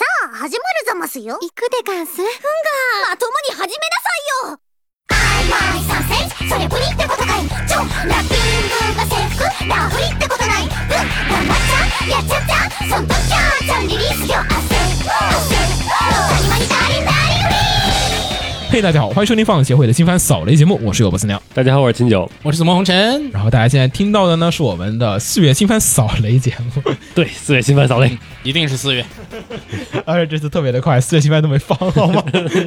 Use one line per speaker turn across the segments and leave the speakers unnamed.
始まるざますよ
行くでガンス
まともに始めなさいよ曖昧参戦それ無理ってことかいちょラッピングが制服ラフリってことないうん頑張っちゃやっちゃったそんときゃーちゃんリリースよ汗汗の谷間にダーリンダーリン
嘿、大家好，欢迎收听放映协会的新番扫雷节目，我是有不死鸟。
大家好，我是秦九。
我是紫梦红尘，
然后大家现在听到的呢，是我们的四月新番扫雷节目，
对，四月新番扫雷，
一定是四月。
而且这次特别的快，四月新番都没放好吗？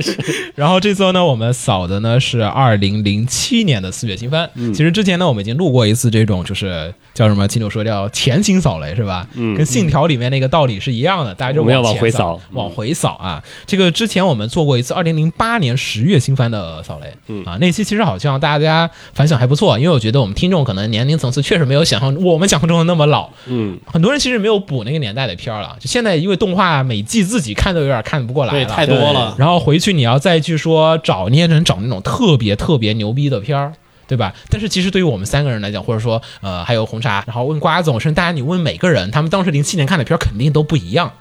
然后这次呢，我们扫的呢是二零零七年的四月新番。
嗯
其实之前呢，我们已经录过一次这种，就是叫什么？秦九说叫前行扫雷是吧？嗯，跟信条里面那个道理是一样的，大家就
我们要往
前
回
扫
扫，嗯
往回扫啊。这个之前我们做过一次二零零八年十月新番的扫雷，嗯啊，那期其实好像大家反响还不错，因为我觉得我们听众可能年龄层次确实没有想象我们想象中的那么老，
嗯，
很多人其实没有补那个年代的片儿了，就现在因为动画每季自己看都有点看不过来
对，
了，
太多了。
然后回去你要再去说找，你也只能找那种特别特别牛逼的片儿。对吧？但是其实对于我们三个人来讲，或者说呃，还有红茶，然后问瓜总，甚至大家你问每个人，他们当时零七年看的片儿肯定都不一样。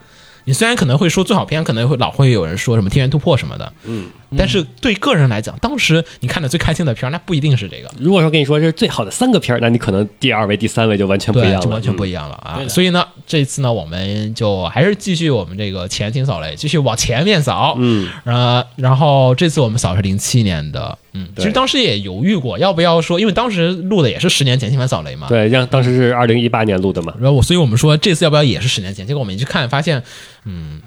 你虽然可能会说最好片，可能会老会有人说什么《天元突破》什么的，嗯，但是对个人来讲，当时你看的最开心的片儿，那不一定是这个。
如果说跟你说这是最好的三个片儿，那你可能第二位、第三位就完全不一
对，
样了，
就完全不
一
一样了啊！
对的
所以呢，这次呢，我们就还是继续我们这个前行扫雷，继续往前面扫。嗯，呃，然后这次我们扫是零七年的，嗯，其实当时也犹豫过要不要说，因为当时录的也是十年前新番扫雷嘛。。
对，让当时是二零一八年录的嘛，
然后我，所以我们说这次要不要也是十年前？结果我们一去看，发现，嗯，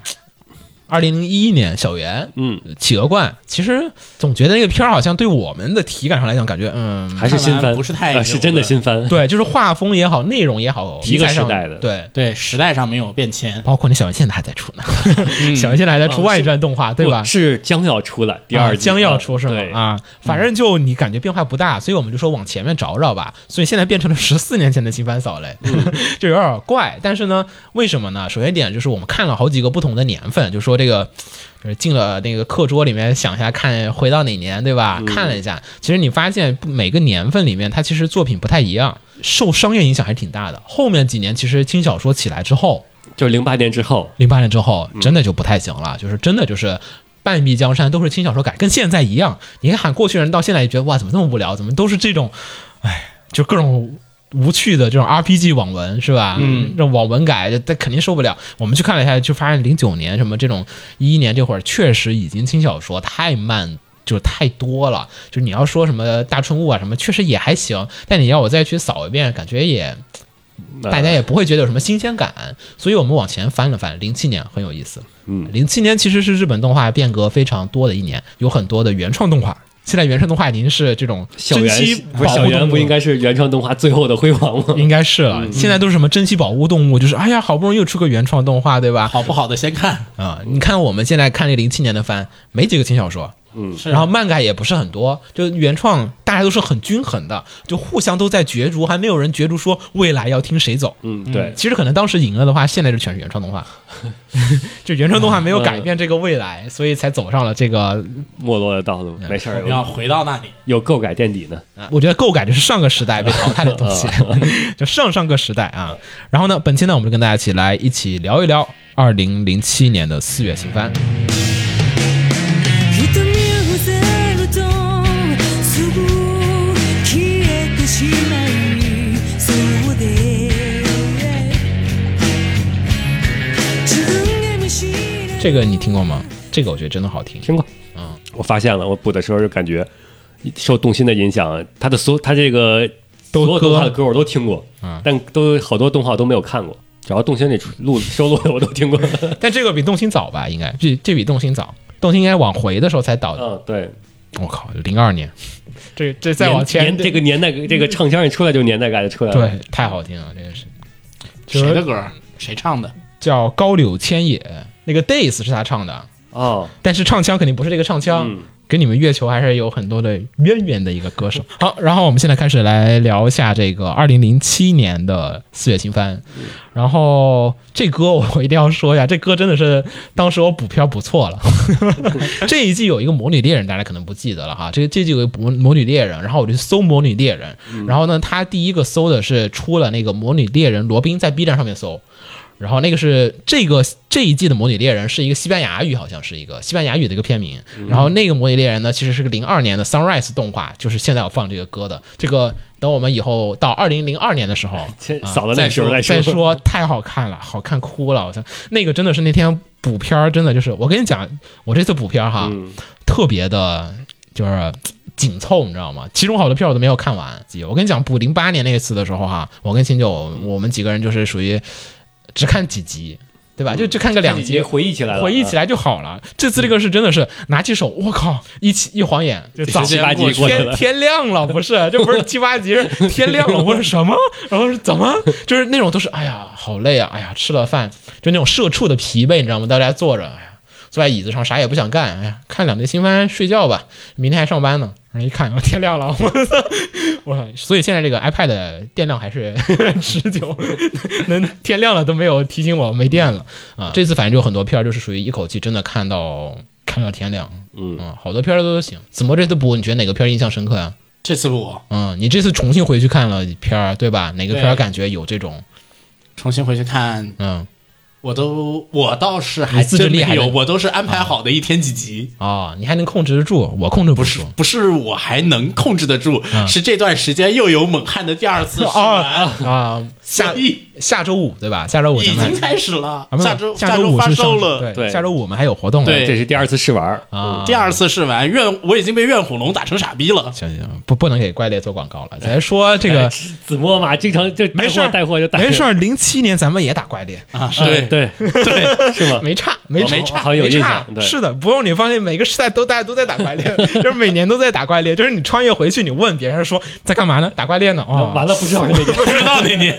二零零一年小圆，
嗯，
企鹅冠，其实总觉得那个片儿好像对我们的体感上来讲，感觉嗯，
还是新
看
番，
完不是太
呃是真的
有的
新番，
对，就是画风也好，内容也好，题
一个
材上
时代的
对。
对，时代上没有变迁，
包括那小圆现在还在出呢，小圆现在还在出外传动画，对吧？
嗯不是将要出了第
啊
二季，
将要出是吗？
对，嗯
啊，反正就你感觉变化不大，所以我们就说往前面找找吧。所以现在变成了十四年前的新番扫雷，
嗯
就有点怪。但是呢，为什么呢？首先一点就是我们看了好几个不同的年份，就说这个。就是进了那个课桌里面想一下看回到哪年对吧？
嗯
看了一下，其实你发现不每个年份里面它其实作品不太一样，受商业影响还挺大的。后面几年其实轻小说起来之后，
就是零八年之后，
零八年之后真的就不太行了，就是真的就是半壁江山都是轻小说改，跟现在一样。你看过去人到现在也觉得哇，怎么这么无聊？怎么都是这种，哎，就各种。无趣的这种 RPG 网文是吧？嗯，这种网文改，这这肯定受不了。我们去看了一下，就发现零九年什么这种一一年这会儿，确实已经轻小说太慢，就是太多了。就是你要说什么大春物啊什么，确实也还行，但你要我再去扫一遍，感觉也
呃
大家也不会觉得有什么新鲜感，所以我们往前翻了翻，零七年很有意思。
嗯，
零七年其实是日本动画变革非常多的一年，有很多的原创动画。现在原创动画已经是这种
小
珍
圆
稀
不是
保
小
护动
圆
物嗯
不应该是原创动画嗯最后的辉煌吗？
应该是了，现在都是什么珍稀保护动物，就是哎呀，好不容易又出个原创动画，对吧？
好不好的先看。
嗯
啊、你看我们现在看这零七年的番，没几个轻小说，
是
然后漫改也不是啊很多，就原创大家都是很均衡的，就互相都在角逐，还没有人角逐说未来要听谁走。
嗯，对，
其实可能当时赢了的话，现在就全是原创动 画，就原创动画没有改变这个未来，所以才走上了这个。
没落的道路，
嗯
没事
我
儿
们，要回到那里，
有购改垫底呢，
我觉得购改就是上个时代被淘汰的东 西，
嗯
就上上个时代啊。然后呢，本期呢，我们就跟大家一起来一起聊一聊二零零七年的四月新番。
瞳を塞ぐとすぐ消えてしまいそうで自分が見知らない
这个你听过吗？这个我觉得真的好听。
听过，
嗯，
我发现了，我补的时候就感觉受动心的影响，他的所有他这个
都
所有动画的
歌
歌我都听过，
嗯
但都好多动画我都没有看过，只要动心里出录收录的我都听 过。
但这个比动心早吧？应该这这比动心早，动心应该往回的时候才导的。
嗯，对，
我靠，零二年，这这再往前
年年这个年代这个唱腔一出来就年代感就出来了。
对太好听了，这个是。
谁的歌？谁唱的？
叫高柳千野，那个 Days 是他唱的，
哦，
但是唱腔肯定不是这个唱腔，
嗯
跟你们月球还是有很多的渊源的一个歌手。 好，然后我们现在开始来聊一下这个二零零七年的四月新番，然后这歌我一定要说一下，这歌真的是当时我补片补错了。 这一季有一个魔女猎人，大家可能不记得了哈。这个这季有一个魔魔女猎人，然后我就搜魔女猎人，然后呢，他第一个搜的是出了那个魔女猎人罗宾，在 B 站上面搜。然后那个是这个这一季的《魔女猎人》是一个西班牙语，好像是一个西班牙语的一个片名。然后那个《魔女猎人》呢，其实是个零二年的 Sunrise 动画，就是现在我放这个歌的。这个等我们以后到二零零二年的时候，
先
啊
扫了那
再
时
说
候再
再说太好看了，好看哭了！我操，那个真的是那天补片儿，真的就是我跟你讲，我这次补片儿哈，
嗯
特别的，就是紧凑，你知道吗？其中好多片儿我都没有看完。我跟你讲，补零八年那一次的时候哈，我跟秦九我们几个人就是属于只看几集，对吧？就就看个两
已
集
经。回忆起来了，啊
回忆起
来，
来就好了。这次这个是真的是拿起手，我靠，一起一晃眼就早
十七八集过去
天
了，
天亮了，不 是，这不是七八集，是天亮了，我说什么？然后是怎么？就是那种都是哎呀，好累啊，哎呀，吃了饭就那种社畜的疲惫，你知道吗？大家坐着，哎呀，坐在椅子上啥也不想干，哎呀，看两集新番睡觉吧，明天还上班呢。然后一看，哦天亮 了，我操！我操！所以现在这个 iPad 的电量还是 持久，能天亮了都没有提醒我没电了啊！这次反正就很多片儿，就是属于一口气真的看到看到天亮，
嗯
啊，好多片儿都行。怎么这次补？你觉得哪个片儿印象深刻呀、
这次我
嗯，你这次重新回去看了片儿，对吧？哪个片儿
对
感觉有这种？
重新回去看，
嗯
我都我倒是还
你自制
真
力还
没有，
能
我都是安排好的一天几集。
啊、你还能控制得住，我控制不
不是
住。
不是，我还能控制得住，
嗯
是这段时间又有猛汉的第二次试完
啊 啊，下
所以
下周五对吧？下周五
已
咱
经
们
开始了
啊，没有
下周
下
周
五
发
是上
售了，
对，
对
下周五我们还有活动呢
对
这是第二次试玩儿
啊，
第二次试完怨我已经被怨虎龙打成傻逼了，
行行行，不不能给怪猎做广告了，咱说这
哎
个
子墨嘛，经常就
没
带
事
货
儿
带货就带，
没事儿，零七年咱们也打怪猎，
啊，是
对对对， 是吗？
没差没
我
差
没差哦好有
没
印
差
象对
是的，不用你放心，每个时代都大家都在打怪猎， 就是每年都在打怪猎，就是你穿越回去，你问别人说在干嘛呢？打怪猎呢？哦，
完了，不知道那个，
不知道 那年，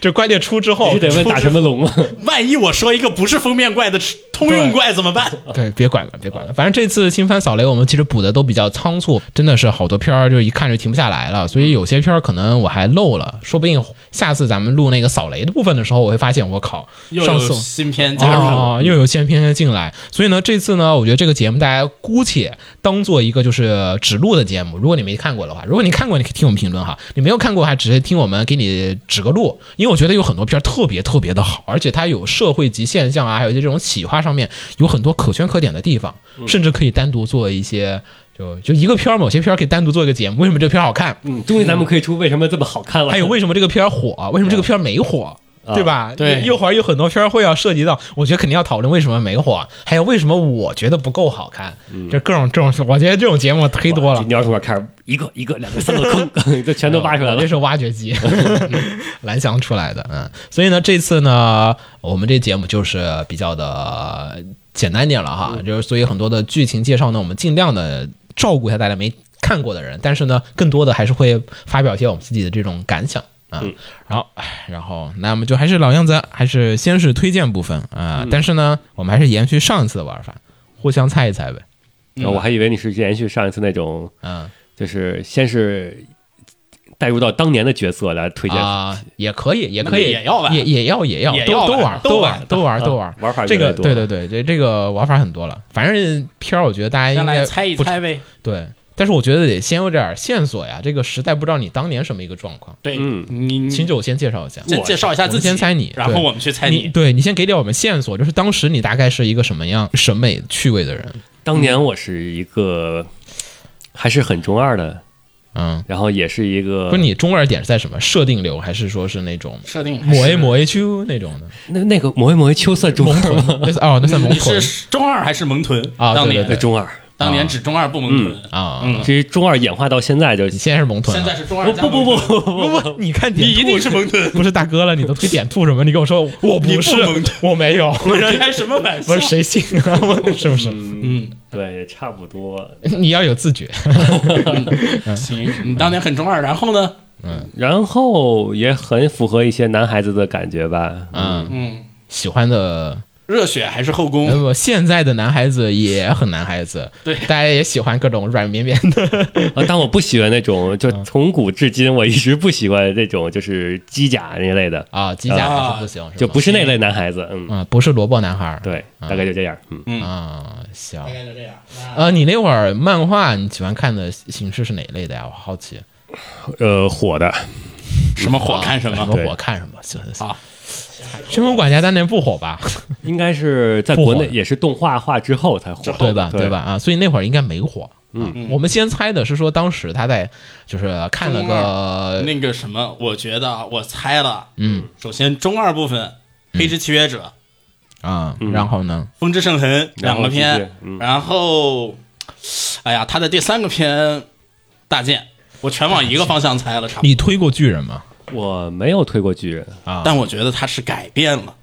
这怪猎出之后
你得问打什么龙啊？
万一我说一个不是封面怪的通用怪怎么办？
对，别管了，别管了。反正这次新番扫雷，我们其实补的都比较仓促，真的是好多片儿就一看就停不下来了。所以有些片儿可能我还漏了，说不定下次咱们录那个扫雷的部分的时候，我会发现我靠，
又
上
有
次我
新片加入，
哦，又有先片进来，所以呢，这次呢，我觉得这个节目大家姑且当做一个就是指路的节目。如果你没看过的话，如果你看过，你可以听我们评论哈；你没有看过，还直接听我们给你指个路。因为我觉得有很多片儿特别特别的好，而且它有社会及现象啊，还有一些这种企划上面有很多可圈可点的地方，甚至可以单独做一些。就就一个片儿，某些片儿可以单独做一个节目。为什么这片儿好看？
嗯，终于咱们可以出为什么这么好看了。
还有哎为什么这个片儿火，为什么这个片儿没火，
啊
对吧？
对
一会儿有很多片儿会要涉及到，我觉得肯定要讨论为什么没火，还有为什么我觉得不够好看，
嗯
就各种这种，我觉得这种节目忒多了
你。要是我看啊一个一个两个三个坑， 这全都挖出来
我
了
这。是挖掘机， 蓝翔出来的，嗯，所以呢，这次呢，我们这节目就是比较的呃简单一点了哈，就是所以很多的剧情介绍呢，我们尽量的照顾一下大家没看过的人，但是呢，更多的还是会发表一些我们自己的这种感想。啊，然后，唉然后，那我们就还是老样子，还是先是推荐部分啊、但是呢，我们还是延续上一次的玩法，互相猜一猜呗。
然后嗯我还以为你是延续上一次那种，
嗯
就是先是带入到当年的角色来推荐，
啊，也可以，也可以，
也要玩
也也要，也要，
也
都
要
都
玩
玩，
都
都
玩
玩，都玩，都玩。
玩法
这
越来
个
越多
对对对，这这个玩法很多了。反正片儿，我觉得大家应
先
该
来猜一
不
猜呗，
对，但是我觉得得先有点线索呀。这个时代不知道你当年什么一个状况。
对，
嗯
你你
秦九先介绍一下，
先介绍一下
我
自
们
己，
先猜你，
然后我们去猜
对你，对你先给点我们线索，就是当时你大概是一个什么样审美趣味的人？
当年
嗯
我是一个还是很中二的，
嗯，
然后也是一个
不
呃
是你中二点是在什么设定流，还是说是那种
设定
抹一抹一秋那种的？
那那个某一某一秋算中二吗？
那是哦，那算萌
你
臀
是中二还是萌臀
啊对
当
对
那
年
中二，
当年只中二不萌臀，
啊。
嗯，
至于中二演化到现在就
你现在是萌啊臀
现
了，
在是中二
不
加
不不
萌臀，
不不
不不，你看点
你一定
兔
是萌臀，
不是大哥了，你都推点兔什么？你跟我 说我不
你不
是
萌，
我没有，
你开什么玩
不
笑
是？谁信 啊？我是不是？
嗯，
对，差不多。
你要有自觉。嗯
行，你当年很中二，然后呢？
然后也很符合一些男孩子的感觉吧。
嗯，
嗯，
喜欢的
热血还是后
呃
宫？
不，现在的男孩子也很男孩子，
对
大家也喜欢各种软绵绵的。
啊，但我不喜欢那种，就
嗯
从古至今我一直不喜欢这种，就是机甲那类的，
啊，机甲
啊
还是不行，是吗
就不是那类男孩子。嗯，
啊，不是萝卜男孩儿。
对，大概就这样。嗯，
嗯，
啊，行
大。概就这样。那
呃，你那会儿漫画你喜欢看的形式是哪一类的呀？我好奇。
呃，火的，
什么火看什
什
么
么
对
火看什么？行行行
啊？
旋风管家当年不火吧？
应该是在
不火
国内
的
也是动画化之后才火，
对吧？对吧？？啊，所以那会儿应该没火。
嗯
啊我们先猜的是说，当时他在就是看了
呃
个
那个什么，我觉得啊我猜了，
嗯
首先中二部分，《黑之契约者》《
啊，
嗯
然后呢，
风之圣痕》两个片，然
嗯
然
后，哎呀，他的第三个片《大剑》，我全往一个方向
嗯
猜了，差不多。
你推过巨人吗？
我没有推过巨 人，
啊，
但我觉得他是改变了，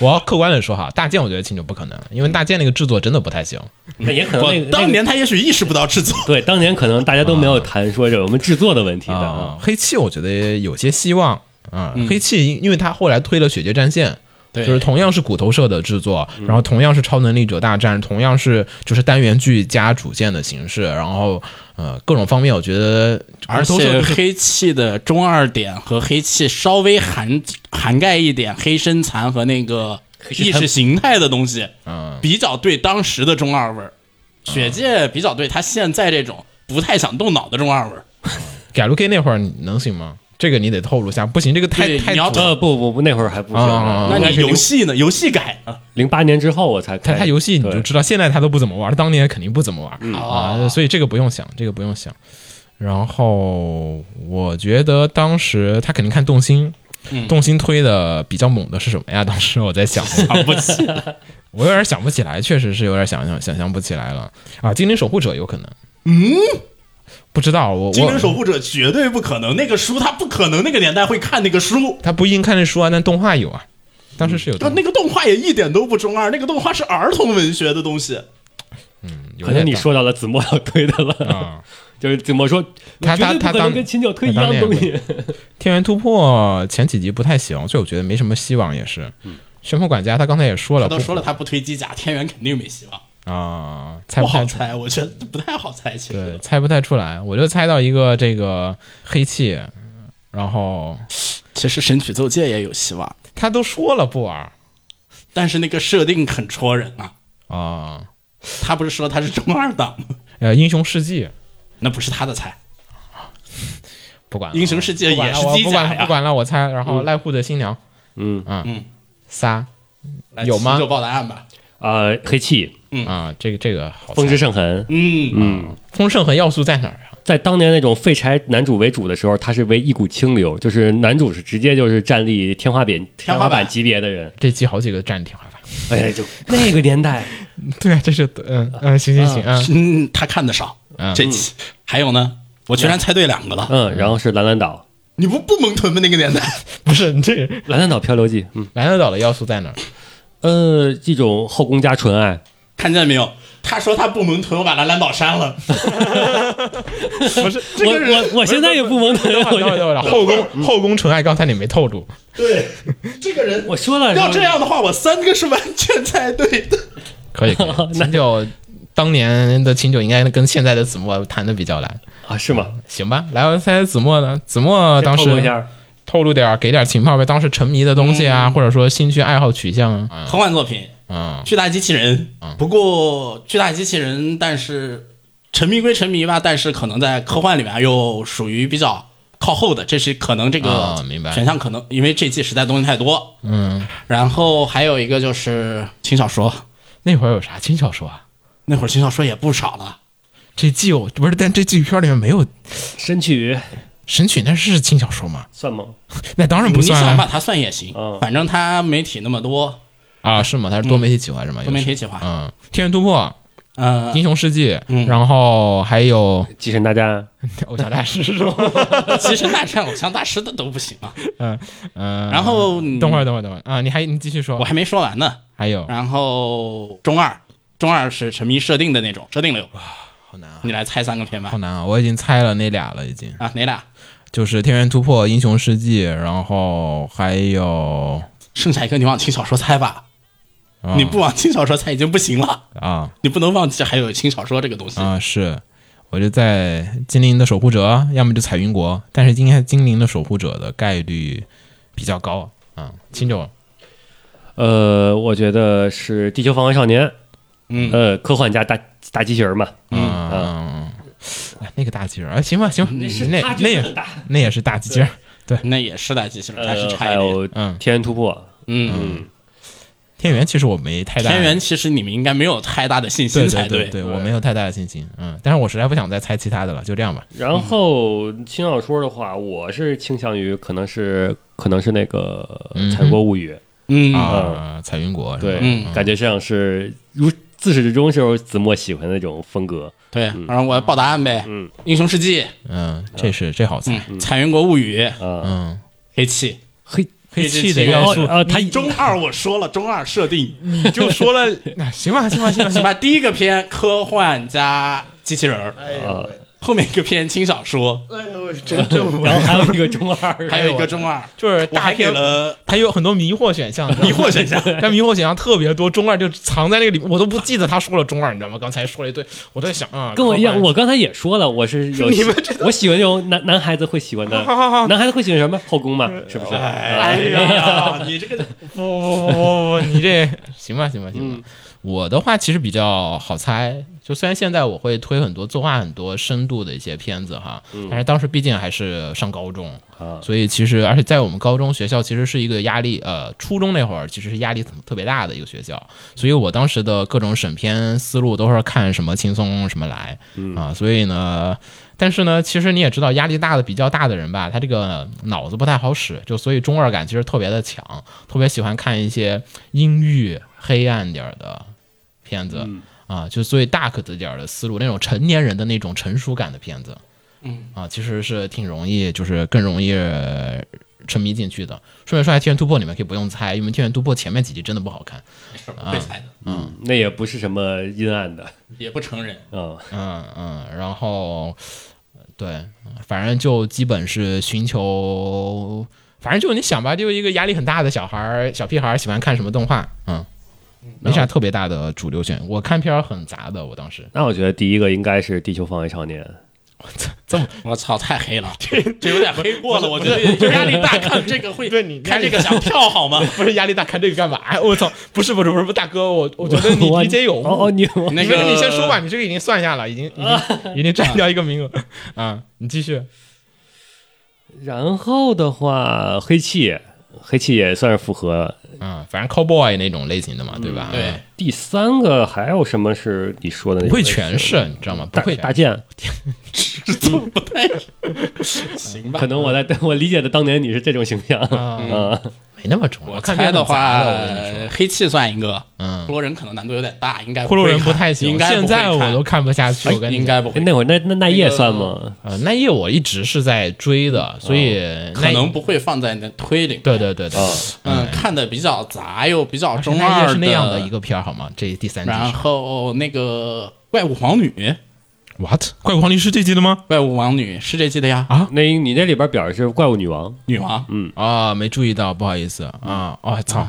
我要客观的说哈，大剑我觉得清楚不可能，因为大剑那个制作真的不太行。
那也可能那
我
个
当
那个
年他也许意识不到制作，
对当年可能大家都没有谈说这我们制作的问题的
啊
啊，，
黑气我觉得有些希望啊。黑气因因为他后来推了《血界战线》。
嗯对嗯
就是同样是骨头社的制作，然后同样是超能力者大战，同样是就是单元剧加主线的形式，然后呃各种方面，我觉得
而
骨头社
且
就是
黑气的中二点和黑气稍微涵涵盖一点黑身残和那个意识形态的东西，
嗯
比较对当时的中二味儿，血界比较对他现在这种不太想动脑的中二味儿。
改路 K 那会儿你能行吗？这个你得透露一下，不行，这个太
对
太
你要
主
呃不不不，那会儿还不
啊啊啊
是，
那
但
你游戏呢？游戏改啊呢？
零八年之后我才
他
开
他游戏你就
对
知道，现在他都不怎么玩，他当年肯定不怎么玩、啊，
哦
所以这个不用想，这个不用想。然后我觉得当时他肯定看动心，
嗯
动心推的比较猛的是什么呀？当时我在 想，
啊，不起，
我有点想不起来，确实是有点想想想象不起来了啊。精灵守护者有可能，嗯，不知道我
精灵守
我
护者绝对不可能，那个书他不可能那个年代会看那个书。
他不一定看那书啊，但动画有啊，当时是有动
啊，
画，
那个动画也一点都不中二，那个动画是儿童文学的东西。
有
可能
点
你
大
说到了子墨要推的了，
啊。
就是子墨说
他
我绝
他他
对不可
当
能跟秦九推一
他当年
样东西，
天元突破前几集不太行，所以我觉得没什么希望，也是。旋风管家他刚才也说了，
嗯他都说了
不
他不推机甲，天元肯定没希望，
啊，猜
不
不
好
太出
猜，我觉得不太好猜。其
对，
实
猜不太出来，我就猜到一个这个黑气，然后
其实神曲奏界也有希望，
他都说了不玩
但是那个设定很戳人啊。
啊，
他不是说他是中二党吗？
呃，英雄世纪
那不是他的菜，
不管了
英雄世界
不管
也
了
是
我
机
不
甲
管了
呀
不。管了，我猜，然后濑户的新娘啊
嗯
仨
来
有吗
秦九报答案吧。
啊黑气
啊，这个这个好猜，
风之圣痕，
嗯，
嗯，
风之圣痕要素在哪儿啊？
在当年那种废柴男主为主的时候，他是为一股清流，就是男主是直接就是站立天花板
天
天
花板
花板级别的 人，
这集好几个站停了吧？
哎呀，就那个年代，
对啊，这是嗯嗯，行行行啊，
嗯，他看的少
嗯，
这期还有呢，我居然猜对两个了。
嗯，然后是蓝蓝岛，
你不不蒙屯吗？那个年代，
不是你这个
蓝蓝岛漂流记，嗯，
蓝得岛的要素在哪儿？
呃，一种后宫加纯爱，
看见没有？他说他不蒙屯，我把蓝蓝岛删了。
不是
我我我现在也不蒙屯，
等会儿等会儿
我
等会儿，后宫后宫纯爱，刚才你没透露。
对，这个人
我说了
要这，样的话，我三个是完全猜对的。
可以，可以秦九当年的秦九应该跟现在的子墨谈的比较来，
啊是吗？
行吧？来，我猜子墨呢？子墨啊当
透露一
时
下，
透露点儿，给点儿情报呗，当时沉迷的东西啊，或者说兴趣爱好取向 啊，
科幻作品
嗯
《巨大机器人》，不过《巨大机器人》，但是沉迷归沉迷吧，但是可能在科幻里面又属于比较靠后的，这是可能这个
啊明白
选项可能因为这季实在东西太多。
嗯，
然后还有一个就是轻小说，
那会儿有啥轻小说啊？
那会儿轻小说也不少了。
这季我不是，但这纪录片里面没有
身曲
神曲，那是轻小说吗？
算吗？
那当然不
你
算
想把
啊，
它算也行，
嗯
反正它媒体那么多，
啊是吗？它是多媒体企划是吗？
多媒体企划
嗯，天元突破、
呃
英，雄世纪，
嗯
然后还有
寄生大家，
偶像大师是吗？
呃其实大战偶像大师的都不行啊。
嗯嗯，
然后你
等会儿，等会儿，等会儿啊！你还你继续说，
我还没说完呢。
还有
然后中二，中二是沉迷设定的那种设定流，
好难啊，
你来猜三个片吧
好。难啊！我已经猜了那俩了，已经
啊，哪俩？
就是《天元突破》《英雄世纪》，然后还有、哦
剩下一个你往轻小说猜吧，
啊
你不往轻小说猜已经不行了，
啊
你不能忘记还有轻小说这个东西。
啊是，我就在《精灵的守护者》，要么就《彩云国》，但是应该《精灵的守护者》的概率比较高啊。秦九
呃，我觉得是地球防卫少年，
嗯，
呃，科幻加大大机器人嘛，
啊啊。哎那个大鸡儿啊，行吧行吧，那那那也那也是大鸡儿，对
那也是代机器人，但是
呃，
差
还
一点。
有
嗯
天元突破，
嗯，
天元其实我没太大
天元其实你们应该没有太大的信
对
心才
对对对，
对
我没有太大的信心，嗯，但是我实在不想再猜其他的了，就这样吧。
然后轻小说的话，我是倾向于可能是可能是那个
嗯
《产国物语》
嗯，
啊，彩云国是吧
对，
嗯
感觉像是如自始至终就是子墨喜欢的那种风格。
对，然后我报答案呗。
嗯，
英雄事迹，
嗯，这是这好猜，
嗯，彩云国物语，
啊，
嗯，
黑气，
嘿，
黑气的
黑气
要素
哦啊，他
中二我说了，中二设定，你
就说了，那行吧，行吧， 行吧，
行
行吧，
吧？第一个篇科幻加机器人儿，
哎
啊，
后面一个篇轻小说，
然后还有一个中二，
还有一个中二，
就是
我
大
还给
片，
了
它有很多迷惑选项，
迷惑选项。
但迷惑选项特别多，中二就藏在那个里，我都不记得他说了中二，你知道吗？刚才说了一堆，我在想啊，
跟我一样，
科幻
我刚才也说了，我是有
你们
我喜欢那种男男孩子会喜欢的，
好好好呃
男孩子会喜欢什么？后宫嘛，是不是？啊
哎呀，你这个
不不不不不，你这行吧行吧行吧。我的话其实比较好猜，就虽然现在我会推很多作画很多深度的一些片子哈，但是当时毕竟还是上高中，
啊
所以其实而且在我们高中学校其实是一个压力，呃，初中那会儿其实是压力特特别大的一个学校，所以我当时的各种审片思路都是看什么轻松什么来、啊，所以呢。但是呢，其实你也知道，压力大的比较大的人吧，他这个脑子不太好使，就所以中二感其实特别的强，特别喜欢看一些阴郁、黑暗点儿的片子、啊，就所以 dark 的点儿的思路，那种成年人的那种成熟感的片子，嗯啊，其实是挺容易，就是更容易呃沉迷进去的。顺便说一下，《天元突破》你们可以不用猜，因为《天元突破》前面几集真的不好看。
被踩的，
嗯，那也不是什么阴暗的，
也不承认。
嗯，
嗯嗯，然后对，反正就基本是寻求，反正就你想吧，就一个压力很大的小孩儿、小屁孩儿喜欢看什么动画，嗯，没啥特别大的主流选。我看片儿很杂的，我当时
那我觉得第一个应该是《地球防卫少年》，
我操，太黑 了，这这有点黑过了。我觉得压力大，看 这个会对你看这个想跳好吗？
不是压力大，看这个干嘛？哎，我操，不是不是不是，大哥，我我觉得你
我
理解有误。
哦哦，你
那
你
个
这你先说吧，，你这个已经算下了，已经已经已经占掉一个名额啊！你继续，
然后的话，黑气，黑气也算是符合。
嗯，反正 cowboy 那种类型的嘛，对吧？
嗯
哎
对，
第三个还有什么是你说的那
不
种？
会全是，你知道吗？不
大
会
大剑，
不太 行吧
可？能我在我理解的当年你是这种形象
嗯啊
啊，
没那么重。
我
看
猜
片
的
很杂
话
的我跟你说，，
黑气算一个，
嗯
骷，髅人可能难度有点大，应该
骷髅人不
不
太行，现在我都看不下去。我跟你
应
讲
该不会，
那会儿那那那夜算吗？
呃，那夜我一直是在追的，所以
哦可
那
能不会放在那推里。
对对对对，
嗯，看的比较杂又比较中
那夜
二
是那样的一。个片儿好吗？这第三集
然后那个怪物皇女，
what 怪物黄历是这集的吗？
怪物王女是这季的呀，
那你那里边表示怪物女王，
女王
啊，没注意到，不好意思啊，哦操，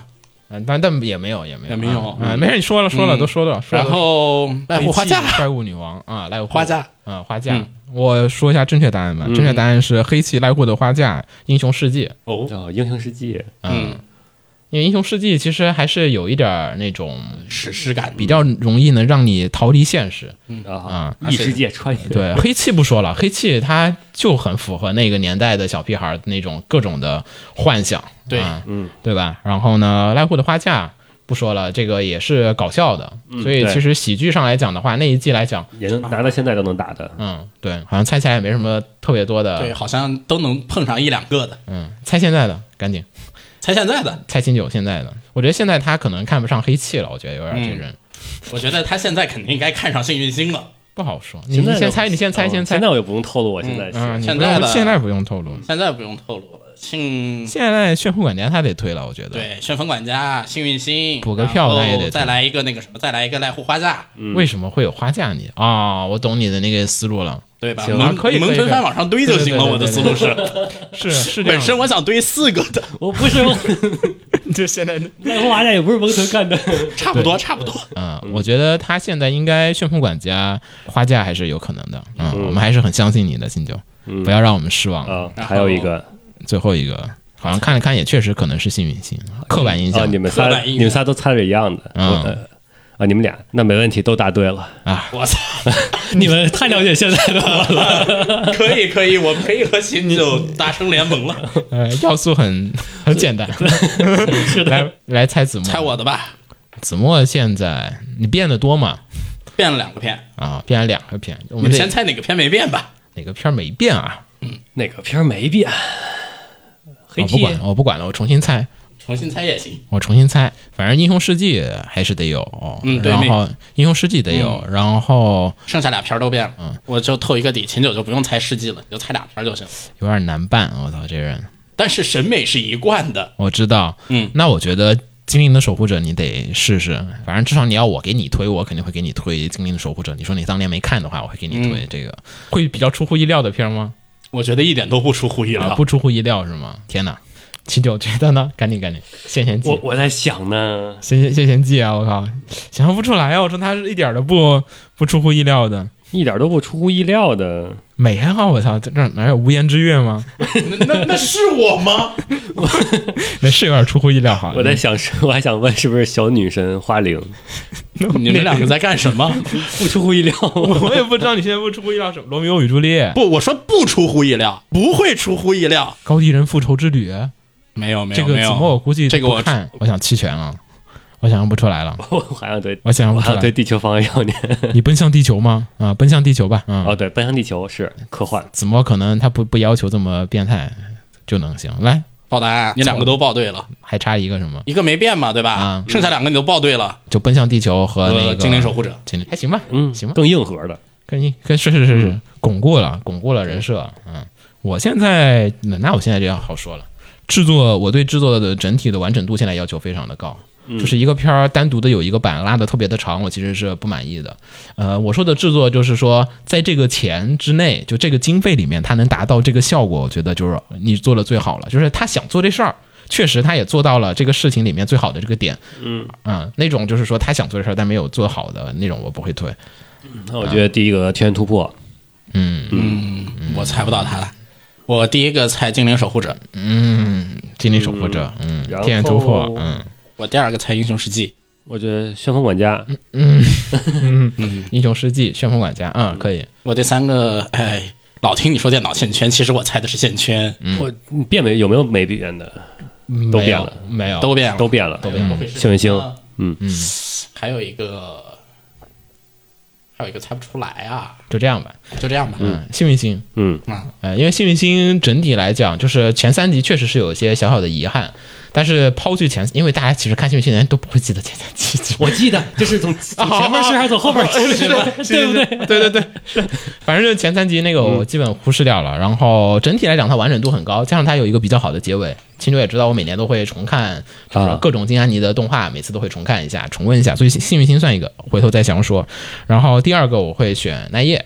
嗯，但但也没有也没有
也没有
啊，啊没事，你说了说了
嗯
都说了，说了
然后怪物花架，
怪物女王啊，赖户
花架，
啊，花架
嗯。
我说一下正确答案吧，正确答案是黑气赖户的花架英雄世纪。
哦，
叫英雄世纪，
嗯，
因为英雄世纪其实还是有一点儿那种
嗯史诗感
比较容易能让你逃离现实。
啊，异世界穿越，
对，黑气不说了，黑气它就很符合那个年代的小屁孩儿那种各种的幻想，
对
啊
嗯
对吧？然后呢，濑户的花架不说了，这个也是搞笑的，所以
嗯对
其实喜剧上来讲的话，那一季来讲，
也能拿到现在都能打的。
嗯，对，好像猜起来也没什么特别多
对，
的，
好像都能碰上一两个的。
嗯，猜现在的赶紧
猜现在的，
猜清九现在的，我觉得现在他可能看不上黑气了，我觉得有点
嗯
这人。
我觉得他现在肯定该看上幸运星了。
不好说，你
现
你
在
先猜，你先猜，
哦
先猜
现。在我也不用透露，我现在
嗯，
是
你
现
不
在
用
的
现在嗯不用透露，
现在不用透露了，幸
现在炫富管家他得推了，我觉得。，
对旋风管家、幸运星
补个票
然后
那也得
再来一个那个什么，再来一个濑户花架，
嗯
为什么会有花架你啊、我懂你的那个思路了。
对吧？
行啊
萌
可以可以
萌春
可以
饭往上堆就行
对
了。
对对
我的思路是，
是是
本身我想堆四个的，
我不是我，
就现 在，
那个娃家也不是蒙腾干的。
差不多差不多。
嗯，我觉得他现在应该旋风管家花架还是有可能的。嗯，我们还是很相信你的，金九，不要让我们失望。
嗯 啊，还有一个
最后一个好像看了看，也确实可能是幸运星，刻板印
啊，
象。
你们
刻
仨
板印象
你们仨都猜的一样的。
嗯
我啊，你们俩那没问题，都答对了。
我操，
你们太了解现 在的我了。
可以可以，我们可以和秦九达成联盟了。
呃，要素很 很简单。
是
来
的，
来猜子墨，
猜我的吧，
子墨现在你变得多吗？
变了两个片，
啊，变了两个片，我
你
们
们
得
先猜哪个片没变吧。
哪个片儿没变啊？
哪个片儿没变？黑
我啊哦不
气
管了，我不管了，我重新猜，
重新猜也行，
我重新猜。反正英雄事迹还是得有，
嗯对嗯
然后英雄事迹得有，然后
剩下俩片儿都变了，
嗯
我就透一个底，秦九就不用猜世纪了，你就猜俩片儿就行。
有点难办。我操，这人
但是审美是一贯的，
我知道，
嗯，
那我觉得。精灵的守护者，你得试试。反正至少你要我给你推，我肯定会给你推《精灵的守护者》。你说你当年没看的话，我会给你
嗯
推这个。会比较出乎意料的片儿吗？
我觉得一点都不出乎意
啊，
料。
不出乎意料是吗？天哪，七九觉得呢？赶紧赶紧，现贤记
我，我在想呢，
现贤现贤记啊！我靠，想象不出来啊！我说他是一点儿都不不出乎意料的。
一点都不出乎意料的。
美啊！我操，这这哪有无言之月吗？
那那那是我吗？
那是有点出乎意料哈。
我在想，是我还想问，是不是小女神花翎？
你们两个在干什么？
不出乎意料，
我也不知道你现在不出乎意料什么，《罗密欧与朱丽叶》、
不，我说不出乎意料，不会出乎意料。
高地人复仇之旅，
没有没
这
有
个
没
子墨我
有，
估计
这个
不
我
看，我想弃权了，我想象不出来了，
我好像对，
我想象
我
不出
好像对
来。
地球防卫少年。
你奔向地球吗？啊，奔向地球吧。嗯，
哦，对，奔向地球是科幻。
子墨可能他不不要求这么变态就能行。来，
报答案，你两个都报对了，
还差一个什么？
一个没变嘛，对吧
啊？
剩下两个你都报对了，
就奔向地球和那
呃，
个
精灵守护者。
精灵还行吧，
嗯，
行吧，
更硬核的。
可以，可以是是是是，巩固了，巩固了人设，嗯，我现在那那我现在这样好说了，制作我对制作的整体的完整度现在要求非常的高。就是一个片儿单独的有一个版拉的特别的长，我其实是不满意的。呃，我说的制作就是说，在这个钱之内，就这个经费里面，它能达到这个效果，我觉得就是你做的最好了。就是他想做这事儿，确实他也做到了这个事情里面最好的这个点。嗯那种就是说他想做这事儿但没有做好的那种，我不会推。
那我觉得第一个天元突破，
我猜不到他了。我第一个猜精灵守护者，
嗯，精灵守护者，嗯，
然后
天眼突破，嗯，
我第二个猜英雄世纪，
我觉得旋风管家，
英雄世纪，旋风管家，嗯，可以，
我第三个，哎，老听你说电脑线圈，其实我猜的是线圈，
嗯
我变没有没有没变的，都
没
变
有
了，
哎没有，
都变了，
都变了，都
变了。
幸运星，嗯，
还有一个，还有一个猜不出来啊，
就这样吧，
就这样吧。
嗯，幸运星，
嗯，
呃，因为幸运星整体来讲，就是前三集确实是有一些小小的遗憾，但是抛去前，因为大家其实看幸运星的人都不会记得前三集，
我记得就是从从前面事还是从后面事是吧？对嗯不对？
对对对，是，反正就是前三集那个我基本忽视掉了。然后整体来讲，它完整度很高，加上它有一个比较好的结尾。秦九也知道，我每年都会重看，就是
啊
各种金安妮的动画，每次都会重看一下，重温一下。所以幸运星算一个，回头再详说。然后第二个我会选奈叶。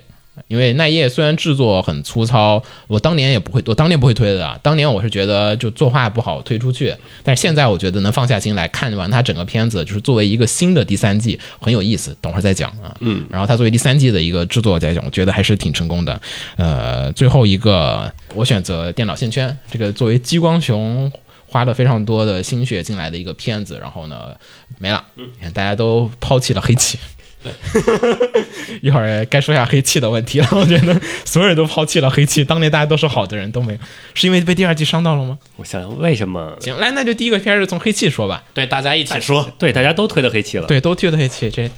因为奈叶虽然制作很粗糙，我当年也不会，我当年不会推的啊。当年我是觉得就作画不好推出去，但是现在我觉得能放下心来看完它整个片子，就是作为一个新的第三季很有意思。等会儿再讲啊。嗯。然后它作为第三季的一个制作来讲，我觉得还是挺成功的。呃，最后一个我选择电脑线圈，这个作为激光熊。花了非常多的心血进来的一个片子，然后呢，没了，大家都抛弃了黑棋。一会儿该说一下黑气的问题了。我觉得所有人都抛弃了黑气，当年大家都是好的人都没有，是因为被第二季伤到了吗？
我想想为什么？
行，来，那就第一个片儿就从黑气说吧。
对，大家一起说，
对，大家都推到黑棋了。
对，都推的黑气，这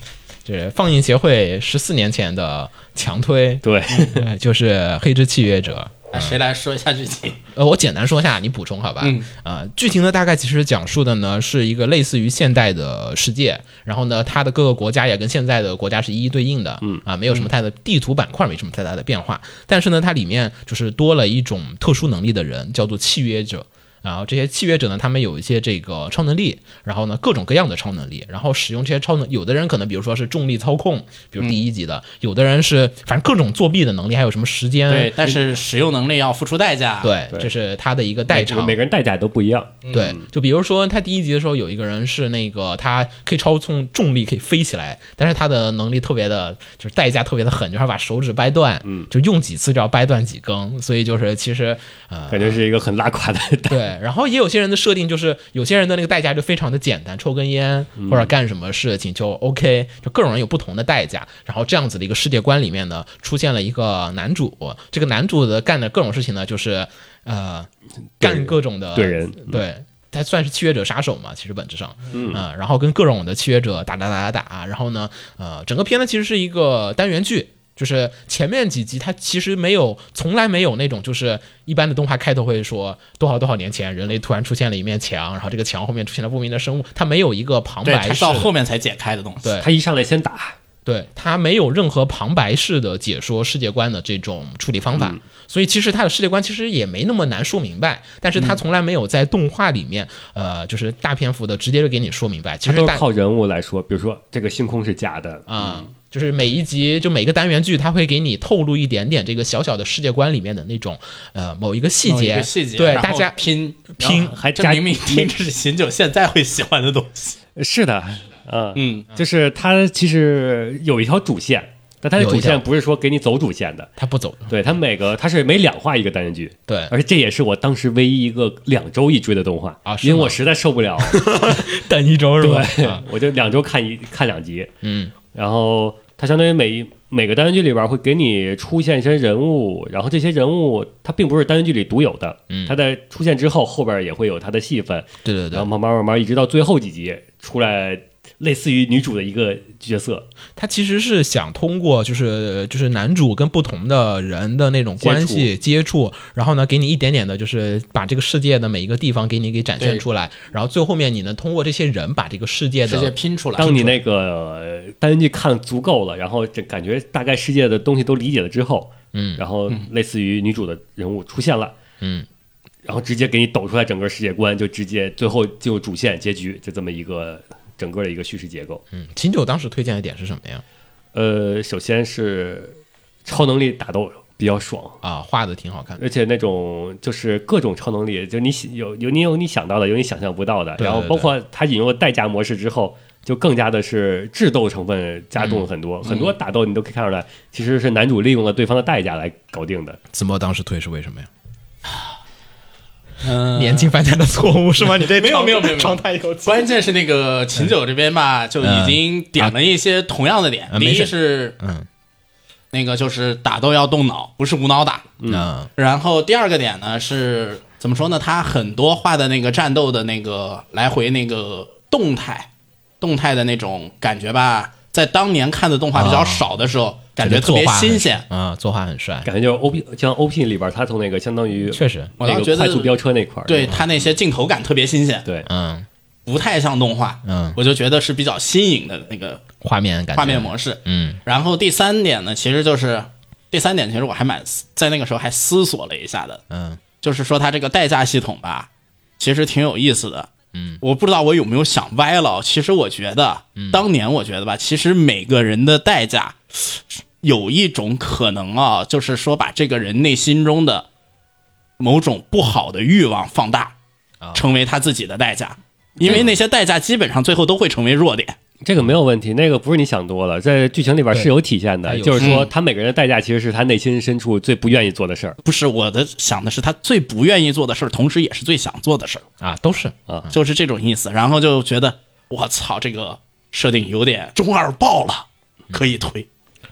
这放映协会十四年前的强推，
对，
呃 就是《黑之契约者》。
那哎谁来说一下剧情？
呃，我简单说一下，你补充好吧？嗯，呃，剧情呢大概其实讲述的呢是一个类似于现代的世界，然后呢，它的各个国家也跟现在的国家是一一对应的，嗯啊，没有什么太大的地图板块，没什么太大的变化，但是呢，它里面就是多了一种特殊能力的人，叫做契约者。然后这些契约者呢，他们有一些这个超能力，然后呢各种各样的超能力，然后使用这些超能，有的人可能比如说是重力操控，比如第一集的，有的人是反正各种作弊的能力，还有什么时间
对，但是使用能力要付出代价。，
嗯对，
对
这是他的一个代偿
每。个人代价都不一样。
对，就比如说他第一集的时候，有一个人是那个他可以操控重力，可以飞起来，但是他的能力特别的，就是代价特别的狠，就是他把手指掰
嗯
断，就用几次就要掰断几根，所以就是其实呃，
感觉是一个很拉垮的代
对，然后也有些人的设定就是，有些人的那个代价就非常的简单，抽根烟
嗯
或者干什么事情就 OK，就各种人有不同的代价。然后这样子的一个世界观里面呢，出现了一个男主，这个男主的干的各种事情呢，就是呃，
对
干各种的
对人
嗯
对。他算是契约者杀手嘛，其实本质上，嗯、然后跟各种的契约者打打打打打，然后呢，呃，整个片呢其实是一个单元剧，就是前面几集它其实没有，从来没有那种就是一般的动画开头会说多少多少年前人类突然出现了一面墙，然后这个墙后面出现了不明的生物，它没有一个旁
对，
白
它
式
到后
的，
面才解开的东西。
对
他一上来先打，
对，它没有任何旁白式的解说世界观的这种处理方法，
嗯
所以其实它的世界观其实也没那么难说明白，但是它从来没有在动画里面，呃，就是大篇幅的直接就给你说明白。其
他
实
嗯都是
大
靠嗯人物来说，比如说这个星空是假的，
啊、就是每一集就每个单元剧，它会给你透露一点点这个小小的世界观里面的那种呃某一个细
哦某一
节，
个细节，
对
然后
大家
拼
拼
然后还
加
真明明听 这是醒酒现在会喜欢的东西。
是的，啊，
嗯，
就是他其实有一条主线，但他的
有一
主线
条
不是说给你走主线的，
他不走，
对他每个他是每两话一个单元剧，
对
而且这也是我当时唯一一个两周一追的动画
啊是吗
因为我实在 受不了，
等一周是吧？
对
啊，
我就两周看一看两集，
嗯，
然后它相当于每一每个单元剧里边会给你出现一些人物，然后这些人物它并不是单元剧里独有的，
嗯
它在出现之后后边也会有它的戏份，
对对
然
对，
后慢慢慢慢一直到最后几集出来，类似于女主的一个角色，
他其实是想通过就是就是男主跟不同的人的那种关系接触，然后呢给你一点点的，就是把这个世界的每一个地方给你给展现
对
出来，然后最后面你能通过这些人把这个世界
直接
的
拼出来。
当你那个呃单元剧看足够了，然后这感觉大概世界的东西都理解了之后，
嗯
然后类似于女主的人物出现了，
嗯，
然后直接给你抖出来整个世界观，就直接最后进入主线结局，就这么一个整个的一个叙事结构。
嗯，秦九当时推荐的点是什么呀？
呃，首先是超能力打斗比较爽。
啊，画的挺好看的，
而且那种就是各种超能力，就你喜有有你有你想到的，有你想象不到的，
对
然后
对
包
对
括它引入了代驾模式之后，就更加的是智斗成分加重了很多，很多打斗你都可以看出来，其实是男主利用了对方的代价来搞定的。
子墨当时推是为什么呀？啊
嗯，
年轻犯啊下的错误是吗？你这
没有没有没有没有
常态有几
关键是那个秦九这边吧，就已经点了一些同样的点。
嗯啊
第
没
一
事
是
嗯
那个就是打斗要动脑，不是无脑打。
嗯
然后第二个点呢是怎么说呢？他很多画的那个战斗的那个来回那个动态，动态的那种感觉吧，在当年看的动画比较少的时候，感觉特别新鲜。
啊，作画很帅，
感觉就是 O P 像 O P 里边，他从那个相当于
确实，
我倒
那
觉
个
得
快速飙车那块儿，
对他那些镜头感特别新鲜，
对，
嗯，
不太像动画，
嗯
我就觉得是比较新颖的那个
画面感觉，
画面模式。
嗯
然后第三点呢，其实就是第三点，其实我还蛮思在那个时候还思索了一下的，
嗯
就是说它这个代驾系统吧，其实挺有意思的。
嗯，
我不知道我有没有想歪了。其实我觉得，当年我觉得吧，其实每个人的代驾有一种可能啊，就是说把这个人内心中的某种不好的欲望放大
啊，
成为他自己的代价。因为那些代价基本上最后都会成为弱点，
这个没有问题，那个不是你想多了，在剧情里边
对
是有体现
它
的，
有
就是说
嗯
他每个人的代价其实是他内心深处最不愿意做的事儿
不是我的想的是他最不愿意做的事儿，同时也是最想做的事儿。
啊，都是
啊。
就是这种意思。然后就觉得我操，这个设定有点中二爆了，可以推。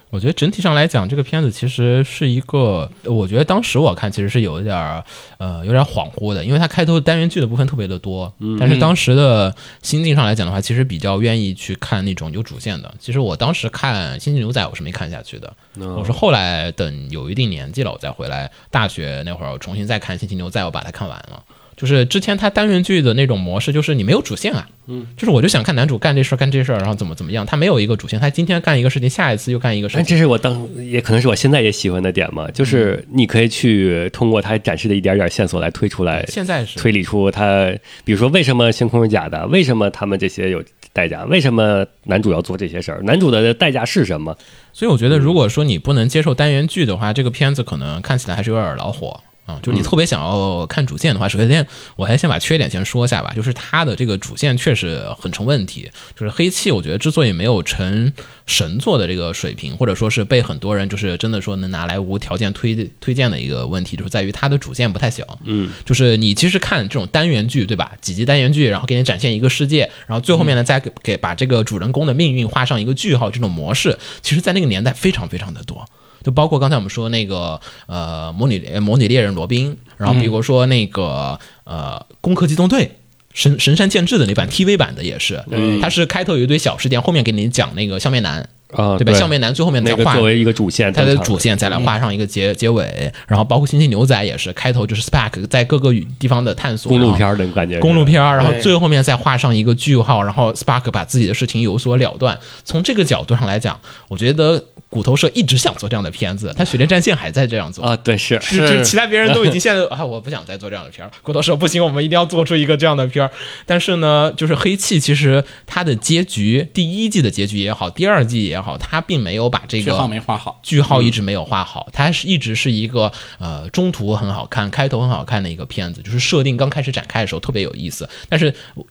我觉得整体上来讲，这个片子其实是一个，我觉得当时我看其实是有一点儿，呃，有点恍惚的，因为它开头单元剧的部分特别的多，但是当时的心境上来讲的话，其实比较愿意去看那种有主线的。其实我当时看《星际牛仔》，我是没看下去的，我是后来等有一定年纪了，我再回来大学那会儿，我重新再看《星际牛仔》，我把它看完了。就是之前它单元剧的那种模式，就是你没有主线啊，嗯，就是我就想看男主干这事儿干这事儿，然后怎么怎么样，他没有一个主线，他今天干一个事情，下一次又干一个事
但
情，
这是我当也可能是我现在也喜欢的点
嗯
嘛，就是你可以去通过他展示的一点点线索来推出来，
现在是
推理出他，比如说为什么星空是假的，为什么他们这些有代价，为什么男主要做这些事儿，男主的代价是什么？
所以我觉得，如果说你不能接受单元剧的话，这个片子可能看起来还是有点儿恼火。啊，
嗯
就是你特别想要看主线的话，首先我还先把缺点先说一下吧，就是它的这个主线确实很成问题。就是黑气，我觉得之所以没有成神作的这个水平，或者说是被很多人就是真的说能拿来无条件推推荐的一个问题，就是在于它的主线不太行。嗯，就是你其实看这种单元剧，对吧？几集单元剧，然后给你展现一个世界，然后最后面呢再给给把这个主人公的命运画上一个句号，这种模式，其实在那个年代非常非常的多。就包括刚才我们说那个呃模拟呃模拟猎人罗宾，然后比如说那个、呃攻壳机动队。神神山健治的那版 TV 版的也是，它是开头有一堆小事件，后面给你讲那个笑面男
啊
对吧？
对
笑面男最后面再
那个
画
作为一个主线
它
登
的
场了，
主线
嗯
再来画上一个结结尾，然后包括《星际牛仔》也是开头就是 Spark 在各个宇地方的探索，
公路
然后
片儿的感觉是，
公路片儿，然后
对
最后面再画上一个句号，然后 Spark 把自己的事情有所了断。从这个角度上来讲，我觉得骨头社一直想做这样的片子，他《血战战线》还在这样做。
啊，对是
就就其他别人都已经现在 啊，我不想再做这样的片儿。骨头社不行，我们一定要做出一个这样的片儿。但是呢，就是黑气，其实它的结局，第一季的结局也好，第二季也好，它并没有把
嗯
这个
句号没画好。
句号一直没有画好，它是一直是一个呃中途很好看、开头很好看的一个片子，就是设定刚开始展开的时候特别有意思。但是我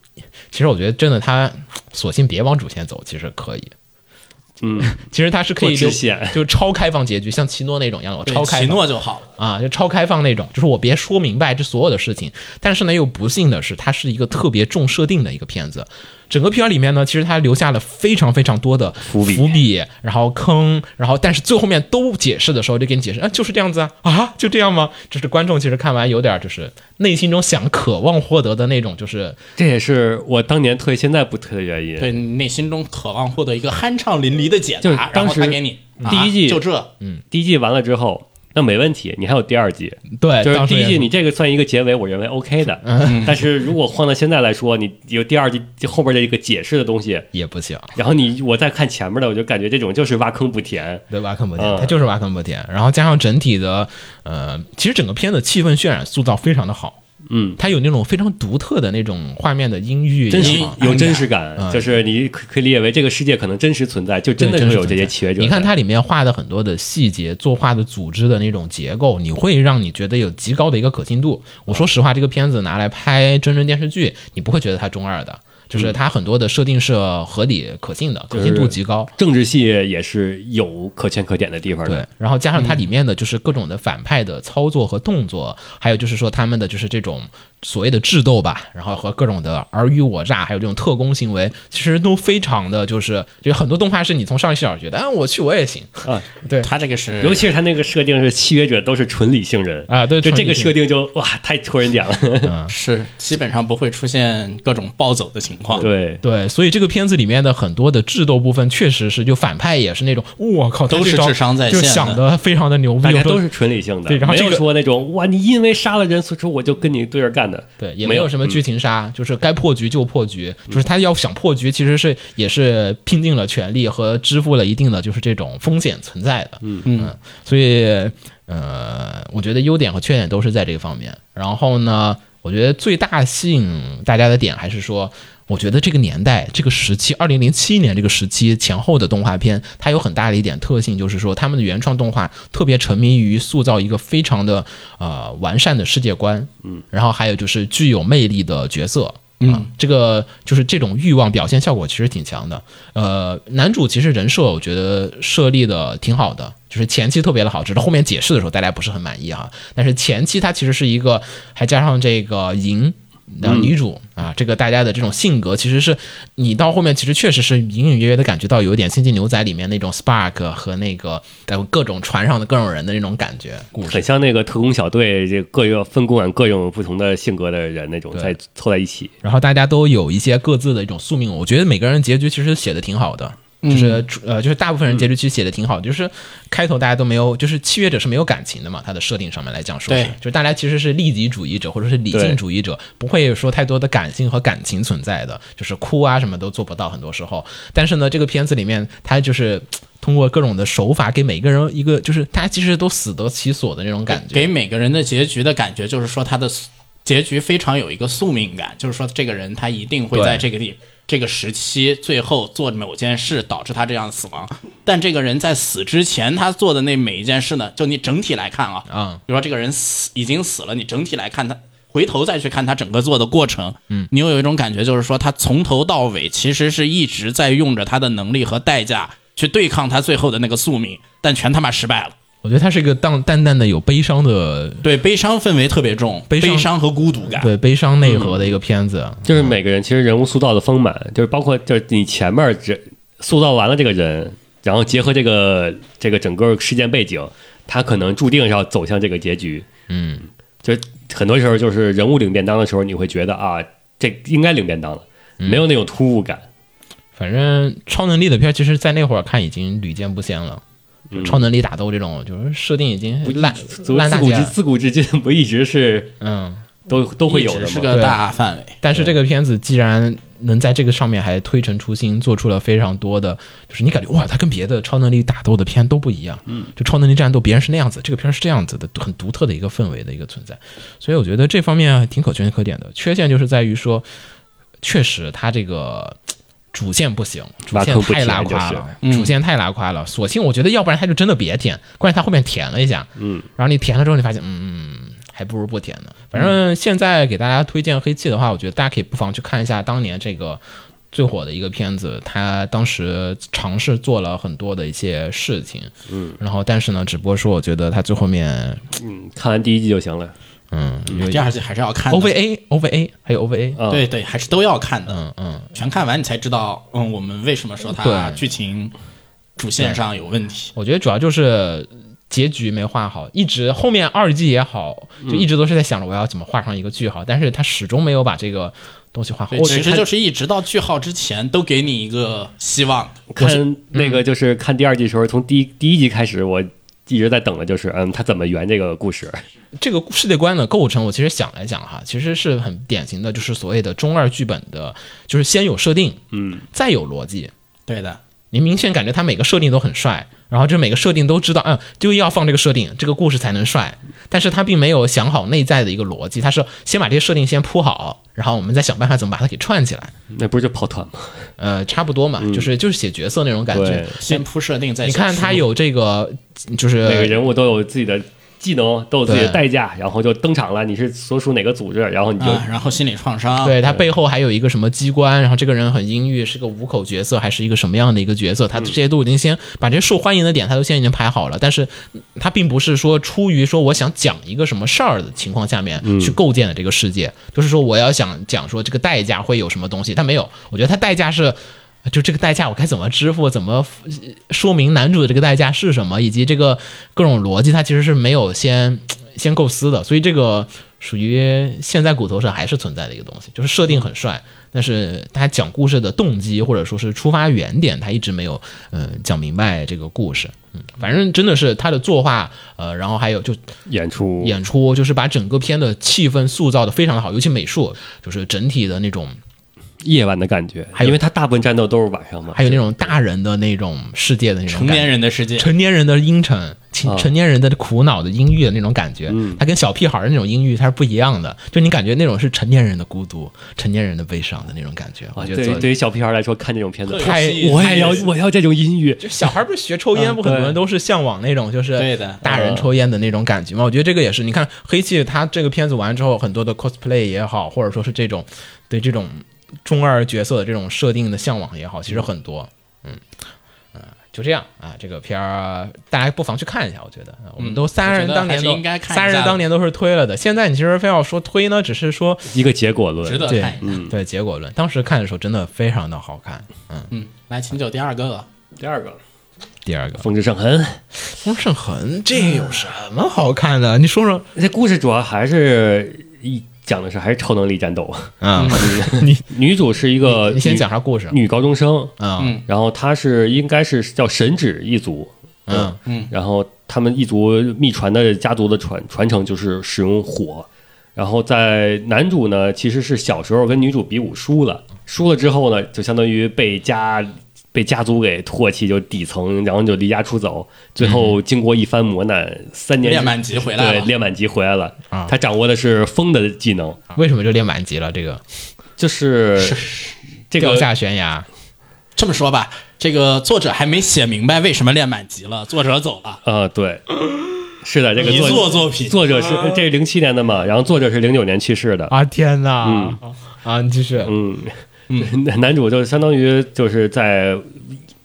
其实我觉得真的它索性别往主线走，其实可以。
嗯，
其实它是可以
做
就
支线
就超开放结局，像奇诺那种一样的，我
嗯
对
超开
奇
放
诺就好了，
啊，就超开放那种，就是我别说明白这所有的事情。但是呢，又不幸的是，它是一个特别重设定的一个片子。整个片儿里面呢，其实它留下了非常非常多的伏
笔
伏笔，然后坑，然后但是最后面都解释的时候，就给你解释啊，就是这样子啊，啊，就这样吗？就是观众其实看完有点儿就是内心中想渴望获得的那种，就是
这也是我当年推，现在不推的原因。
对你内心中渴望获得一个酣畅淋漓的解
就是
答，然
当
后
时
他给你啊
第一季嗯
就这，
第一季完了之后，那没问题，你还有第二季。
对，
就
哎
是
当时
第一
也
季
是嗯
你这个算一个结尾，我认为 OK 的。 但是如果换到现在来说，你有第二季后边的一个解释的东西，
也不行。
然后你我再看前面的，我就感觉这种就是挖坑补填。
对，挖坑不填，
嗯
它就是挖坑不填。然后加上整体的，呃，其实整个片的气氛渲染塑造非常的好，
嗯，
它有那种非常独特的那种画面的音域，
真实
也好
有真实感，
嗯
就是你可可以理解为这个世界可能真实存在，就真的
对
会
实
有这
存
些
在
契约者在。
你看它里面画的很多的细节，作画的组织的那种结构，你会让你觉得有极高的一个可信度。我说实话，这个片子拿来拍真人电视剧，你不会觉得它中二的，
嗯
就是它很多的设定是合理可信的，可信度极高。
政治系也是有可圈可点的地方
对
的。，嗯
然后加上它里面的就是各种的反派的操作和动作，还有就是说他们的就是这种所谓的智斗吧，然后和各种的尔虞我诈，还有这种特工行为，其实都非常的就是，就很多动画是你从上一视角觉得，啊，我去我也行
啊，
对
他这个是
尤其是他那个设定是契约者都是纯理性人
啊对
就
纯
这
理
个
性
设定就哇太戳人 点了。
是基本上不会出现各种暴走的情况。
对，
对，所以这个片子里面的很多的智斗部分，确实是就反派也是那种，我靠，他
都是
这招
智商在
就
线
想
的
的非常的牛逼，
大家
我
都是纯理性的，
对然后
没有
这个
说那种哇你因为杀了人，所以说我就跟你对着干的。
对，也
没
没
有嗯
有什么剧情杀，就是该破局就破局，就是他要想破局，其实是也是拼尽了全力和支付了一定的就是这种风险存在的。嗯嗯，所以呃，我觉得优点和缺点都是在这个方面。然后呢，我觉得最大吸引大家的点还是说。我觉得这个年代、这个时期，二零零七年这个时期前后的动画片，它有很大的一点特性，就是说他们的原创动画特别沉迷于塑造一个非常的呃完善的世界观，嗯，然后还有就是具有魅力的角色。啊，这个就是这种欲望表现效果其实挺强的。呃，男主其实人设我觉得设立的挺好的，就是前期特别的好，只是后面解释的时候大家不是很满意哈。但是前期他其实是一个，还加上这个银。的女主啊，这个大家的这种性格，其实是你到后面其实确实是隐隐约约的感觉到有一点《星际牛仔》里面那种 Spark 和那个呃各种船上的各种人的那种感觉。
很像那个特工小队，这各有分工，各有不同的性格的人那种
对嗯
在凑在一起。
然后大家都有一些各自的一种宿命，我觉得每个人结局其实写的挺好的。
嗯
就是呃，就是大部分人结局其实写的挺好的，就是开头大家都没有，就是契约者是没有感情的嘛，它的设定上面来讲说是
对，
就是大家其实是利己主义者或者是理
对
性主义者，不会说太多的感性和感情存在的，就是哭啊什么都做不到，很多时候。但是呢，这个片子里面它就是通过各种的手法给每个人一个，就是大家其实都死得其所的那种感觉
给。每个人的结局的感觉，就是说他的宿结局非常有一个宿命感，就是说这个人他一定会
对
在这个地这个时期最后做某件事导致他这样死亡，但这个人在死之前他做的那每一件事呢，就你整体来看啊，
啊
比如说这个人死已经死了，你整体来看他，回头再去看他整个做的过程，嗯，你又有一种感觉，就是说他从头到尾其实是一直在用着他的能力和代价去对抗他最后的那个宿命，但全他妈失败了。
我觉得他是一个淡淡淡的有悲伤的，
对，悲伤氛围特别重，
悲伤
和孤独感。
对悲伤内核的一个片子。
就是每个人其实人物塑造的丰满，就是包括就是你前面人塑造完了这个人，然后结合这个这个整个事件背景，他可能注定是要走向这个结局。
嗯，
就是很多时候就是人物领便当的时候，你会觉得啊，这应该领便当了，
嗯
没有那种突兀感。
反正超能力的片儿，其实在那会儿看已经屡见不鲜了。
嗯
超能力打斗这种，就是设定已经烂
自
烂
自
大
古至
街。
自古至今 不一直是
嗯，
都都会有的
一直是
吗？
个大范围。
但是这个片子既然能在这个上面还推陈出新，做出了非常多的，就是你感觉哇，它跟别的超能力打斗的片都不一样。嗯，就超能力战斗，别人是那样子，这个片儿是这样子的，很独特的一个氛围的一个存在。所以我觉得这方面啊挺可圈可点的。缺陷就是在于说，确实它这个。主线不行，主
挖
线
坑不
太
填
拉
就
胯
是嗯
了，主线太拉胯了。索性我觉得，要不然他就真的别填，关键他后面填了一下，
嗯，
然后你填了之后，你发现，嗯，还不如不填呢。反
嗯
正现在给大家推荐黑气的话，我觉得大家可以不妨去看一下当年这个最火的一个片子，他当时尝试做了很多的一些事情，嗯，然后但是呢，只不过说我觉得他最后面，
嗯，看完第一季就行了。
嗯，有
第二季还是要看的嗯
OVA OVA 还有 OVA，
啊
对对，还是都要看的。
嗯嗯，
全看完你才知道，嗯，我们为什么说它
对
剧情主线上有问题。
我觉得主要就是。结局没画好，一直后面二季也好，就
嗯
一直都是在想着我要怎么画上一个句号，但是他始终没有把这个东西画好。
对，
我
其实就是一直到句号之前都给你一个希望。
看那个就是看第二季的时候，从第一第一集开始，我一直在等的就是，嗯，他怎么圆这个故事？
这个世界观的构成，我其实想来讲哈，其实是很典型的，就是所谓的中二剧本的，就是先有设定，
嗯，
再有逻辑。
对的，
你明显感觉他每个设定都很帅，然后这每个设定都知道，嗯，就要放这个设定，这个故事才能帅。但是他并没有想好内在的一个逻辑，他是先把这些设定先铺好，然后我们再想办法怎么把它给串起来。
那不是就跑团吗？
呃，差不多嘛，就是就是写角色那种感觉
嗯对。
先铺设定再
你
写
看
书
他有这个，就是
每个人物都有自己的技能，都有自己的
对
代价，然后就登场了。你是所属哪个组织？然后你就、
啊，然后心理创伤，
对他背后还有一个什么机关，然后这个人很阴郁，是个五口角色，还是一个什么样的一个角色？他这些都已经先把这些受欢迎的点，他都先已经排好了。但是，嗯他并不是说出于说我想讲一个什么事儿的情况下面去构建的这个世界，就是说我要想讲说这个代价会有什么东西，他没有。我觉得他代价是。就这个代价，我该怎么支付？怎么呃说明男主的这个代价是什么？以及这个各种逻辑，他其实是没有先先构思的，所以这个属于现在骨头上还是存在的一个东西，就是设定很帅，但是他讲故事的动机或者说是出发原点，他一直没有嗯、呃讲明白这个故事。嗯，反正真的是他的作画，呃，然后还有就
演出
演出，就是把整个片的气氛塑造的非常好，尤其美术，就是整体的那种
夜晚的感觉，
还有
因为他大部分战斗都是晚上嘛。
还有那种大人的那种世界的那种
成
感觉
年人的世界，
成年人的阴沉，成
啊嗯
成年人的苦恼的阴郁的那种感觉，它跟小屁孩儿那种阴郁它是不一样的。就你感觉那种是成年人的孤独，成年人的悲伤的那种感觉。我
啊，
觉
对
得，
对于小屁孩来说，看这种片子
特，别
太
吸引
我也
人
要我要这种音乐。
就小孩儿不是学抽烟，
嗯
不很多人
对
都是向往那种就是
对的
大人抽烟的那种感觉嘛？我觉得这个也是。你看黑气，他这个片子完之后，很多的 cosplay 也好，或者说是这种对这种中二角色的这种设定的向往也好，其实很多。嗯嗯就这样啊，这个片儿大家不妨去看一下，我觉得啊我们都三人
嗯我觉得
当年
还
都
是应该看一下
三
的
人当年都是推了的。现在你其实非要说推呢，只是说
一个结果论，
值得
对
看一看。
对结果论。当时看的时候真的非常的好看。嗯，
嗯，来秦九第二个吧，
第二个，
第二个《
风之圣痕，
风之圣痕》，这有什么好看的？你说说
这故事主要还是一讲的是还是超能力战斗。
啊，
女主是一个
你先
女
讲啥故事？
女高中生，
呃嗯
嗯
然后她是应该是叫神指一族，
嗯
然后他们一族秘传的家族的传传承就是使用火。然后在男主呢，其实是小时候跟女主比武输了，输了之后呢，就相当于被家被家族给唾弃，就底层，然后就离家出走。最后经过一番磨难，三年
练满级回来
对
了，
练满级回来了
啊。
他掌握的是风的技能，
为什么就练满级了？这个
就是这
掉
个
下悬崖，
这么说吧，这个作者还没写明白为什么练满级了，作者走了，
啊，对，是的，这个
遗
作
作作品
作者是这是零七年的嘛，然后作者是零九年去世的。
啊天哪！啊，你继续。
嗯， 男主就相当于就是在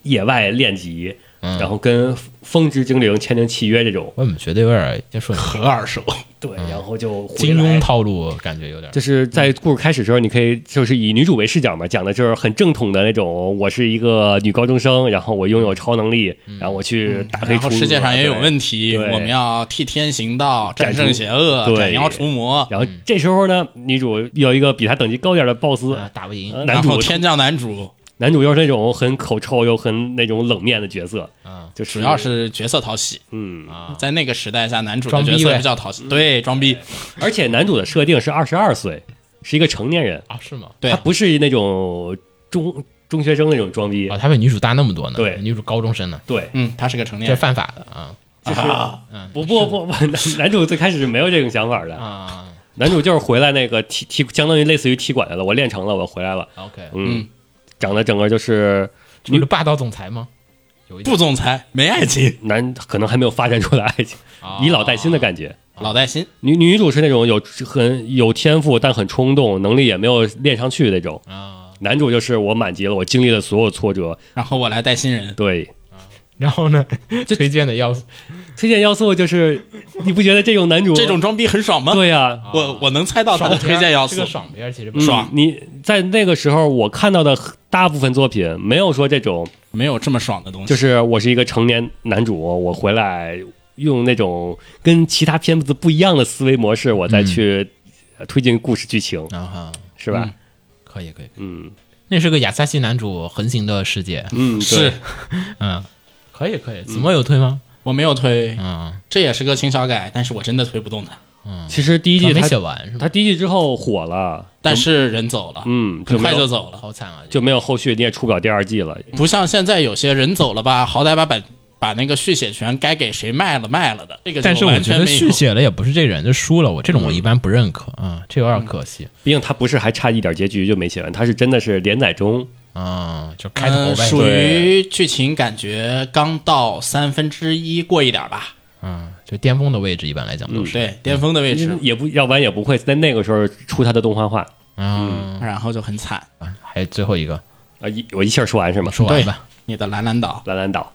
野外练级，
嗯
然后跟风之精灵签订契约这种，
我怎么觉得有点接顺
可耳熟。
对，
嗯
然后就回
金
来
庸套路，感觉有点。
就是在故事开始的时候，你可以就是以女主为视角嘛，讲的就是很正统的那种，我是一个女高中生，然后我拥有超能力，然后我去打黑
嗯然后
除
世界上也有问
题。
题，
对
我们要替天行道，战胜邪恶，
对
斩妖除魔。
然后这时候呢，女主有一个比她等级高点的 BOSS，
啊打不赢
呃
然
男
后
主
天降男主
男主又是那种很口臭又很那种冷面的角色，
啊，
就
主要是角色讨喜，
嗯，
在那个时代下，男主
装
的
逼
角色
呗
比较讨喜，对，装逼，
而且男主的设定是二十二岁，是一个成年人，
啊是吗？
对
他，不是那种中中学生那种装逼
啊，，他比女主大那么多呢。
对
女主高中生呢，
对，
嗯，他是个成年
这
人，
犯法的啊
就是不不不不，男男主最开始是没有这种想法的，
啊。
男主就是回来那个踢踢，相当于类似于踢馆来了，我练成了，我回来了，
OK，
嗯
嗯，
长得整个就是
就是霸道总裁吗？有一点
不总裁没爱情，
男可能还没有发展出来爱情，
啊
以老带新的感觉。
老带新，
女女主是那种有很有天赋，但很冲动，能力也没有练上去那种。
啊。
男主就是我满级了，我经历了所有挫折。
然后我来带新人，
对，
然后呢，推荐的要
推荐要素就是，你不觉得这种男主
这种装逼很爽吗？
对呀、
我我能
啊
猜到他的推荐要
是
素
个，爽片，其实不
嗯
是
爽
你在那个时候，我看到的大部分作品没有说这种，
没有这么爽的东西，
就是我是一个成年男主，我回来用那种跟其他片子不一样的思维模式，我再去呃推进故事剧情，
啊哈，
是吧？
可以可以。
嗯
那是个亚萨西男主横行的世界，
嗯，对
是
嗯，可以可以。子墨有推吗？
我没有推，
嗯，
这也是个轻小改，但是我真的推不动他，
其实第一
主要
季
没
他
写完是吧？
他第一季之后火了，
但是人走了，
嗯，
很
没
快
有
就走了，
好惨啊！
就没有后续，你也出不了第二季了。
不像现在有些人走了吧，好歹把把把那个续写权该给谁卖了卖了的，这个
但是
就
我
完
觉
全
得
没有
续。写了也不是这人就输了，我这种我一般不认可啊，这有点可惜
毕竟他不是还差一点结局就没写完，他是真的是连载中，
啊，就开头
嗯，
呗，
属于剧情感觉刚到三分之一过一点吧，
嗯，就巅峰的位置一般来讲都是，
对，巅峰的位置，
也不要不然也不会在那个时候出他的动画化
嗯，
然后就很惨。
啊还有最后一个
啊！一我一气儿说完是吗？
说完吧，
你的蓝蓝岛
蓝蓝岛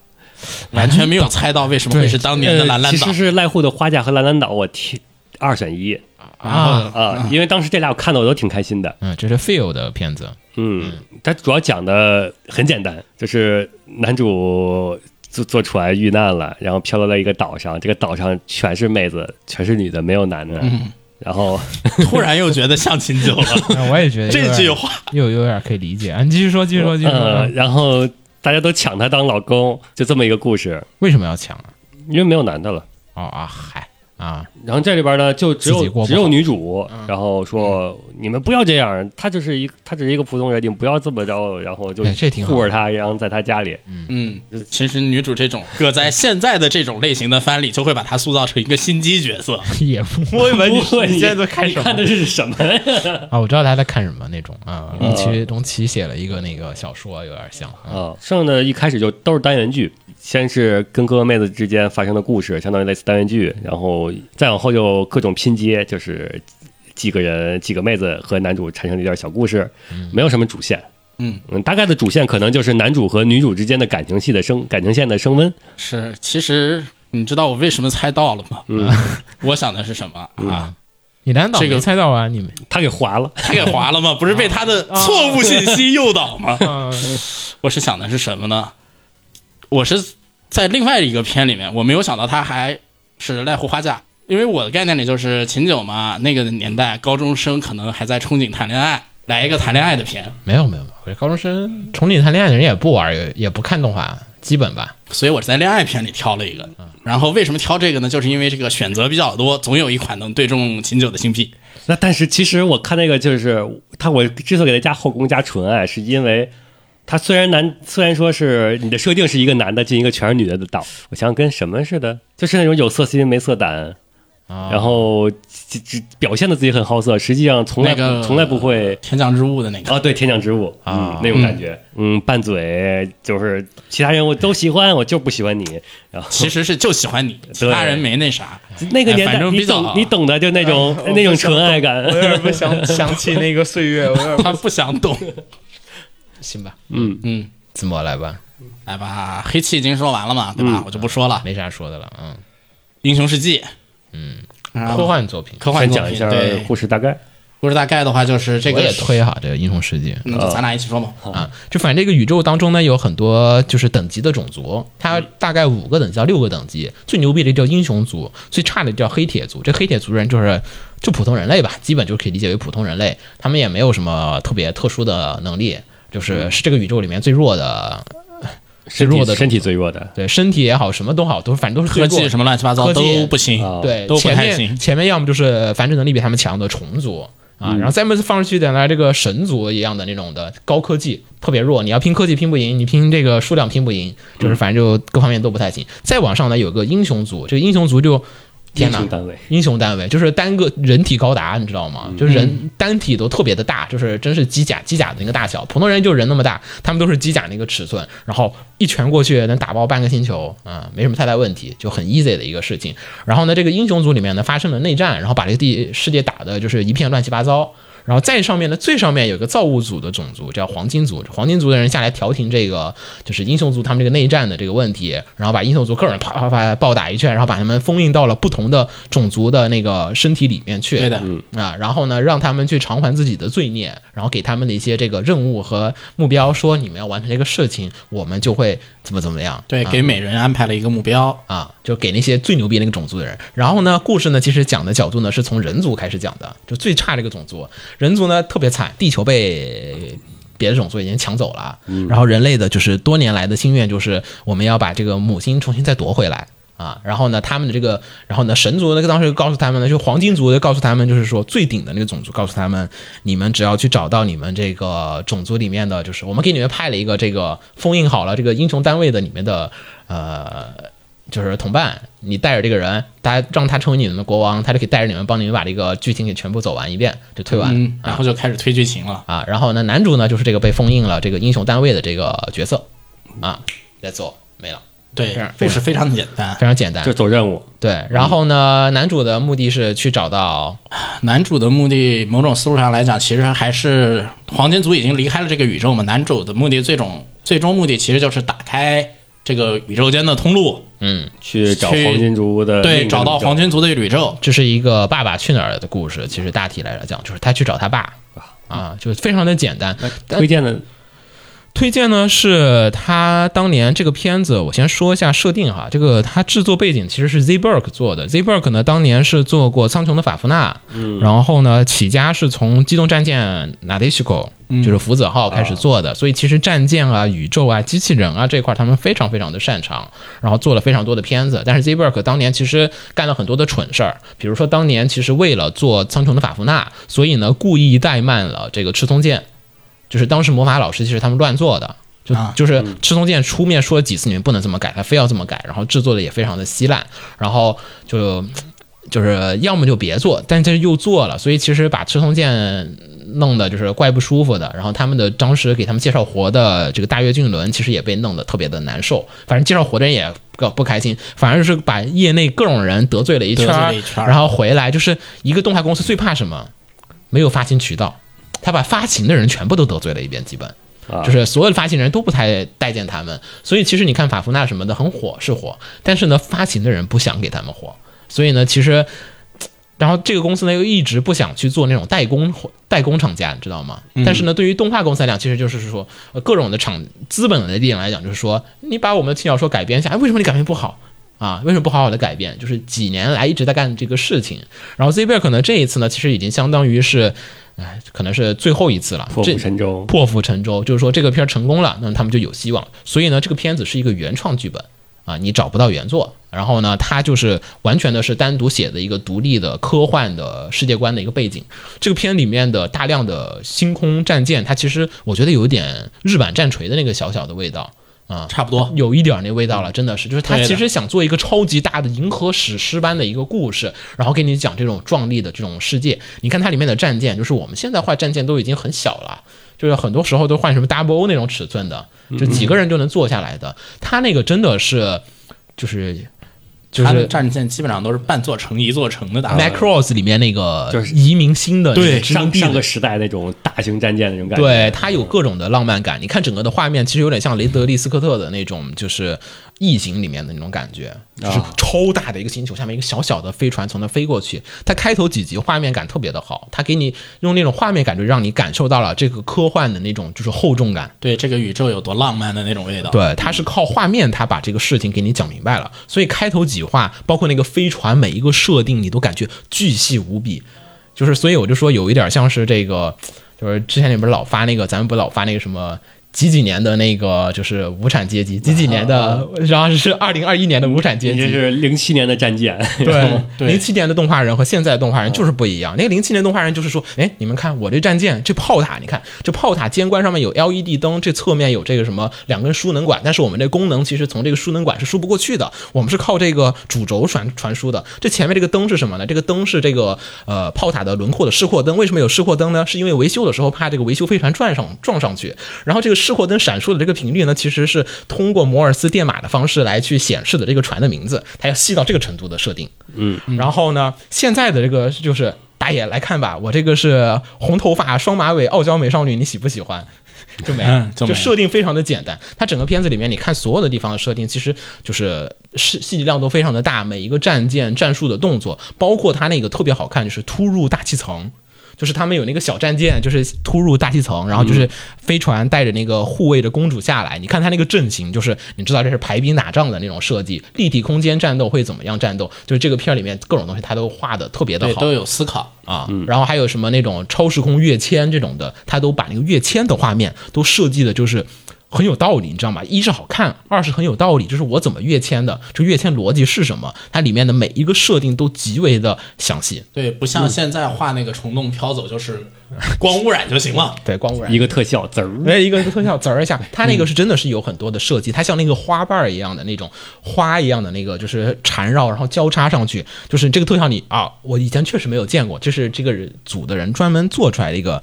完全没有猜到为什么会是当年的蓝蓝
呃
岛
其实，是濑户的花嫁和蓝蓝岛，我天，二选一
啊，
啊！因为当时这俩我看的我都挺开心的，
嗯，这是 Feel 的片子，
嗯，它主要讲的很简单，就是男主坐坐船遇难了，然后漂流到一个岛上，这个岛上全是妹子，全是女的，没有男的，然后
突然又觉得像秦九 了。
啊我也觉得有
这
点
句话
又有点可以理解啊，你继续说，继续说，继续说，
呃，
嗯
然后大家都抢她当老公，就这么一个故事，
为什么要抢啊？
因为没有男的了。
哦啊，嗨啊，
然后这里边呢，就只
自己过不
有
嗯
只有女主，然后说你们不要这样，她就是一她只是一个普通人，你们不要这么着，然后就
哎这挺好
护着她，然后在她家里，
嗯，其实女主这种搁在现在的这种类型的番里，就会把她塑造成一个心机角色。
也不
我以为
你
你
你现在在看
你
什么
看的是什么呀？
啊，我知道他在看什么那种啊。龙骑龙骑写了一个那个小说，有点像啊。
啊，剩下的一开始就都是单元剧，先是跟哥哥妹子之间发生的故事，相当于类似单元剧，然后再往后就各种拼接，就是几个人、几个妹子和男主产生了一点小故事，没有什么主线。
嗯
大概的主线可能就是男主和女主之间的感情戏的升感情线的升温，
是，其实你知道我为什么猜到了吗？嗯， 我想的是什么啊？
你难道
这个
没猜到啊？你们
他给划了。
他给划了吗？不是被他的错误信息诱导吗？
啊，
我是想的是什么呢？我是在另外一个片里面，我没有想到他还是濑户花嫁，因为我的概念里就是秦九嘛，那个年代高中生可能还在憧憬谈恋爱，来一个谈恋爱的片，
没有没有，我这高中生崇礼谈恋爱的人也不玩，也也不看动画，基本吧。
所以我是在恋爱片里挑了一个。
嗯
然后为什么挑这个呢？就是因为这个选择比较多，总有一款能对中秦九的心脾。
那但是其实我看那个就是他，我之所以给他加后宫加纯爱，是因为他虽然男，虽然说是你的设定是一个男的进一个全是女的的岛，我想想跟什么似的，就是那种有色心没色胆，
啊
然后只只表现的自己很好色，实际上从来不、
那个
从来不会
天降之物的那个，
啊，对天降之物
啊
嗯，那种感觉，嗯，拌嘴就是其他人我都喜欢，我就不喜欢你，然后
其实是就喜欢你，其他人没 那啥。
那个
哎
年
反
代
正
你
比较
懂你懂的，就那种
哎我
那种
不想
纯爱
我有
感，
点不想想起那个岁月，我有点不
他不想懂，
行吧，
嗯，
嗯，
子墨来吧，
来哎吧，黑气已经说完了嘛，对
嗯
吧？我就不说了。
没啥说的了，嗯，
英雄世纪，嗯，
啊
科幻作品，
科幻
先
作
讲一
品
下
对，
故事大概，
故事大概的话就是这
我
个
也，推哈这个《英雄世界》
那就咱俩一起说嘛。
啊，就反正这个宇宙当中呢，有很多就是等级的种族，它大概五个等级到六个等级，最牛逼的叫英雄族，最差的叫黑铁族。这黑铁族人就是就普通人类吧，基本就可以理解为普通人类，他们也没有什么特别特殊的能力，就是是这个宇宙里面最弱的，
身
弱
体
的
身体最弱的，
对身体也好，什么都好，都是反正都是最
科技
弱
什么乱七八糟
科技
都不行，
啊
嗯对，
都不
前
太
面
行
前面要么就是繁殖能力比他们强的虫族啊，
嗯
然后再么放上去点来这个神族一样的那种的高科技特别弱，你要拼科技拼不赢，你拼这个数量拼不赢，就是
嗯
反正就各方面都不太行。再往上呢，有个英雄族，这个英雄族就天
英
哪哎
雄，单位，
英雄单位就是单个人体高达，你知道
嗯
吗？就是人单体都特别的大，就是真是机甲机甲的那个大小，普通人就人那么大，他们都是机甲那个尺寸，然后一拳过去能打爆半个星球啊、没什么太大问题，就很 easy 的一个事情。然后呢，这个英雄组里面呢发生了内战，然后把这个地世界打的就是一片乱七八糟。然后再上面呢，最上面有个造物主的种族叫黄金族，黄金族的人下来调停这个就是英雄族他们这个内战的这个问题，然后把英雄族各种啪啪啪暴打一圈，然后把他们封印到了不同的种族的那个身体里面去。
对的，
啊，然后呢，让他们去偿还自己的罪孽，然后给他们的一些这个任务和目标，说你们要完成这个事情，我们就会怎么怎么样。
对，
啊
给每人安排了一个目标，
啊，就给那些最牛逼那个种族的人。然后呢，故事呢，其实讲的角度呢是从人族开始讲的，就最差这个种族，人族呢特别惨，地球被。别的种族已经抢走了，然后人类的就是多年来的心愿就是我们要把这个母星重新再夺回来啊。然后呢，他们的这个，然后呢，神族那个当时告诉他们呢，就黄金族就告诉他们，就是说最顶的那个种族告诉他们，你们只要去找到你们这个种族里面的，就是我们给你们派了一个这个封印好了这个英雄单位的里面的呃就是同伴，你带着这个人，大家让他成为你们的国王，他就可以带着你们帮你们把这个剧情给全部走完一遍，就推完。
嗯，然
啊
后就开始推剧情了。
啊，然后呢，男主呢就是这个被封印了这个英雄单位的这个角色啊，That's all，没了，
对
非常，
故事非常简单
非。常简单
就。走任务，
对，然后呢，男主的目的是去找到
男主的目的，某种思路上来讲，其实还是黄金族已经离开了这个宇宙嘛。男主的目的最终最终目的其实就是打开这个宇宙间的通路，
嗯。
去找
去
黄金族的另一
对，
个
找到
宇宙
黄金族的宇宙。
这是一个《爸爸去哪儿》的故事，其实大体来讲就是他去找他爸啊，就非常的简单。但
推荐的
推荐呢是他当年这个片子，我先说一下设定哈。这个他制作背景其实是 z b e r g 做的 z b e r g 呢当年是做过《苍穹的法夫纳》，然后呢起家是从《机动战舰 n a d e s h i k o 就是福子号开始做的，所以其实战舰啊、宇宙啊、机器人啊这块儿他们非常非常的擅长，然后做了非常多的片子。但是 z b e r g 当年其实干了很多的蠢事儿，比如说当年其实为了做《苍穹的法夫纳》，所以呢故意怠慢了这个赤松健。就是当时魔法老师其实他们乱做的，就、
啊
就是赤松健出面说了几次你们不能这么改，他非要这么改，然后制作的也非常的稀烂，然后就就是要么就别做，但这又做了，所以其实把赤松健弄得就是怪不舒服的。然后他们的当时给他们介绍活的这个大跃进轮，其实也被弄得特别的难受，反正介绍活的人也不不开心，反而是把业内各种人得罪了一圈
得
儿，
罪了一圈儿
然后回来就是一个动画公司最怕什么？没有发行渠道。他把发行的人全部都得罪了一遍，基本
啊
就是所有的发行人都不太待见他们。所以其实你看法芙娜什么的很火是火，但是呢，发行的人不想给他们火，所以呢，其实。嘖然后这个公司呢又一直不想去做那种代工代工厂家，你知道吗？但是呢，对于动画公司来讲，其实就是说呃各种的厂资本的力量来讲，就是说你把我们的轻小说改编一下，哎，为什么你改编不好？啊，为什么不好好的改变？就是几年来一直在干这个事情，然后 z b e r 可能这一次呢，其实已经相当于是，哎，可能是最后一次了，
破
这
釜沉舟，
破釜沉舟，就是说这个片儿成功了，那他们就有希望。所以呢，这个片子是一个原创剧本啊，你找不到原作。然后呢，它就是完全的是单独写的一个独立的科幻的世界观的一个背景。这个片里面的大量的星空战舰，它其实我觉得有一点日版战锤的那个小小的味道。啊，
差不多。
有一点儿那味道了，真的是，就是他
对的
其实想做一个超级大的银河史诗般的一个故事，然后给你讲这种壮丽的这种世界。你看它里面的战舰，就是我们现在换战舰都已经很小了，就是很多时候都换什么 double O 那种尺寸的，
嗯
就几个人就能坐下来的。他那个真的是，就是就
它的
是。
战舰基本上都是半座城、一座城的大
m
小
a c r o s 里面那个
就是
移民星的那个殖民
上
地
上
的
个时代那种大型战舰那种感觉，
对，它有各种的浪漫感。你看整个的画面，其实有点像雷德利·斯科特的那种，就是《异形》里面的那种感觉，
啊
就是超大的一个星球下面一个小小的飞船从那飞过去。它开头几集画面感特别的好，它给你用那种画面感就让你感受到了这个科幻的那种就是厚重感。
对这个宇宙有多浪漫的那种味道。，
对，它是靠画面，它把这个事情给你讲明白了。所以开头几话，包括那个飞船每一个设定，你都感觉巨细无比。就是，所以我就说有一点像是这个，就是之前你不是老发那个，咱们不老发那个什么。几几年的那个就是无产阶级，几几年的，然后是二零二一年的无产阶
你这
级，
是零七年的战舰，
对，哦零七年的动画人和现在的动画人就是不一样。那个零七年动画人就是说，哎，你们看我这战舰，这炮塔，你看这炮塔尖冠上面有 LED 灯，这侧面有这个什么两根输能管，但是我们这功能其实从这个输能管是输不过去的，我们是靠这个主轴传传输的。这前面这个灯是什么呢？这个灯是这个呃炮塔的轮廓的示廓灯。为什么有示廓灯呢？是因为维修的时候怕这个维修飞船撞上撞上去。然后这个示廓灯闪烁的这个频率呢，其实是通过摩尔斯电码的方式来去显示的这个船的名字，它要细到这个程度的设定。然后呢，现在的这个就是打野来看吧，我这个是红头发、双马尾、傲娇美少女，你喜不喜欢？ 就没了
嗯，就没了
设定非常的简单。它整个片子里面，你看所有的地方的设定，其实就是细细节量都非常的大，每一个战舰战术的动作，包括它那个特别好看，就是突入大气层。就是他们有那个小战舰，就是突入大气层，然后就是飞船带着那个护卫着公主下来。你看他那个阵型，就是你知道这是排兵打仗的那种设计，立体空间战斗会怎么样战斗？就是这个片儿里面各种东西他都画的特别的
对，
好
都有思考。
啊。然后还有什么那种超时空跃迁这种的，他都把那个跃迁的画面都设计的就是。很有道理，你知道吗？一是好看，二是很有道理，就是我怎么跃迁的，这跃迁逻辑是什么？它里面的每一个设定都极为的详细。
对，不像现在画那个虫洞飘走，就是光污染就行了。
对，光污染
一个特效滋儿，
哎，一个特效滋儿一下，它那个是真的是有很多的设计，它像那个花瓣儿一样的那种花一样的那个，就是缠绕然后交叉上去，就是这个特效你啊，我以前确实没有见过，这是这个人组的人专门做出来的一个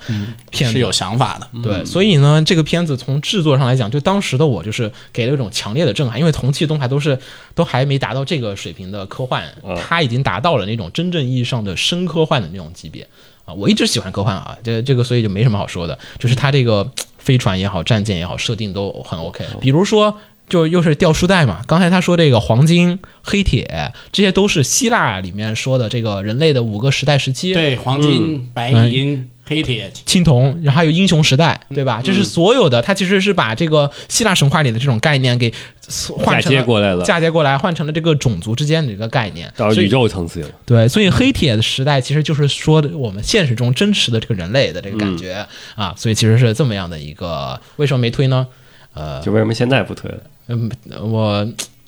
片子，
是有想法的，
对，所以呢，这个片子从制作上来讲，就当时的我就是给了一种强烈的震撼，因为同期动画都是都还没达到这个水平的科幻，它已经达到了那种真正意义上的深科幻的那种级别啊。我一直喜欢科幻啊，这这个所以就没什么好说的，就是它这个飞船也好，战舰也好，设定都很 OK。比如说，就又是掉书袋嘛，刚才他说这个黄金、黑铁，这些都是希腊里面说的这个人类的五个时代时期。
对，黄
嗯
金、白银、黑铁，
青铜，然后还有英雄时代，对吧？
嗯
这是所有的，它其实是把这个希腊神话里的这种概念给换成
嫁接过来了
嫁接过来换成了这个种族之间的一个概念。
到
所以
宇宙层次了。
对，所以黑铁的时代其实就是说的我们现实中真实的这个人类的这个感觉、
嗯
啊，所以其实是这么样的一个。为什么没推呢？呃
就为什么现在不推了？
嗯，我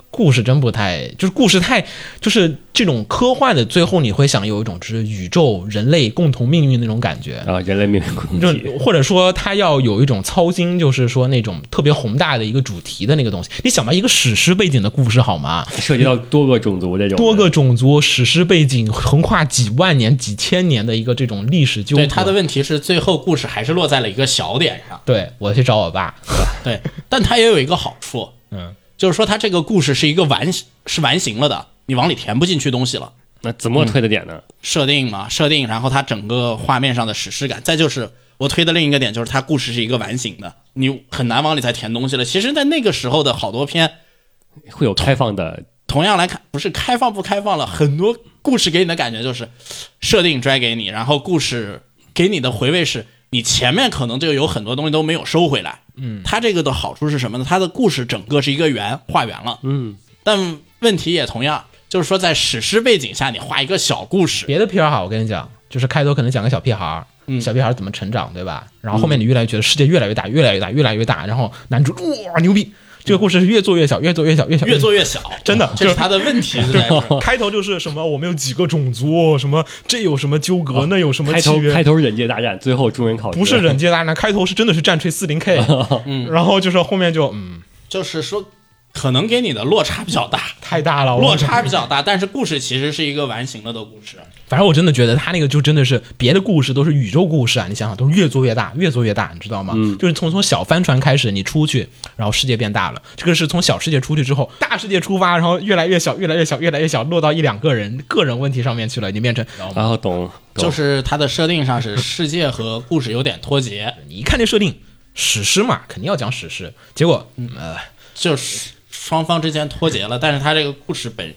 故事真不太，就是故事太，就是这种科幻的，最后你会想有一种就是宇宙人类共同命运那种感觉。
啊，人类命运共同
就
体，
或者说他要有一种操心，就是说那种特别宏大的一个主题的那个东西。你想吧，一个史诗背景的故事好吗？
涉及到多个种族这种
多个种族、史诗背景，横跨几万年、几千年的一个这种历史纠葛。
对，他的问题是最后故事还是落在了一个小点上。
对我去找我爸，
对，但它也有一个好处，
嗯，
就是说它这个故事是一个完是完形了的，你往里填不进去东西了。
那子
嗯
墨推的点呢？
设定嘛，设定，然后它整个画面上的史诗感，再就是我推的另一个点就是它故事是一个完形的，你很难往里再填东西了。其实，在那个时候的好多片，
会有开放的，
同样来看，不是开放不开放了，很多故事给你的感觉就是设定拽给你，然后故事给你的回味是你前面可能就有很多东西都没有收回来。嗯，它这个的好处是什么呢？它的故事整个是一个圆画圆了。嗯，但问题也同样。就是说，在史诗背景下，你画一个小故事，
别的片儿哈，我跟你讲，就是开头可能讲个小屁孩儿。小屁孩儿怎么成长，对吧？然后后面你越来越觉得世界越来越大，越来越大，越来越大，然后男主哇牛逼，这个故事是越做越小，越做越小，越小
越做越小，
真的
这
就是
是他的问题是在这儿。
开头就是什么我们有几个种族，什么这有什么纠葛，那有什么
开
契
头
约
开头是人界大战，最后中人考试
不是忍界大战，开头是真的是战锤四零 K，然后就是后面就嗯，
就是说可能给你的落差比较大，
太大了，我
落差比较大，但是故事其实是一个完形了的故事。
反正我真的觉得他那个就真的是别的故事都是宇宙故事啊，你想想都是越做越大，越做越大，你知道吗？
嗯
就是从从小帆船开始，你出去，然后世界变大了。这个是从小世界出去之后，大世界出发，然后越来越小，越来越小，越来越小，落到一两个人个人问题上面去了，你变成，
然后懂，懂
就是它的设定上 是世界和故事有点脱节，
你一看这设定，史诗嘛，肯定要讲史诗。结果，呃，
就是双方之间脱节了。但是它这个故事本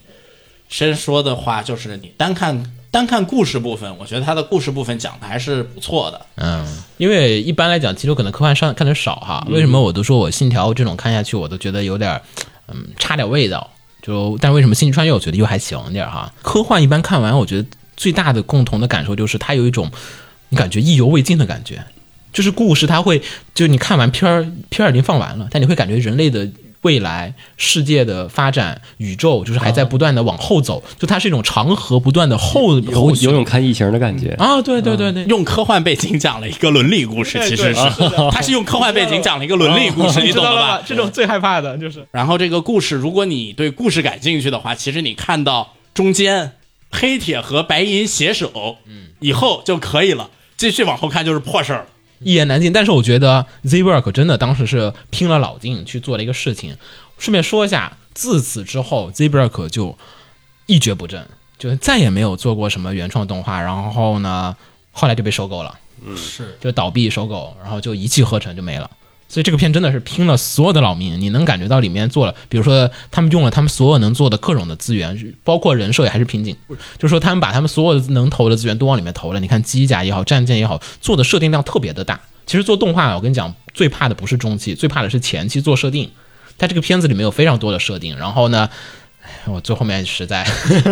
身说的话，就是你单看单看故事部分，我觉得它的故事部分讲的还是不错的。
嗯，因为一般来讲，其实我可能科幻上看的少哈。为什么我都说我《信条》这种看下去，我都觉得有点儿，嗯，差点味道。就但为什么《星际穿越》我觉得又还行点儿哈？科幻一般看完，我觉得最大的共同的感受就是它有一种你感觉意犹未尽的感觉，就是故事它会就你看完片儿片儿已经放完了，但你会感觉人类的。未来世界的发展，宇宙就是还在不断的往后走，就它是一种长河不断的后
有
后
有种看异形的感觉。
啊，对对对对，
用科幻背景讲了一个伦理故事，其实哎是 它是用科幻背景讲了一个伦理故事， 你懂了吧？嗯
这种最害怕的就是
然后这个故事，如果你对故事感兴趣的话，其实你看到中间黑铁和白银携手，嗯，以后就可以了。继续往后看就是破事儿了。
一言难尽。但是我觉得 Z Work 真的当时是拼了老劲去做了一个事情。顺便说一下，自此之后，Z Work 就一蹶不振，就再也没有做过什么原创动画。然后呢，后来就被收购了，嗯，是就倒闭收购，然后就一气呵成就没了。所以这个片真的是拼了所有的老命，你能感觉到里面做了，比如说他们用了他们所有能做的各种的资源，包括人设也还是瓶颈，就是说他们把他们所有能投的资源都往里面投了。你看机甲也好，战舰也好，做的设定量特别的大。其实做动画，我跟你讲，最怕的不是中期，最怕的是前期做设定。它这个片子里面有非常多的设定，然后呢，哎我最后面实在，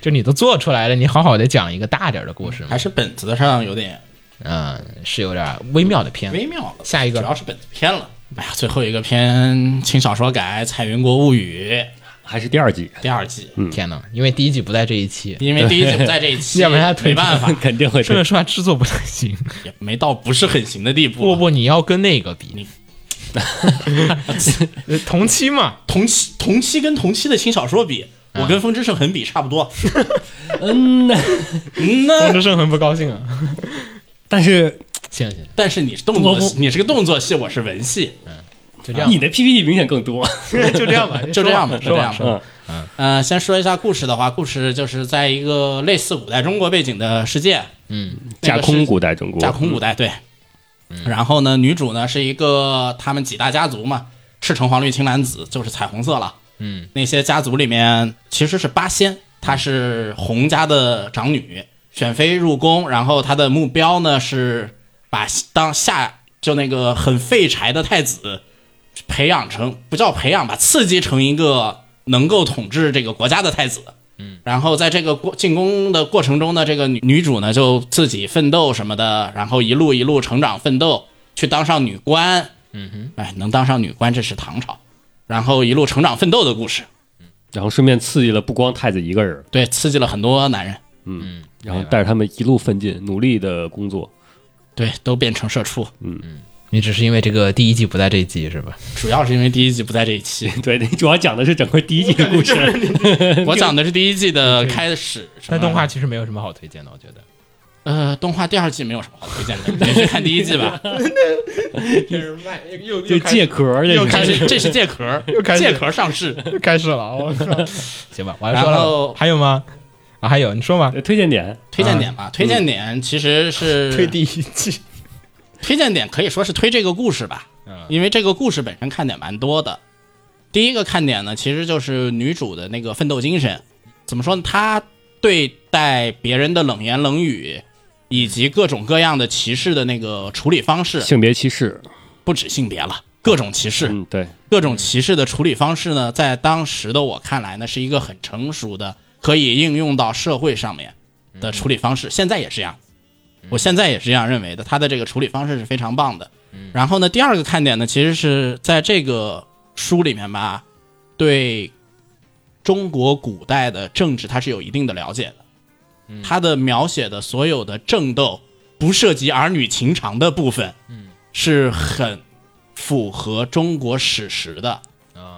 就你都做出来了，你好好的讲一个大点儿的故事嘛，
还是本子上有点
嗯，是有点微妙的片子。
微妙了。
下一个
主要是本子偏了。哎呀，最后一个片轻小说改《彩云国物语
还是第二集，》
第二季，
天哪，因为第一集不在这一期，
因为第一季不在这一期，
要不然他腿
没办法，
肯定会
顺
推
便说下制作不太行。
也没到不是很行的地步。
不不，你要跟那个比，呃 同期嘛，
同期同期跟同期的轻小说比，我跟《风之圣痕》比差不多。嗯呐，嗯
风
呐，
之圣很不高兴啊。
但是
行行，
但是你是动作，你是个动作戏，我是文戏，
就这样吧
你。的 PPT 明显更多。
就这样 吧，
就这样吧，就
说吧。
这样吧。嗯，呃，先说一下故事的话，故事就是在一个类似古代中国背景的世界，
架空古代中国，
架空古代对。然后呢，女主呢是一个他们几大家族嘛，赤橙黄绿青蓝紫，就是彩虹色了。
嗯，
那些家族里面其实是八仙，她是洪家的长女，选妃入宫，然后她的目标呢是把当下就那个很废柴的太子培养成，不叫培养吧，刺激成一个能够统治这个国家的太子。然后在这个过进攻的过程中呢，这个女女主呢就自己奋斗什么的，然后一路一路成长奋斗，去当上女官。嗯哼，哎，能当上女官，这是唐朝。然后一路成长奋斗的故事，
然后顺便刺激了不光太子一个人，
对，刺激了很多男人，
然后带着他们一路奋进，努力的工作。
对，都变成社畜。
你只是因为这个第一季不在这一季是吧？
主要是因为第一季不在这一期，
对，你主要讲的是整个第一季的故事。
我讲的是第一季的开始。
但
什么
动画，其实没有什么好推荐的，我觉得。
呃，动画第二季没有什么好推荐的，你去看第一季吧。
又
就借壳儿，这
但
是
是这是借壳儿
开，始
借壳儿上市。
又开始了，我靠！
行吧，我还说了
然后
哦还有吗？啊，还有，你说吧。
推荐点，
推荐点吧，推荐点其实是
推第一季，
推荐点可以说是推这个故事吧，因为这个故事本身看点蛮多的。第一个看点呢，其实就是女主的那个奋斗精神。怎么说呢？她对待别人的冷言冷语，以及各种各样的歧视的那个处理方式，
性别歧视。
不止性别了，各种歧视。
嗯，对，
各种歧视的处理方式呢，在当时的我看来呢，是一个很成熟的，可以应用到社会上面的处理方式。现在也是这样，我现在也是这样认为的。他的这个处理方式是非常棒的。然后呢，第二个看点呢，其实是在这个书里面吧，对中国古代的政治它是有一定的了解的。它的描写的所有的争斗，不涉及儿女情长的部分，是很符合中国史实的。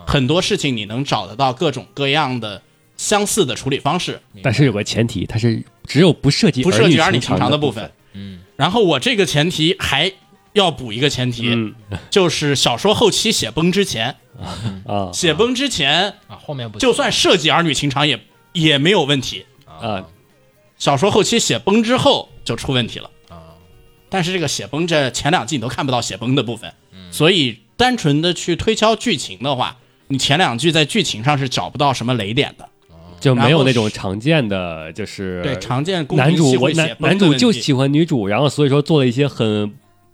很多事情你能找得到各种各样的相似的处理方式，
但是有个前提，它是只有不涉及
不涉及儿
儿
女
女
情长
的
的部分。。嗯，然后我这个前提还要补一个前提，
嗯
就是小说后期写崩之前，
啊
写崩之前，
啊，后面不
就算涉及儿女情长也也没有问题。
啊，
小说后期写崩之后就出问题了啊。但是这个写崩这前两季你都看不到写崩的部分，所以单纯的去推敲剧情的话，你前两句在剧情上是找不到什么雷点的。
就没
然
有
后
那种
是
常见的，就是
对，常见宫
男
廷
主
戏
我
会写
男
崩
男
的
主
问
就
题
喜欢女主，然后所以说做了一些很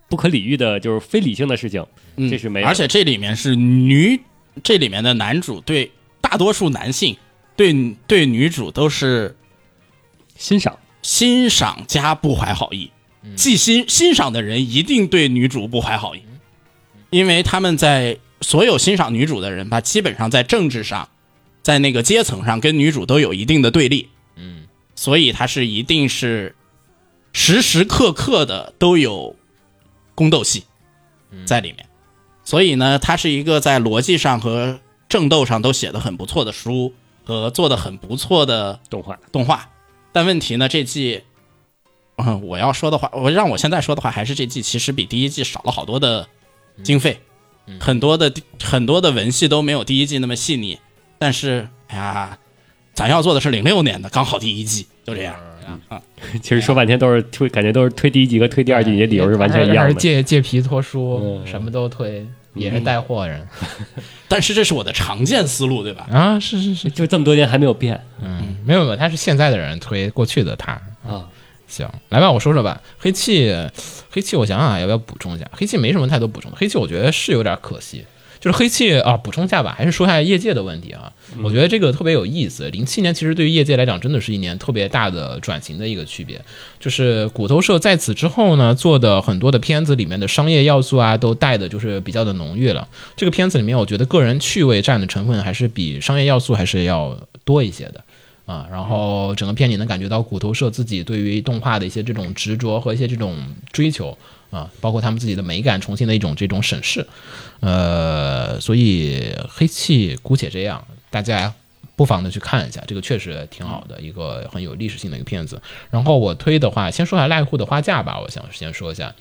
不可理喻的，就是非理性的事情，这是没有的。
嗯而且这里面是女，这里面的男主对大多数男性对对女主都是
欣赏
欣赏加不怀好意，既欣欣赏的人一定对女主不怀好意，因为他们在所有欣赏女主的人吧，基本上在政治上，在那个阶层上跟女主都有一定的对立，嗯，所以他是一定是时时刻刻的都有宫斗戏在里面，所以呢，它是一个在逻辑上和政斗上都写的很不错的书和做的很不错的
动画，
动画。但问题呢，这季，嗯，我要说的话，我让我现在说的话，还是这季其实比第一季少了好多的经费，很多的很多的文戏都没有第一季那么细腻。但是，哎呀，咱要做的是零六年的，刚好第一季就这样。嗯
其实说半天都是推，感觉都是推第一集和推第二集，你的理由是完全一
还
样
是
的。嗯
借借皮托书，什么都推，也是带货人
但是这是我的常见思路，对吧？
啊，是是是，
就这么多年还没有变
嗯，没有没有，他是现在的人推过去的他，
啊，
行，来吧，我说说吧。黑气，黑气，我想想啊要不要补充一下？黑气没什么太多补充，黑气我觉得是有点可惜。就是黑气啊，补充一下吧，还是说一下业界的问题啊。我觉得这个特别有意思。零七年其实对于业界来讲，真的是一年特别大的转型的一个区别。就是骨头社在此之后呢，做的很多的片子里面的商业要素啊，都带的就是比较的浓郁了。这个片子里面，我觉得个人趣味占的成分还是比商业要素还是要多一些的。啊，然后整个片你能感觉到骨头社自己对于动画的一些这种执着和一些这种追求啊，包括他们自己的美感重新的一种这种审视，呃，所以黑气姑且这样，大家不妨的去看一下，这个确实挺好的一个很有历史性的一个片子。然后我推的话，先说下濑户的花嫁吧，我想先说一下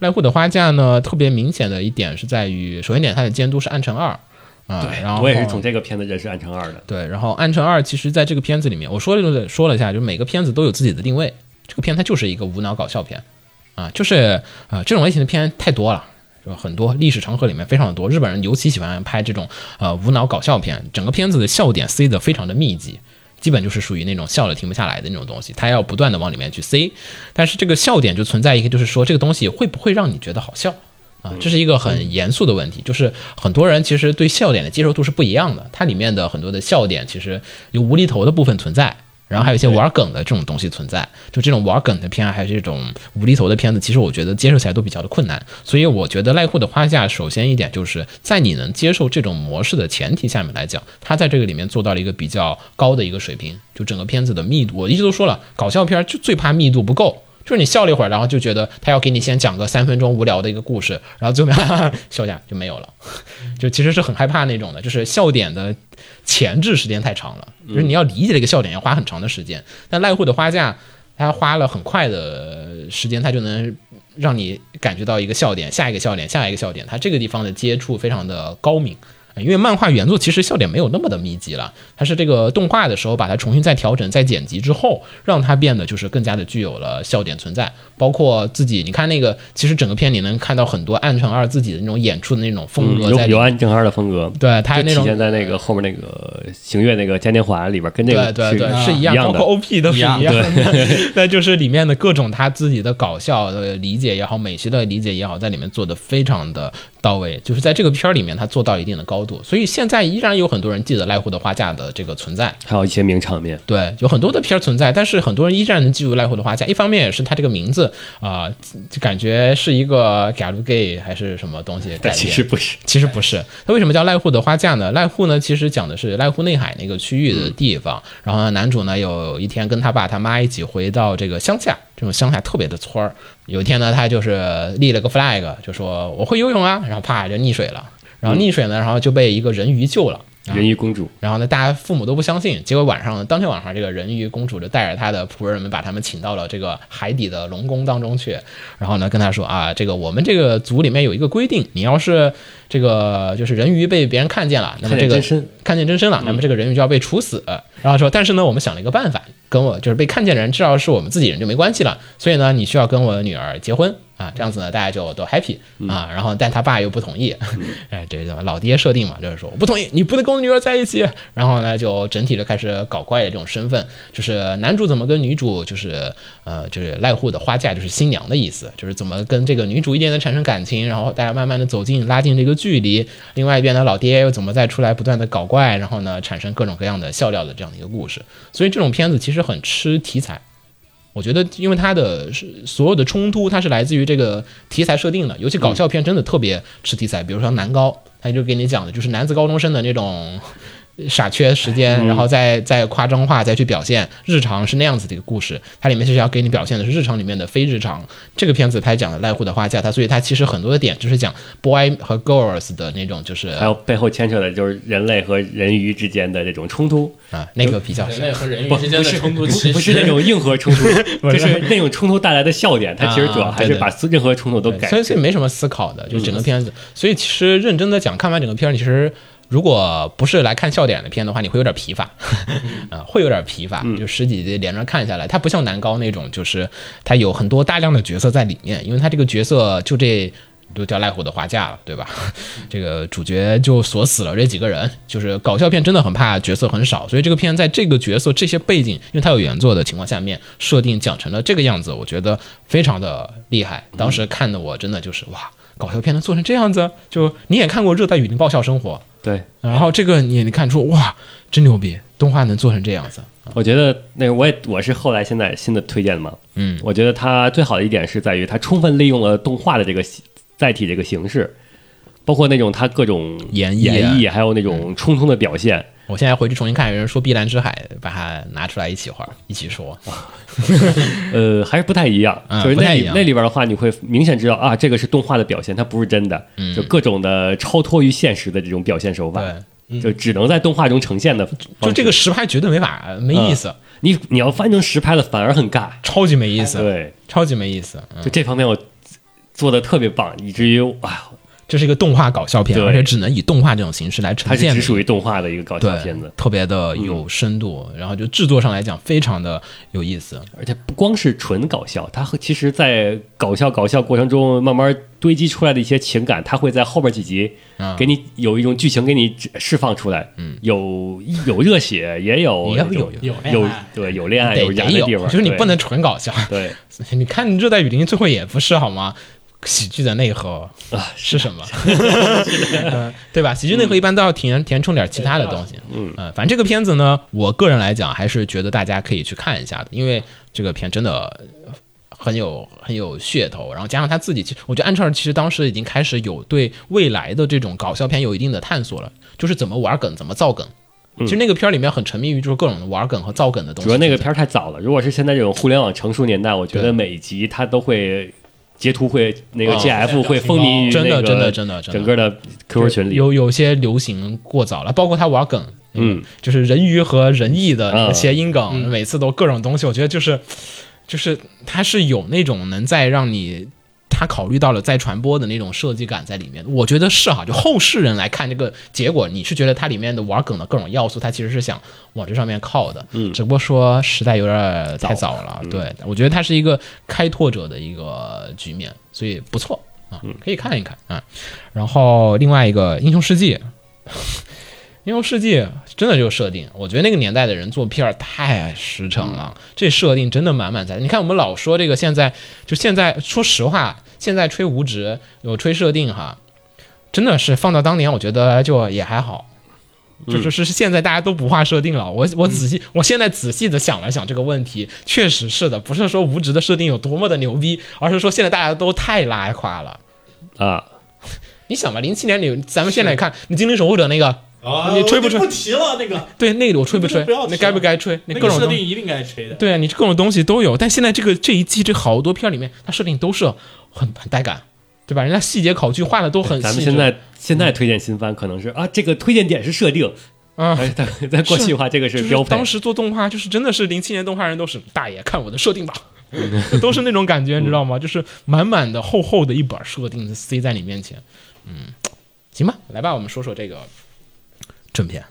濑户的花嫁呢，特别明显的一点是在于，首先一点它的监督是岸城二。啊，然后
我也是从这个片子认识安城二的。
对，然后《暗城二》其实在这个片子里面，我说了说了一下，就是每个片子都有自己的定位。这个片它就是一个无脑搞笑片，啊，就是呃这种类型的片太多了。是吧？很多历史长河里面非常的多，日本人尤其喜欢拍这种呃无脑搞笑片，整个片子的笑点塞得非常的密集，基本就是属于那种笑的停不下来的那种东西，它要不断的往里面去塞，但是这个笑点就存在一个，就是说这个东西会不会让你觉得好笑？啊，这是一个很严肃的问题，就是很多人其实对笑点的接受度是不一样的，它里面的很多的笑点其实有无厘头的部分存在，然后还有一些玩梗的这种东西存在，就这种玩梗的片啊还是这种无厘头的片子，其实我觉得接受起来都比较的困难，所以我觉得濑户的花嫁，首先一点就是在你能接受这种模式的前提下面来讲，它在这个里面做到了一个比较高的一个水平，就整个片子的密度，我一直都说了，搞笑片儿就最怕密度不够。就是你笑了一会儿，然后就觉得他要给你先讲个三分钟无聊的一个故事，然后最后面 笑一下就没有了，就其实是很害怕那种的，就是笑点的前置时间太长了，
嗯
就是你要理解这个笑点要花很长的时间。但濑户的花架，它花了很快的时间，它就能让你感觉到一个笑点，下一个笑点，下一个笑点，它这个地方的接触非常的高明。嗯因为漫画原作其实笑点没有那么的密集了，它是这个动画的时候把它重新再调整、再剪辑之后，让它变得就是更加的具有了笑点存在。包括自己，你看那个，其实整个片你能看到很多暗城二自己的那种演出的那种风格
嗯
嗯
有
在里
有
面，
安城二的风格，
对他
就
那
体
种
现在那个后面那个行月那个嘉年华里边，跟这个
对对对，
是
是一样，
样
包
的
括 OP 都是
一
一
样
样的。 那就是里面的各种他自己的搞笑的理解也好，美学的理解也好，在里面做的非常的到位。就是在这个片儿里面，他做到一定的高度，所以现在依然有很多人记得濑户的花架的这个存在。
还有一些名场面。
对，有很多的片儿存在，但是很多人依然能记住濑户的花嫁。一方面也是他这个名字啊、就感觉是一个 g a l gay 还是什么东西改
但
编，
其实不是，
其实不是，它为什么叫濑户的花嫁呢？濑户呢，其实讲的是濑户内海那个区域的地方。然后呢，男主呢有一天跟他爸他妈一起回到这个乡下，这种乡下特别的村儿。有一天呢，他就是立了个 flag，就说我会游泳啊，然后啪就溺水了。然后溺水呢，然后就被一个人鱼救了。啊
人鱼公主，
然后呢，大家父母都不相信，结果晚上呢，当天晚上，这个人鱼公主就带着她的仆人们，把他们请到了这个海底的龙宫当中去。然后呢，跟他说啊，这个我们这个族里面有一个规定，你要是这个就是人鱼被别人看见了，那么
看
这
见
个
真身
看见真身了，那么这个人鱼就要被处死。然后说，但是呢，我们想了一个办法，跟我就是被看见的人，至少是我们自己人就没关系了。所以呢，你需要跟我女儿结婚啊，这样子呢，大家就都 happy 啊。然后，但他爸又不同意，哎，这个老爹设定嘛，就是说我不同意，你不能跟我女儿在一起。然后呢，就整体就开始搞怪的这种身份，就是男主怎么跟女主，就是呃，就是濑户的花嫁，就是新娘的意思，就是怎么跟这个女主一点点产生感情，然后大家慢慢的走近拉近这个距离。另外一边的老爹又怎么再出来不断的搞怪，然后呢，产生各种各样的笑料的这样的一个故事。所以这种片子其实很吃题材。我觉得，因为它的是所有的冲突，它是来自于这个题材设定的，尤其搞笑片真的特别吃题材。比如说男高，他就给你讲的就是男子高中生的那种傻缺时间，然后再再夸张化，再去表现日常是那样子的一个故事。它里面就是要给你表现的是日常里面的非日常。这个片子它讲的濑户的花嫁，它所以它其实很多的点就是讲 boy 和 girls 的那种，就是
还有背后牵扯的就是人类和人鱼之间的这种冲突，
啊那个比较
人
是
类和人鱼之间的冲突其
不是那
实
种硬核冲 突，就是那种冲突带来的笑点，它其实主
啊
要还是把任何冲突都
对
改
所以所以没什么思考的，就整个片子。所以其实认真的讲，看完整个片儿，你其实如果不是来看笑点的片的话，你会有点疲乏，啊，会有点疲乏。就十几集连着看下来，它不像南高那种，就是它有很多大量的角色在里面，因为它这个角色就这。都叫濑户的花嫁了，对吧？ 这个主角就锁死了这几个人，就是搞笑片真的很怕角色很少，所以这个片在这个角色这些背景，因为它有原作的情况下面设定讲成了这个样子，我觉得非常的厉害。当时看的我真的就是哇，搞笑片能做成这样子，就你也看过《热带雨林爆笑生活
对，》，
然后这个你也能看出哇，真牛逼，动画能做成这样子。
我觉得那个我也我是后来现在新的推荐的嘛，
嗯，
我觉得它最好的一点是在于它充分利用了动画的这个形载体这个形式，包括那种它各种
演绎啊
演绎，还有那种冲突的表现。
我现在回去重新看，有人说《碧蓝之海》，把它拿出来一起玩，一起说。
呃，还是不太一样，
嗯
就是
不
那
太
里
一样
那里边的话，你会明显知道啊，这个是动画的表现，它不是真的，
嗯
就各种的超脱于现实的这种表现手法，就只能在动画中呈现的方式。
嗯就这个实拍绝对没法没意思，
你你要翻成实拍了，反而很尬。
超级没意思，
对，
超级没意思。嗯，
就这方面我做的特别棒，以至于啊，
这是一个动画搞笑片，
对
而且只能以动画这种形式来呈
它是
现
只
的。
属于动画的一个搞笑
对
片子，，
特别的有深度，然后就制作上来讲非常的有意思。
而且不光是纯搞笑，它会其实在搞笑搞笑过程中慢慢堆积出来的一些情感，它会在后边几集
啊
给你有一种剧情给你指释放出来，嗯，有有热血，也有
也有
那种
有恋
有
爱
对有恋爱
得
哎有燃
得
的
有
地，方，
就是你
对
不能纯搞笑。
对
哎你看《热带雨林》最后也不是好吗？喜剧的内核啊是什么？嗯 对吧？喜剧内核一般都要填填充点其他的东西。嗯，反正这个片子呢，我个人来讲还是觉得大家可以去看一下的，因为这个片真的很有很有噱头，然后加上他自己，其实我觉得安彻尔其实当时已经开始有对未来的这种搞笑片有一定的探索了，就是怎么玩梗，怎么造梗。其实那个片儿里面很沉迷于就是各种玩梗和造梗的东西。
主要那个片儿太早了。如果是现在这种互联网成熟年代，我觉
对
得每一集它都会截图会那个
啊
GF 会风靡于
真的
那个
真的真的真的
整个的 QQ 群里。
有有些流行过早了，包括他玩梗，
嗯，
就是人鱼和人翼的那个
嗯
谐音梗，每次都各种东西，我觉得就是就是它是有那种能在让你。他考虑到了再传播的那种设计感在里面，我觉得是哈、就后世人来看这个结果，你是觉得它里面的玩梗的各种要素，它其实是想往这上面靠的，嗯，只不过说时代有点儿太早了，嗯对，我觉得它是一个开拓者的一个局面，所以不错啊，可以看一看啊。然后另外一个《英雄世纪》，《 英雄世纪》真的就是设定，我觉得那个年代的人做片儿太实诚了，这设定真的满满在。你看我们老说这个现在，就现在说实话，现在吹无职有吹设定哈，真的是放到当年，我觉得就也还好。
嗯
就是是现在大家都不画设定了，我我仔细，我现在仔细的想了想这个问题，确实是的，不是说无职的设定有多么的牛逼，而是说现在大家都太拉胯了。
啊，
你想吧，零七年里咱们现在看，你精灵守护者那个，
哦
啊
你吹不
我就
吹
不提了那个
对那个我吹不吹
那个不要？提
那该不该吹？
那
那各
个
种
设
东
定
西，
一定该吹的。
对啊，你这各种东西都有。但现在这个这一季这好多片里面，它设定都是很很带感，对吧？人家细节考据画的都很细致。
咱们现在现在推荐新番可能是啊，这个推荐点是设定，
啊，
哎，在在过去的话，这个是
就
标
是
配。
当时做动画，就是真的是零七年动画人都是大爷看我的设定吧， 都是那种感觉，你知道吗？就是满满的厚厚的一本设定塞在你面前。嗯，行吧，来吧，我们说说这个正片，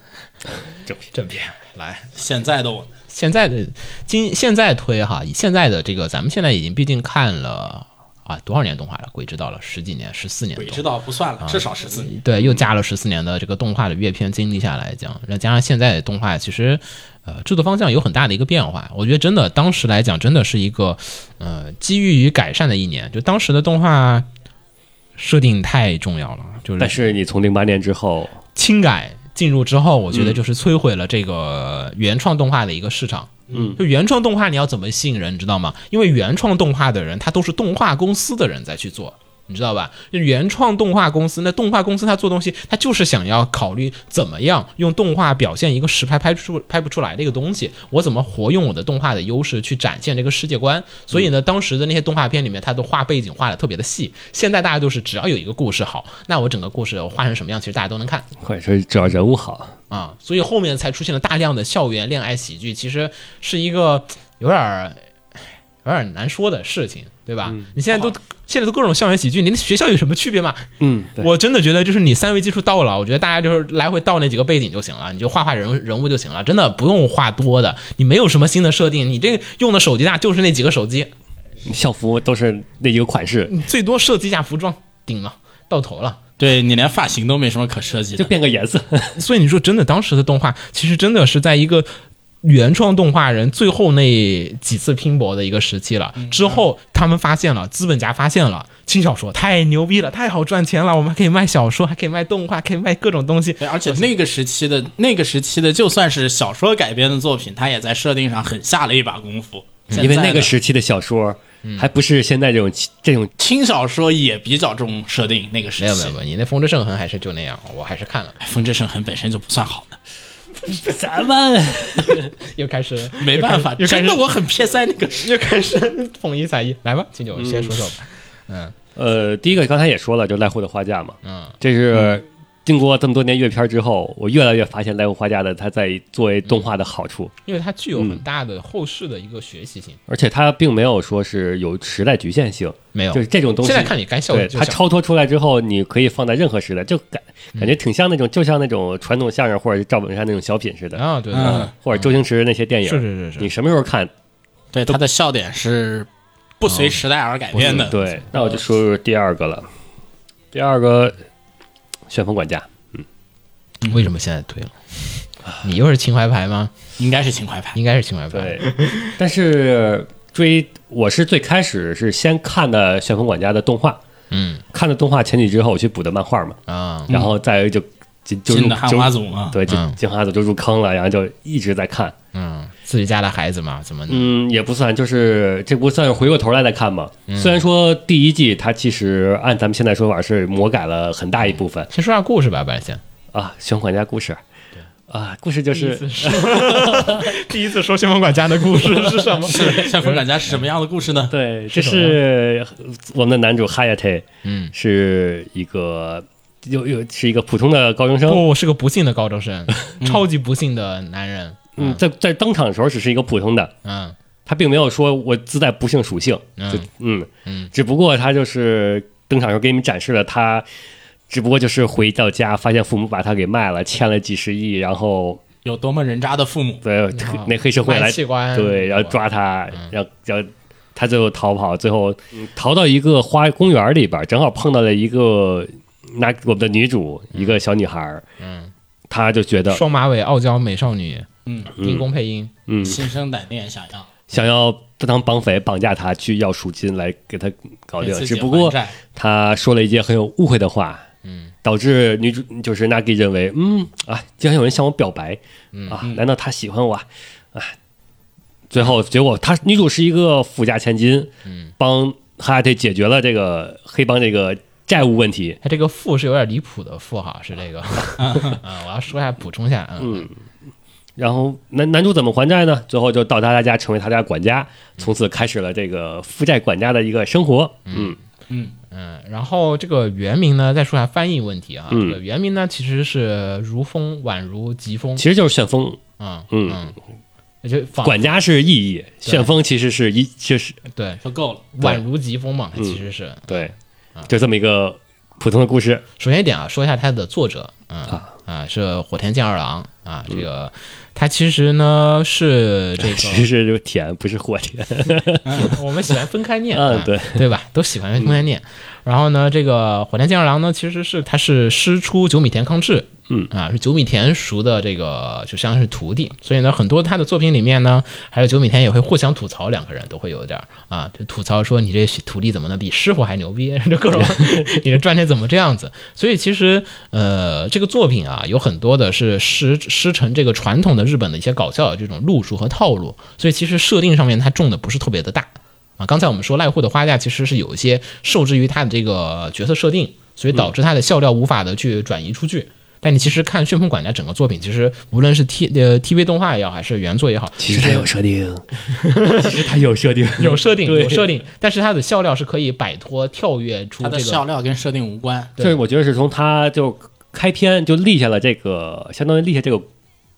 正片
正片。
来，现在的我
现在的今现在推哈，以现在的这个，咱们现在已经毕竟看了啊多少年动画了？鬼知道了十几年，十四年。
鬼知道不算了，至少十四年。
对，又加了十四年的这个动画的阅片经历下来讲，再加上现在的动画，其实呃制作方向有很大的一个变化。我觉得真的当时来讲，真的是一个呃机遇与改善的一年。就当时的动画设定太重要了，就是
但是你从零八年之后，
轻改进入之后，我觉得就是摧毁了这个原创动画的一个市场。
嗯
就原创动画你要怎么吸引人，你知道吗？因为原创动画的人，他都是动画公司的人在去做。你知道吧？就原创动画公司，那动画公司他做东西，他就是想要考虑怎么样用动画表现一个实拍拍出拍不出来的一个东西，我怎么活用我的动画的优势去展现这个世界观。所以呢，当时的那些动画片里面，他都画背景画的特别的细。现在大家都是只要有一个故事好，那我整个故事我画成什么样，其实大家都能看。
或者说只要人物好，
啊，所以后面才出现了大量的校园恋爱喜剧，其实是一个有点儿有点儿难说的事情，对吧？你现在都现在都各种校园喜剧，你那学校有什么区别吗？
嗯，对
我真的觉得就是你三维基础到了，我觉得大家就是来回倒那几个背景就行了，你就画画人物人物就行了，真的不用画多的，你没有什么新的设定，你这用的手机架就是那几个手机，
校服都是那一个款式，
你最多设计一下服装顶了到头了。
对你连发型都没什么可设计
就
的，
变个颜色。
所以你说真的，当时的动画其实真的是在一个原创动画人最后那几次拼搏的一个时期了。之后他们发现了，资本家发现了轻小说太牛逼了，太好赚钱了，我们还可以卖小说，还可以卖动画，可以卖各种东西。
对，而且那个时期的那个时期的，就算是小说改编的作品，它也在设定上很下了一把功夫。
因为
现在
那个
的
时期的小说，
嗯
还不是现在这种这种
轻小说也比较重设定，那个时期
没有没有没有，你那《风之圣痕》还是就那样，我还是看了，
哎风之圣痕本身就不算好 的，
咱们
又开始
没办法，
又开
真
始
的我很偏塞那个时
又开始统一彩衣，来吧，秦九先说说吧。
呃，第一个刚才也说了，就濑户的花架嘛，
嗯，
这是经过这么多年阅片之后，我越来越发现濑户花架的它在作为动画的好处，
因为它具有很大的后世的一个学习性，
而且它并没有说是有时代局限性，
没有
就是这种东西。
现在看你该笑
对
的就
它
笑。
超脱出来之后，你可以放在任何时代，就感
嗯
感觉挺像那种，就像那种传统相声或者是赵本山那种小品似的，
啊，对，对
嗯
对
或者周星驰那些电影，
是是是是
你什么时候看
候， 对它的笑点是不随时代而改变的。
对，那我就说说第二个了。第二个，旋风管家，
为什么现在推了？你又是情怀牌吗？
应该是情怀派。
应该是情怀牌。
对，哎但是追我是最开始是先看的旋风管家的动画，
嗯
看的动画前几之后我去补的漫画嘛，
啊，
然后再就就就入
进的汉化
就
组嘛，
对，就
嗯
金花组就入坑了，然后就一直在看。
嗯，自己家的孩子嘛，怎么能？
嗯，也不算，就是这不算是回过头来再看嘛。
嗯
虽然说第一季它其实按咱们现在说法是魔改了很大一部分
先说下故事吧，白先。
啊，旋风管家故事。啊，故事就是
第一次说《新闻管家》的故事是 什么？
是像冯管家是什么样的故事呢？
对，这是我们的男主 Hayate，
嗯
是一个又又是一个普通的高中生，
不，哦我是个不幸的高中生，
嗯
超级不幸的男人。
嗯，在在登场的时候只是一个普通的，
嗯
他并没有说我自带不幸属性，就
嗯
嗯
嗯，
只不过他就是登场时候给你们展示了他，只不过就是回到家发现父母把他给卖了，欠了几十亿，然后
有多么人渣的父母，
对
啊
那黑社会
卖
来
器官
对，然后抓他，然后然后他最后逃跑，最后嗯逃到一个花公园里边儿，正好碰到了一个那我们的女主，一个小女孩儿，
嗯，
她就觉得
双马尾傲娇美少女，
嗯，
硬工配音。
嗯，
心生歹念，想要
想要当绑匪绑架她去要赎金来给她搞
给
定，
自己
只不过
还债
她说了一些很有误会的话，嗯，导致女主就是那 a 认为，嗯啊，竟然有人向我表白，啊，难道他喜欢我啊？啊最后结果她女主是一个富家千金，嗯，帮哈特解决了这个黑帮这个债务问题，
他这个富是有点离谱的富哈，是这个。
嗯
啊，我要说一下，补充一下。嗯，
然后男男主怎么还债呢？最后就到他家成为他家管家，从此开始了这个负债管家的一个生活。嗯，
嗯，然后这个原名呢，再说下翻译问题啊。
嗯
这个原名呢，其实是如风，宛如疾风。
其实就是旋风。
嗯
嗯，
也就仿
管家是意义，旋风其实是一，就是
对，
就够了。
宛如疾风
嗯
嘛，它其实是。
对，就这么一个普通的故事。
首先一点啊，说一下它的作者，嗯啊是火田健二郎啊，这个他其实呢 是这
其实
个
是就甜，不是火甜。
我们喜欢分开念，
嗯
啊
对
对吧？都喜欢分开念。然后呢，这个火田健二郎呢，其实是他是师出久米田康治，
嗯
啊，是久米田熟的这个就相当于是徒弟，所以呢，很多他的作品里面呢，还有久米田也会互相吐槽，两个人都会有点儿啊，就吐槽说你这徒弟怎么能比师傅还牛逼， 这各种你的赚钱怎么这样子？所以其实呃，这个作品啊，有很多的是师师承这个传统的日本的一些搞笑的这种路数和套路，所以其实设定上面它重的不是特别的大。啊，刚才我们说赖户的花嫁其实是有一些受制于他的这个角色设定，所以导致他的笑料无法的去转移出去。但你其实看《旋风管家》整个作品，其实无论是 T 呃 TV 动画也好，还是原作也好，
其实它有设定， 其实它有设定，
有设定
对
有设定，但是它的笑料是可以摆脱跳跃出
它的
这
笑
个
料跟设定无关，
就是我觉得是从他就开篇就立下了这个，相当于立下这个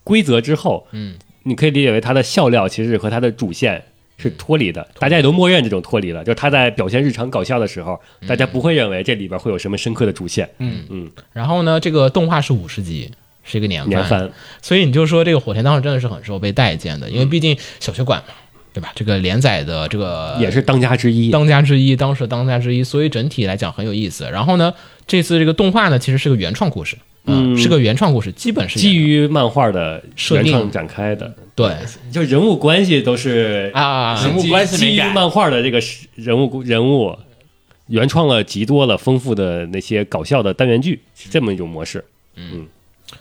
规则之后，
嗯，
你可以理解为他的笑料其实是和他的主线是嗯脱离的，大家也都默认这种脱离了。就是他在表现日常搞笑的时候，大家不会认为这里边会有什么深刻的主线。嗯嗯，
然后呢，这个动画是五十集，是一个年番，
年番
所以你就说这个火田当时真的是很受被待见的，因为毕竟小学馆嘛，对吧？这个连载的这个
也是嗯当家之一。
当家之一，当时的当家之一，所以整体来讲很有意思。然后呢，这次这个动画呢，其实是个原创故事，啊
嗯
是个原创故事，基本是
基
原
于漫画的
设
原
定
创展开的，
对
就人物关系都是
啊，
人物
基
关系没
基于
改
漫画的这个是人物人物，原创了极多了丰富的那些搞笑的单元剧，是这么一种模式。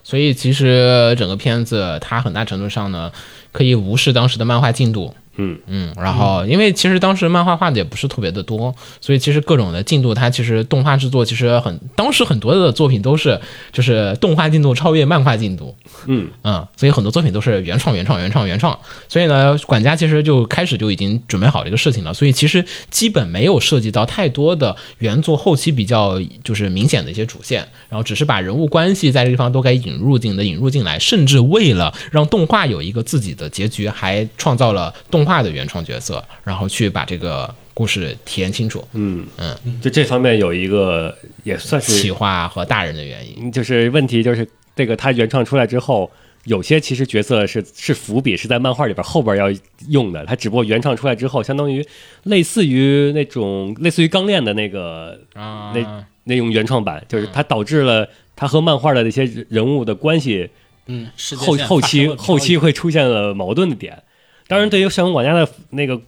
所以其实整个片子它很大程度上呢，可以无视当时的漫画进度。
嗯
嗯，然后因为其实当时漫画画的也不是特别的多，所以其实各种的进度，它其实动画制作其实很，当时很多的作品都是就是动画进度超越漫画进度，
嗯
嗯，所以很多作品都是原创、原创、原创、原创。所以呢，管家其实就开始就已经准备好这个事情了，所以其实基本没有涉及到太多的原作后期比较就是明显的一些主线，然后只是把人物关系在这个地方都该引入进的引入进来，甚至为了让动画有一个自己的结局，还创造了动画的原创角色，然后去把这个故事体验清楚。
嗯嗯，就这方面有一个也算
企
是，
划和大人的原因，
就是问题就是这个他原创出来之后。有些其实角色是是伏笔，是在漫画里边后边要用的，他只不过原创出来之后，相当于类似于那种类似于钢炼的那个
啊
那那种原创版，就是它导致了它和漫画的那些人人物的关系
嗯，世界
后
线
后
发生
期
了
后期
漂移
会出现了矛盾的点。当然，对于小红管家的那个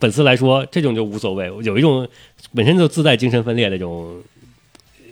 粉丝来说，这种就无所谓，有一种本身就自带精神分裂的这种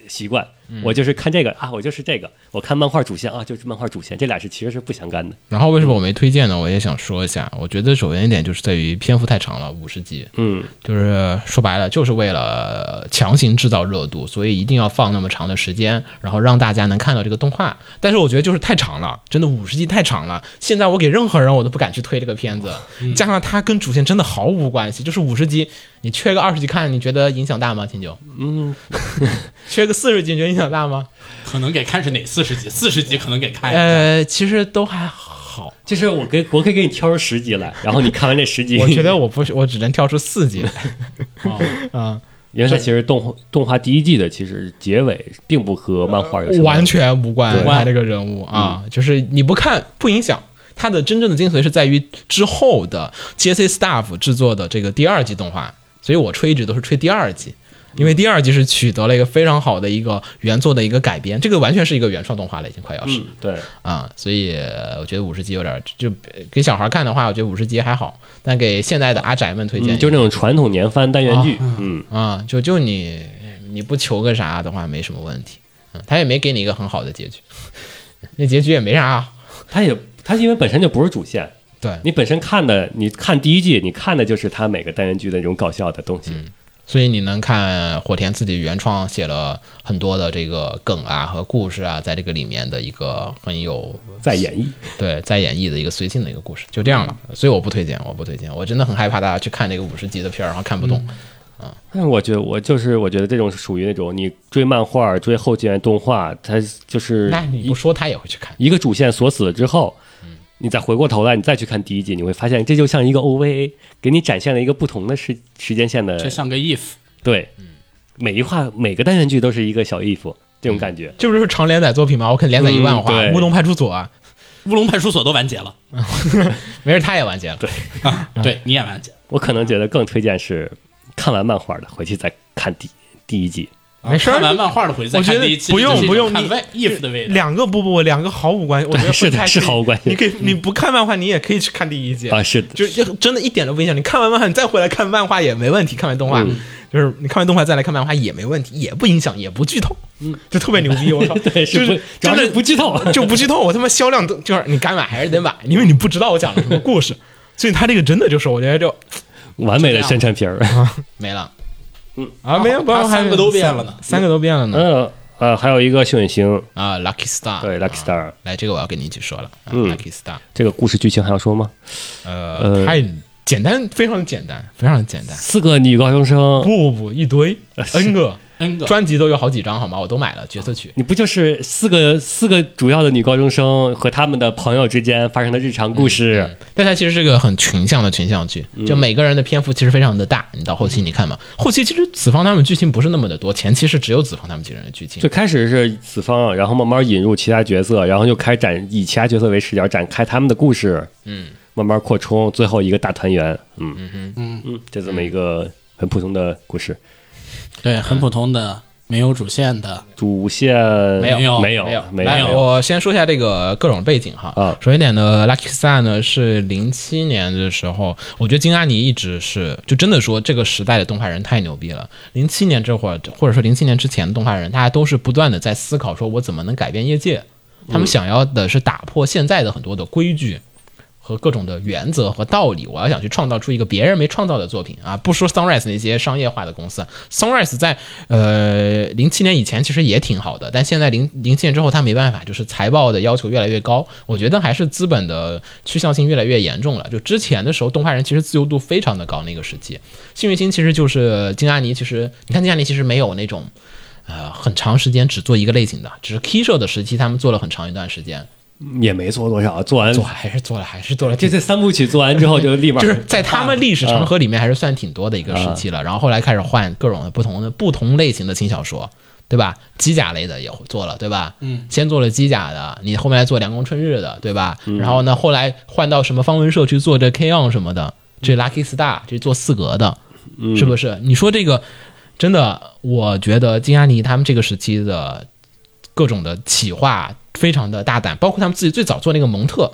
习惯。
嗯
我就是看这个啊，我就是这个，我看漫画主线啊，就是漫画主线，这俩是其实是不相干的。
然后为什么我没推荐呢？我也想说一下，我觉得首先一点就是在于篇幅太长了，五十集，
嗯，
就是说白了，就是为了强行制造热度，所以一定要放那么长的时间，然后让大家能看到这个动画。但是我觉得就是太长了，真的五十集太长了。现在我给任何人我都不敢去推这个片子，加上它跟主线真的毫无关系，就是五十集，你缺个二十集看，你觉得影响大吗？秦九，嗯， 缺个四十集，你觉得影响大吗？
可能给看是哪四十集，四十集可能给看。
呃，其实都还好。
就是我给我可以给你挑出十集来，然后你看完这十集，
我觉得我不是，我只能挑出四集来。
原来其实动画动画第一季的其实结尾并不和漫画有什么
呃完全无关
对嗯
他这个人物啊，就是你不看不影响。它的真正的精髓是在于之后的 JC Staff 制作的这个第二季动画，所以我吹一直都是吹第二季，因为第二季是取得了一个非常好的一个原作的一个改编，这个完全是一个原创动画了，已经快要是
嗯，对，
啊，所以我觉得五十集有点就给小孩看的话，我觉得五十集还好，但给现在的阿宅们推荐
嗯，就那种传统年番单元剧，嗯，
啊，就就你你不求个啥的话，没什么问题。嗯，他也没给你一个很好的结局， 那结局也没啥。
它也它因为本身就不是主线，
对，
你本身看的，你看第一季，你看的就是它每个单元剧的那种搞笑的东西，
所以你能看火田自己原创写了很多的这个梗啊和故事啊，在这个里面的一个很有
再演绎，
对再演绎的一个随性的一个
嗯嗯
故事，就这样了。所以我不推荐，我不推荐，我真的很害怕大家去看这个五十集的片儿，然后看不懂。
但我觉得我就是我觉得这种是属于那种你追漫画、追后见动画，它就是
那你不说他也会去看。
一个主线锁死了之后，你再回过头来，你再去看第一季，你会发现这就像一个 OVA，给你展现了一个不同的时时间线的
这像个 if，
对，每一话每个单元剧都是一个小 if 这种感觉。
这不就是长连载作品吗？我肯连载一万话，
嗯对
乌龙派出所》啊，
乌龙派出所都完结了，
没事，他也完结了。对，
对，你也完结了，
我可能觉得更推荐是看完漫画的回去再看第第一季。
啊
没事儿
看完漫画的回去再
我觉
看
得
第一期，
不用
这是一种
不用
看
你
if 的味道。
两个不不，两个毫无关系，我觉得
是的
分开
是
可以
毫无关系嗯
你可以你不看漫画，你也可以去看第一季
啊是的
就就真的一点都不影响。你看完漫画，你再回来看漫画也没问题，看完动画、
嗯
就是你看完动画再来看漫画也没问题，也不影响，也不剧透，嗯，就特别牛逼，我操，
对，
就是
不
是
主要
真
是
的
不剧透。
就不剧透，我他妈销量都就是你该买还是得买，因为你不知道我讲了什么故事，所以他这个真的就是我觉得就
完美的宣传片儿。
没了。
啊没有，不
他
然还有
三个都变了呢
三个都变了呢
嗯呃，还有一个幸运星，
啊，Lucky Star，
对，Lucky
啊
Star
来，这个我要跟你一起说了。啊
嗯
Lucky Star，
这个故事剧情还要说吗？
呃，太简单，非常简单，非常简单。
四个女高中生，
不不不，一堆 N 个
N 个
专辑都有好几张，好吗？我都买了角色曲。
你不就是四个四个主要的女高中生和她们的朋友之间发生的日常故事？
但它其实是个很群像的群像剧，就每个人的篇幅其实非常的大。你到后期你看嘛，后期其实子方他们剧情不是那么的多，前期是只有子方他们几个人的剧情
最。开始是子方，然后慢慢引入其他角色，然后又开展以其他角色为视角展开他们的故事，嗯，慢慢扩充，最后一个大团圆，嗯嗯嗯嗯，就这么一个很普通的故事，
对，很普通的，没有主线的，
主线没
有
没有
没有，
没
来
有，
我先说一下这个各种背景哈。
啊
首先一点呢，Lucky Star 呢是零七年的时候，我觉得金阿尼一直是就真的说这个时代的动画人太牛逼了。零七年这会儿，或者说零七年之前的动画人，大家都是不断的在思考，说我怎么能改变业界。他
嗯
们想要的是打破现在的很多的规矩和各种的原则和道理，我要想去创造出一个别人没创造的作品啊！不说 Sunrise 那些商业化的公司，Sunrise 在呃零七年以前其实也挺好的，但现在零零七年之后，它没办法，就是财报的要求越来越高，我觉得还是资本的趋向性越来越严重了。就之前的时候，动画人其实自由度非常的高，那个时期，幸运星其实就是金阿尼，其实你看金阿尼其实没有那种。呃，很长时间只做一个类型的，只是 K 社的时期，他们做了很长一段时间，
也没做多少，做完
做还是做了，还是做了
这
挺，
这三部曲做完之后就立马
就是在他们历史长河里面还是算挺多的一个时期了。然后后来开始换各种的不同的不同类型的轻小说，对吧？机甲类的也做了，对吧？嗯，先做了机甲的，你后面还做凉宫春日的，对吧？然后呢，后来换到什么方文社去做这 K on 什么的，这 Lucky Star 这做四格的，是不是？你说这个真的，我觉得金阿尼他们这个时期的各种的企划非常的大胆，包括他们自己最早做那个蒙特。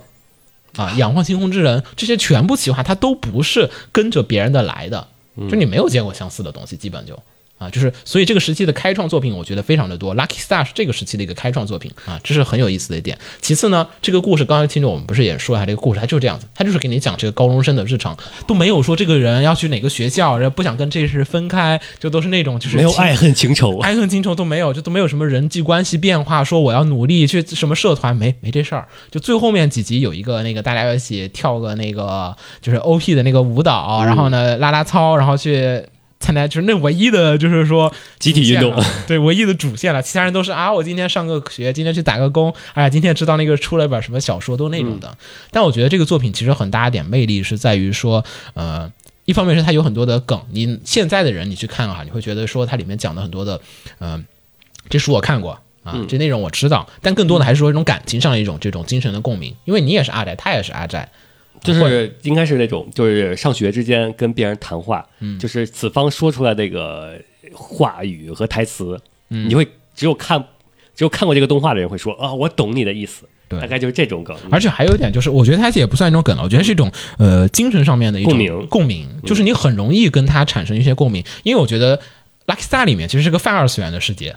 啊，仰望星空之人这些全部企划，它都不是跟着别人的来的，就你没有见过相似的东西，基本就啊，就是所以这个时期的开创作品，我觉得非常的多。Lucky Star 是这个时期的一个开创作品啊，这是很有意思的一点。其次呢，这个故事刚才听着我们不是也说啊，这个故事它就是这样子，它就是给你讲这个高中生的日常，都没有说这个人要去哪个学校，然后不想跟这个人分开，就都是那种就是
没有
亲
爱恨情仇，
爱恨情仇都没有，就都没有什么人际关系变化。说我要努力去什么社团，没没这事儿。就最后面几集有一个那个大家要一起跳个那个就是 O P 的那个舞蹈，然后呢拉拉操，然后去参加，就是那唯一的就是说
集体运动
主线了，对唯一的主线了。其他人都是啊，我今天上个学，今天去打个工，哎呀，今天知道那个出了一本什么小说，都那种
嗯
的。但我觉得这个作品其实很大一点魅力是在于说，呃。一方面是它有很多的梗，你现在的人你去看啊，你会觉得说它里面讲的很多的，嗯、这书我看过啊，
嗯
这内容我知道，但更多的还是说一种感情上的一种这种精神的共鸣，因为你也是阿宅，他也是阿宅，
就是应该是那种，就是上学之间跟别人谈话，
嗯
就是此方说出来那个话语和台词，
嗯
你会只有看只有看过这个动画的人会说啊，我懂你的意思，
对
大概就是这种梗。
而且还有一点就是，我觉得它也不算一种梗了，我觉得是一种呃精神上面的一种
共鸣嗯
共鸣就是你很容易跟它产生一些共鸣，因为我觉得。Lucky Star 里面其实是个泛二次元的世 界，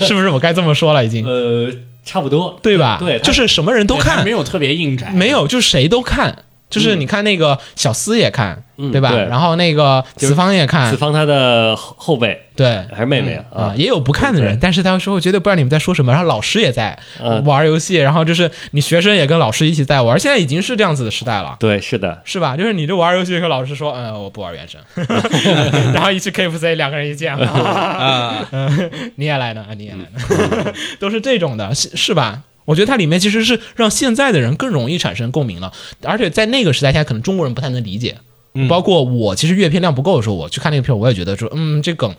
是不是？我该这么说了，已经
呃，差不多，
对吧？
对，
就是什么人都
对它
看
没，有特别硬宅，
没有，就是谁都看。就是你看那个小司也看，
嗯
对吧？
对
然后那个
就是
子方也看
子，方他的后后辈
对，
还是妹妹啊
啊，也有不看的人，
对
但是他说我绝对不知道你们在说什么。然后老师也在
嗯
玩游戏，然后就是你学生也跟老师一起在玩，现在已经是这样子的时代了。
对，是的，
是吧？就是你这玩游戏和老师说，嗯，我不玩原神， 然后一去 KFC，两个人一见，
啊，
你也来呢，啊，你也来呢， 都是这种的，是是吧？我觉得它里面其实是让现在的人更容易产生共鸣了，而且在那个时代下，可能中国人不太能理解。包括我，其实阅片量不够的时候，我去看那个片儿，我也觉得说，嗯，这梗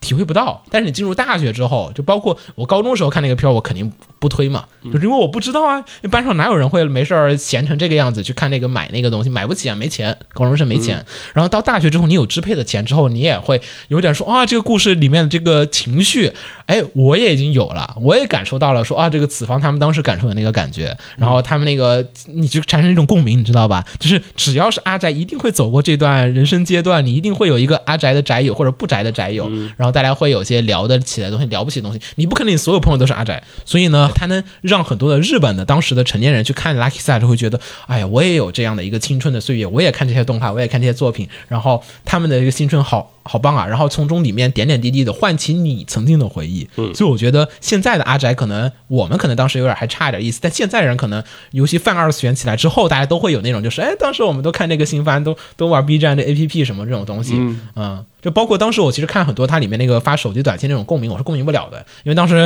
体会不到。但是你进入大学之后，就包括我高中时候看那个片儿，我肯定不推嘛，就是因为我不知道啊，班上哪有人会没事儿闲成这个样子去看那个买那个东西，买不起啊，没钱，高中生没钱。然后到大学之后，你有支配的钱之后，你也会有点说啊，这个故事里面的这个情绪，哎，我也已经有了，我也感受到了说啊，这个子方他们当时感受的那个感觉，然后他们那个你就产生一种共鸣，你知道吧？就是只要是阿宅，一定会走过这段人生阶段，你一定会有一个阿宅的宅友或者不宅的宅友，然后大家会有些聊得起来的东西，聊不起的东西。你不可能你所有朋友都是阿宅，所以呢，他能让很多的日本的当时的成年人去看《Lucky Star》，就会觉得，哎呀，我也有这样的一个青春的岁月，我也看这些动画，我也看这些作品，然后他们的一个青春好好棒啊，然后从中里面点点滴滴的唤起你曾经的回忆。
嗯
所以我觉得现在的阿宅可能我们可能当时有点还差一点意思，但现在人可能尤其泛二次元起来之后，大家都会有那种就是，哎，当时我们都看这个新番，都都玩 B 站的 APP 什么这种东西，嗯。就包括当时我其实看很多它里面那个发手机短信那种共鸣，我是共鸣不了的，因为当时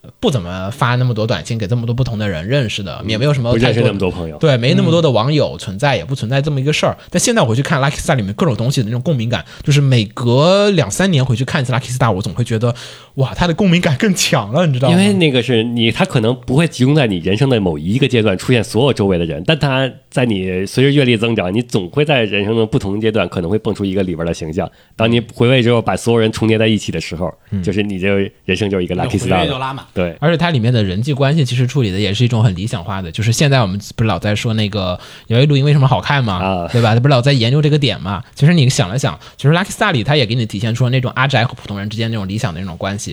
呃不怎么发那么多短信给这么多不同的人认识的，也没有什么
嗯不认识
太
那么多朋友
对，没那么
嗯
多的网友存在，也不存在这么一个事儿。但现在我回去看《Lucky Star》里面各种东西的那种共鸣感，就是每隔两三年回去看一次《Lucky Star》，我总会觉得哇，它的共鸣感更强了，你知道吗？
因为那个是你，他可能不会集中在你人生的某一个阶段出现所有周围的人，但他在你随着阅历增长，你总会在人生的不同阶段可能会蹦出一个里边的形象。当你回味之后，把所有人重叠在一起的时候，
嗯
就是你这人生就是一个 lucky
回来
star
就
了。
拉满。
对，
而且它里面的人际关系其实处理的也是一种很理想化的，就是现在我们不是老在说那个摇曳露营为什么好看嘛，
啊
对吧？它不是老在研究这个点嘛？其实你想了想，其实《Lucky Star》里它也给你体现出了那种阿宅和普通人之间那种理想的那种关系。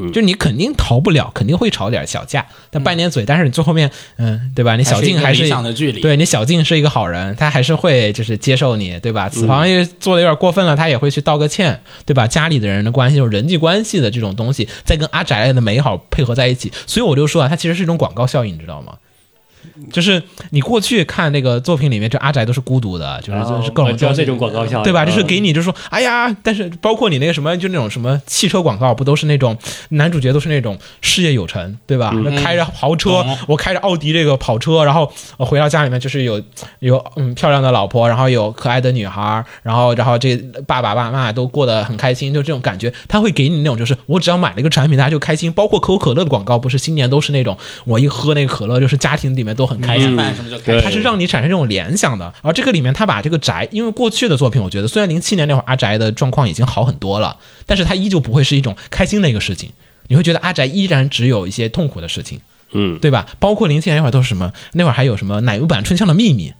嗯
就你肯定逃不了，肯定会吵点小架，但拌点嘴，但是你最后面，嗯，对吧？你小静还
还是
是
一个理想的距离
对你小静是一个好人，她还是会就是接受你，对吧？子房也做的有点过分了，她也会去道个歉，对吧？家里的人的关系，就是人际关系的这种东西，再跟阿宅的美好配合在一起，所以我就说啊，它其实是一种广告效应，你知道吗？就是你过去看那个作品里面，这阿宅都是孤独的，
啊
就是就是各
我
种
知道
东西
这种广告效应，
对吧？
嗯
就是给你就说，哎呀，但是包括你那个什么，就那种什么汽车广告，不都是那种男主角都是那种事业有成，对吧？那开着豪车，我开着奥迪这个跑车，然后我回到家里面就是有有嗯漂亮的老婆，然后有可爱的女孩，然后然后这爸爸妈妈都过得很开心，就这种感觉，他会给你那种就是我只要买了一个产品，大家就开心。包括可口可乐的广告，不是新年都是那种我一喝那个可乐，就是家庭里面都很开
开
心。
始办什么就开
嗯对
始，
它是让你产生这种联想的。而这个里面，他把这个宅，因为过去的作品，我觉得虽然零七年那会儿阿宅的状况已经好很多了，但是它依旧不会是一种开心的一个事情。你会觉得阿宅依然只有一些痛苦的事情，
嗯，
对吧？包括零七年那会儿都是什么？那会儿还有什么奶油版《春香的秘密》，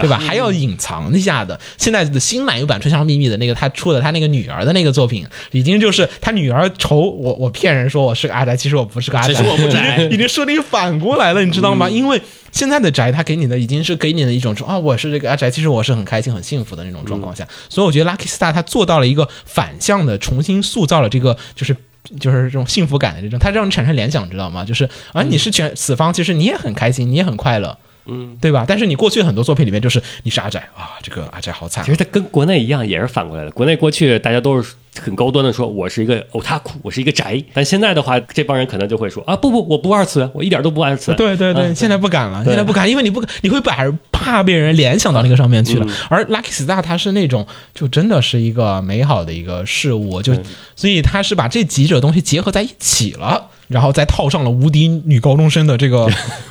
对
嗯
吧？还要隐藏一下的。现在的新奶油版《春香的秘密》的那个他出的他那个女儿的那个作品，已经就是他女儿愁我我骗人说我是个阿宅，其实我不是个阿宅，
其实我不宅
已 经已经设定反过来了，你知道
嗯
吗？因为现在的宅他给你的已经是给你的一种说啊我是这个阿宅，其实我是很开心很幸福的那种状况
嗯
下，所以我觉得 Lucky Star 他做到了一个反向的重新塑造了这个就是。就是这种幸福感的这种，它让你产生联想，你知道吗？就是啊，
嗯
你是全此方，其实你也很开心，你也很快乐，
嗯
对吧？但是你过去很多作品里面，就是你是阿宅啊，这个阿宅好惨
其，实它跟国内一样，也是反过来的。国内过去大家都是很高端的说，我是一个 otaku，我是一个宅。但现在的话，这帮人可能就会说啊，不不，我不二次元，我一点都不二次元。
对对对，
嗯
现在不敢了，
对
现在不敢，因为你不你会把怕被人联想到那个上面去了。而 Lucky Star 它是那种就真的是一个美好的一个事物，就所以它是把这几者东西结合在一起了。然后再套上了无敌女高中生的这个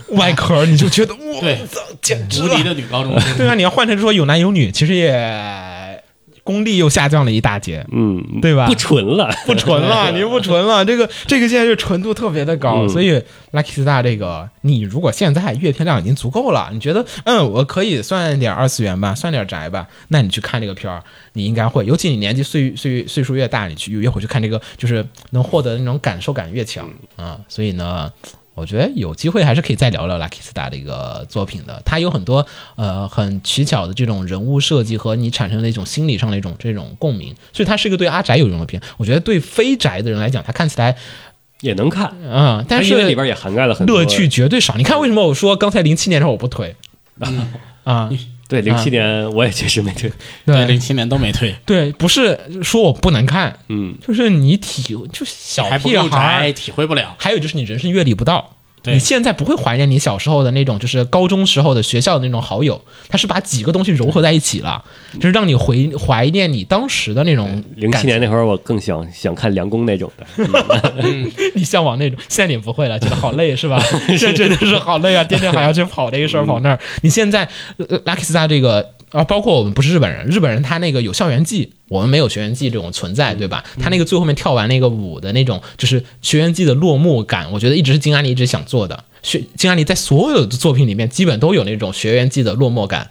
外壳，你就觉得我
对
操，简直
无
了
敌！的女高中生，
对啊，你要换成说有男有女，其实也功力又下降了一大截，
嗯，
对吧？
不纯了，
不纯了，你不纯了，这个这个现在就纯度特别的高，所以 Lucky Star 这个，你如果现在阅片量已经足够了，你觉得嗯，我可以算点二次元吧，算点宅吧，那你去看这个片儿，你应该会，尤其你年纪岁岁岁数越大，你去越会去看这个，就是能获得的那种感受感越强啊、所以呢。我觉得有机会还是可以再聊聊 Lucky Star 的一个作品的，它有很多呃很奇巧的这种人物设计和你产生的一种心理上的一种这种共鸣，所以它是一个对阿宅有用的片。我觉得对非宅的人来讲，它看起来
也能看，
啊、但
它因
是
为里边也涵盖了很多
乐趣。绝对少。你看为什么我说刚才零七年的时候我不推啊、
对，零七年我也确实没对，
对，零
对
七年都没退，
对，不是说我不能看，
嗯，
就是你体就是小
还不
屁
够
孩儿
宅，体会不了。
还有就是你人生阅历不到，
对
你现在不会怀念你小时候的那种，就是高中时候的学校的那种好友，他是把几个东西融合在一起了，就是让你回怀念你当时的那种
嗯零
感
七
觉，哎
年那会儿我更想想看梁工那种的，
你向往那种。现在你不会了，觉得好累是吧？ 这真的是好累啊，天天还要去跑这个事儿跑那儿。你现在呃 Lucky Star 这个啊，包括我们不是日本人，日本人他那个有校园祭，我们没有学员祭这种存在，对吧？他那个最后面跳完那个舞的那种，就是学员祭的落幕感，我觉得一直是金安妮一直想做的。学金安妮在所有的作品里面，基本都有那种学员祭的落寞感。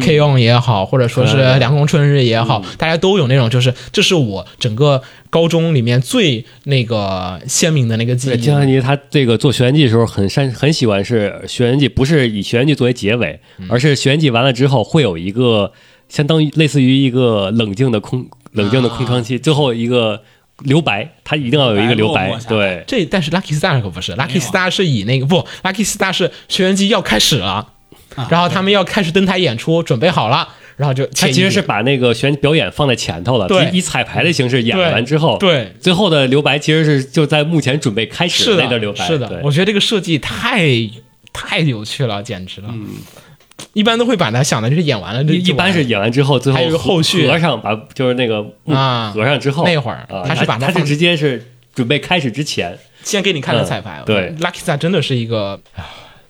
K on 也好，或者说是
嗯对嗯
凉宫春日也好，大家都有那种，就是这是我整个高中里面最那个鲜明的那个记
对，
忆。
金安妮她这个做《学员记》的时候很擅很喜欢是《学员记》，不是以《学员记》作为结尾，
嗯
而是《学员记》完了之后会有一个相当于类似于一个冷静的空冷静的空窗
啊
期，最后一个留白，她一定要有一个留白
白落寞。下
对，
这但是 Lucky Star 可不是
有
，Lucky
啊
Star 是以那个不，Lucky Star 是学员季要开始了，
啊
然后他们要开始登台演出，准备好了，然后就
她其实是
前一
把那个学员表演放在前头了，
对
以以彩排的形式演
对
完之后，
对
最后的留白其实是就在目前准备开始
是
那段留
的，
白。
是
对
的，我觉得这个设计太太有趣了，简直了。一般都会把它想的就是演完了就
嗯一一
就完
般
了
是演完之后，最后
还有一个后续
合上把就是那个幕
啊
合上之后
那会儿
啊
他是把它
他是
放
直接是准备开始之前
先给你看了彩排
嗯。对
，Lucky Star 真的是一个，啊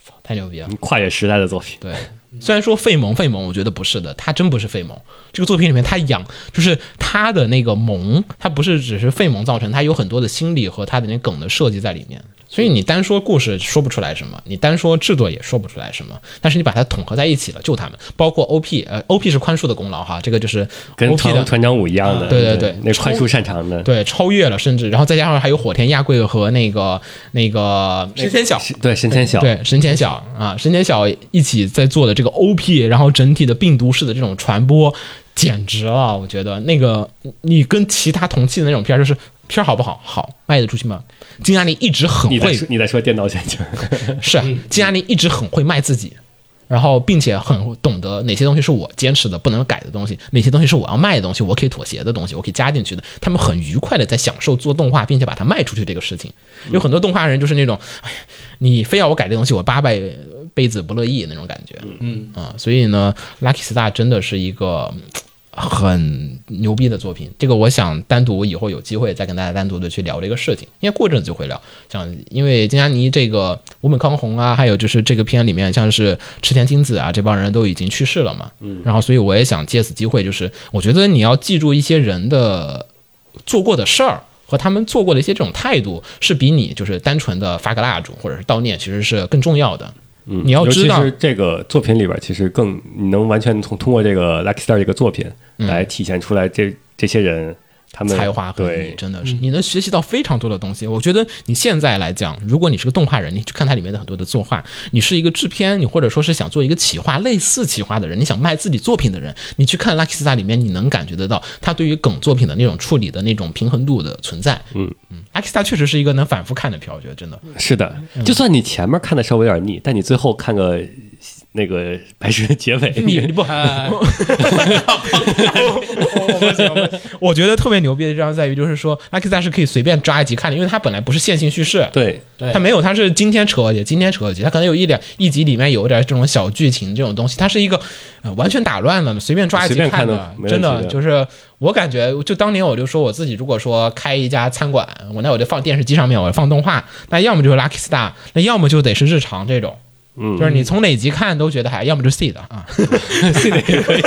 操太牛逼了。
跨越时代的作品。
对，虽然说费蒙费蒙，我觉得不是的，他真不是费蒙。这个作品里面，他养就是他的那个萌，他不是只是费蒙造成，他有很多的心理和他的那梗的设计在里面。所以你单说故事说不出来什么，你单说制作也说不出来什么，但是你把它统合在一起了，就他们，包括 OP，呃，OP 是宽恕的功劳哈，这个就是
跟
OP 的
团团长舞一样
啊
的，
对对对
那宽恕擅长的，
对超越了，甚至然后再加上还有火田亚贵和那个那个
神仙小
是对神仙小，嗯
对，神前小啊，神前小一起在做的这个 OP，然后整体的病毒式的这种传播，简直了！我觉得那个你跟其他同期的那种片儿，就是片儿好不好？好，卖得出去吗？金安妮一直很
你在
会，
说你在说电脑选曲，
是啊金安妮一直很会卖自己，然后并且很懂得哪些东西是我坚持的不能改的东西，哪些东西是我要卖的东西，我可以妥协的东西，我可以加进去的。他们很愉快的在享受做动画，并且把它卖出去这个事情。有很多动画人就是那种，哎呀，你非要我改这东西，我八百辈子不乐意那种感觉。嗯啊，所以呢，Lucky Star 真的是一个。嗯很牛逼的作品，这个我想单独以后有机会再跟大家单独的去聊这个事情，因为过阵子就会聊。像因为金佳妮这个吴本康弘啊，还有就是这个片里面像是池田金子啊这帮人都已经去世了嘛，嗯，然后所以我也想借此机会，就是我觉得你要记住一些人的做过的事儿。和他们做过的一些这种态度，是比你就是单纯的发个蜡烛或者是悼念，其实是更重要的。
嗯
你要知道
尤其是这个作品里边，其实更你能完全通通过这个 Lucky Star 这个作品来体现出来这这些人他们
嗯才华横溢，
对
真的是你能学习到非常多的东西。我觉得你现在来讲，如果你是个动画人，你去看它里面的很多的作画，你是一个制片，你或者说是想做一个企划，类似企划的人，你想卖自己作品的人，你去看《Lucky Star》里面，你能感觉得到他对于梗作品的那种处理的那种平衡度的存在。嗯嗯，《Lucky Star》确实是一个能反复看的片，我觉得真的。
是的，
嗯
就算你前面看的稍微有点腻，但你最后看个那个白石的结尾，
你 你不，我觉得特别牛逼的地方在于，就是说《Lucky Star》是可以随便抓一集看的，因为它本来不是线性叙事。
对
它没有，它是今天扯一节，今天扯一节，它可能有一两一集里面有点这种小剧情这种东西，它是一个、呃、完全打乱了，随便抓一集
随便看都
的
没，问
真的
题的
就是我感觉，就当年我就说我自己如果说开一家餐馆，我那我就放电视机上面，我放动画，那要么就是 Lucky Star，那要么就得是日常这种。
嗯
就是你从哪集看都觉得还，要么就是 C 的 啊，C 的也可以，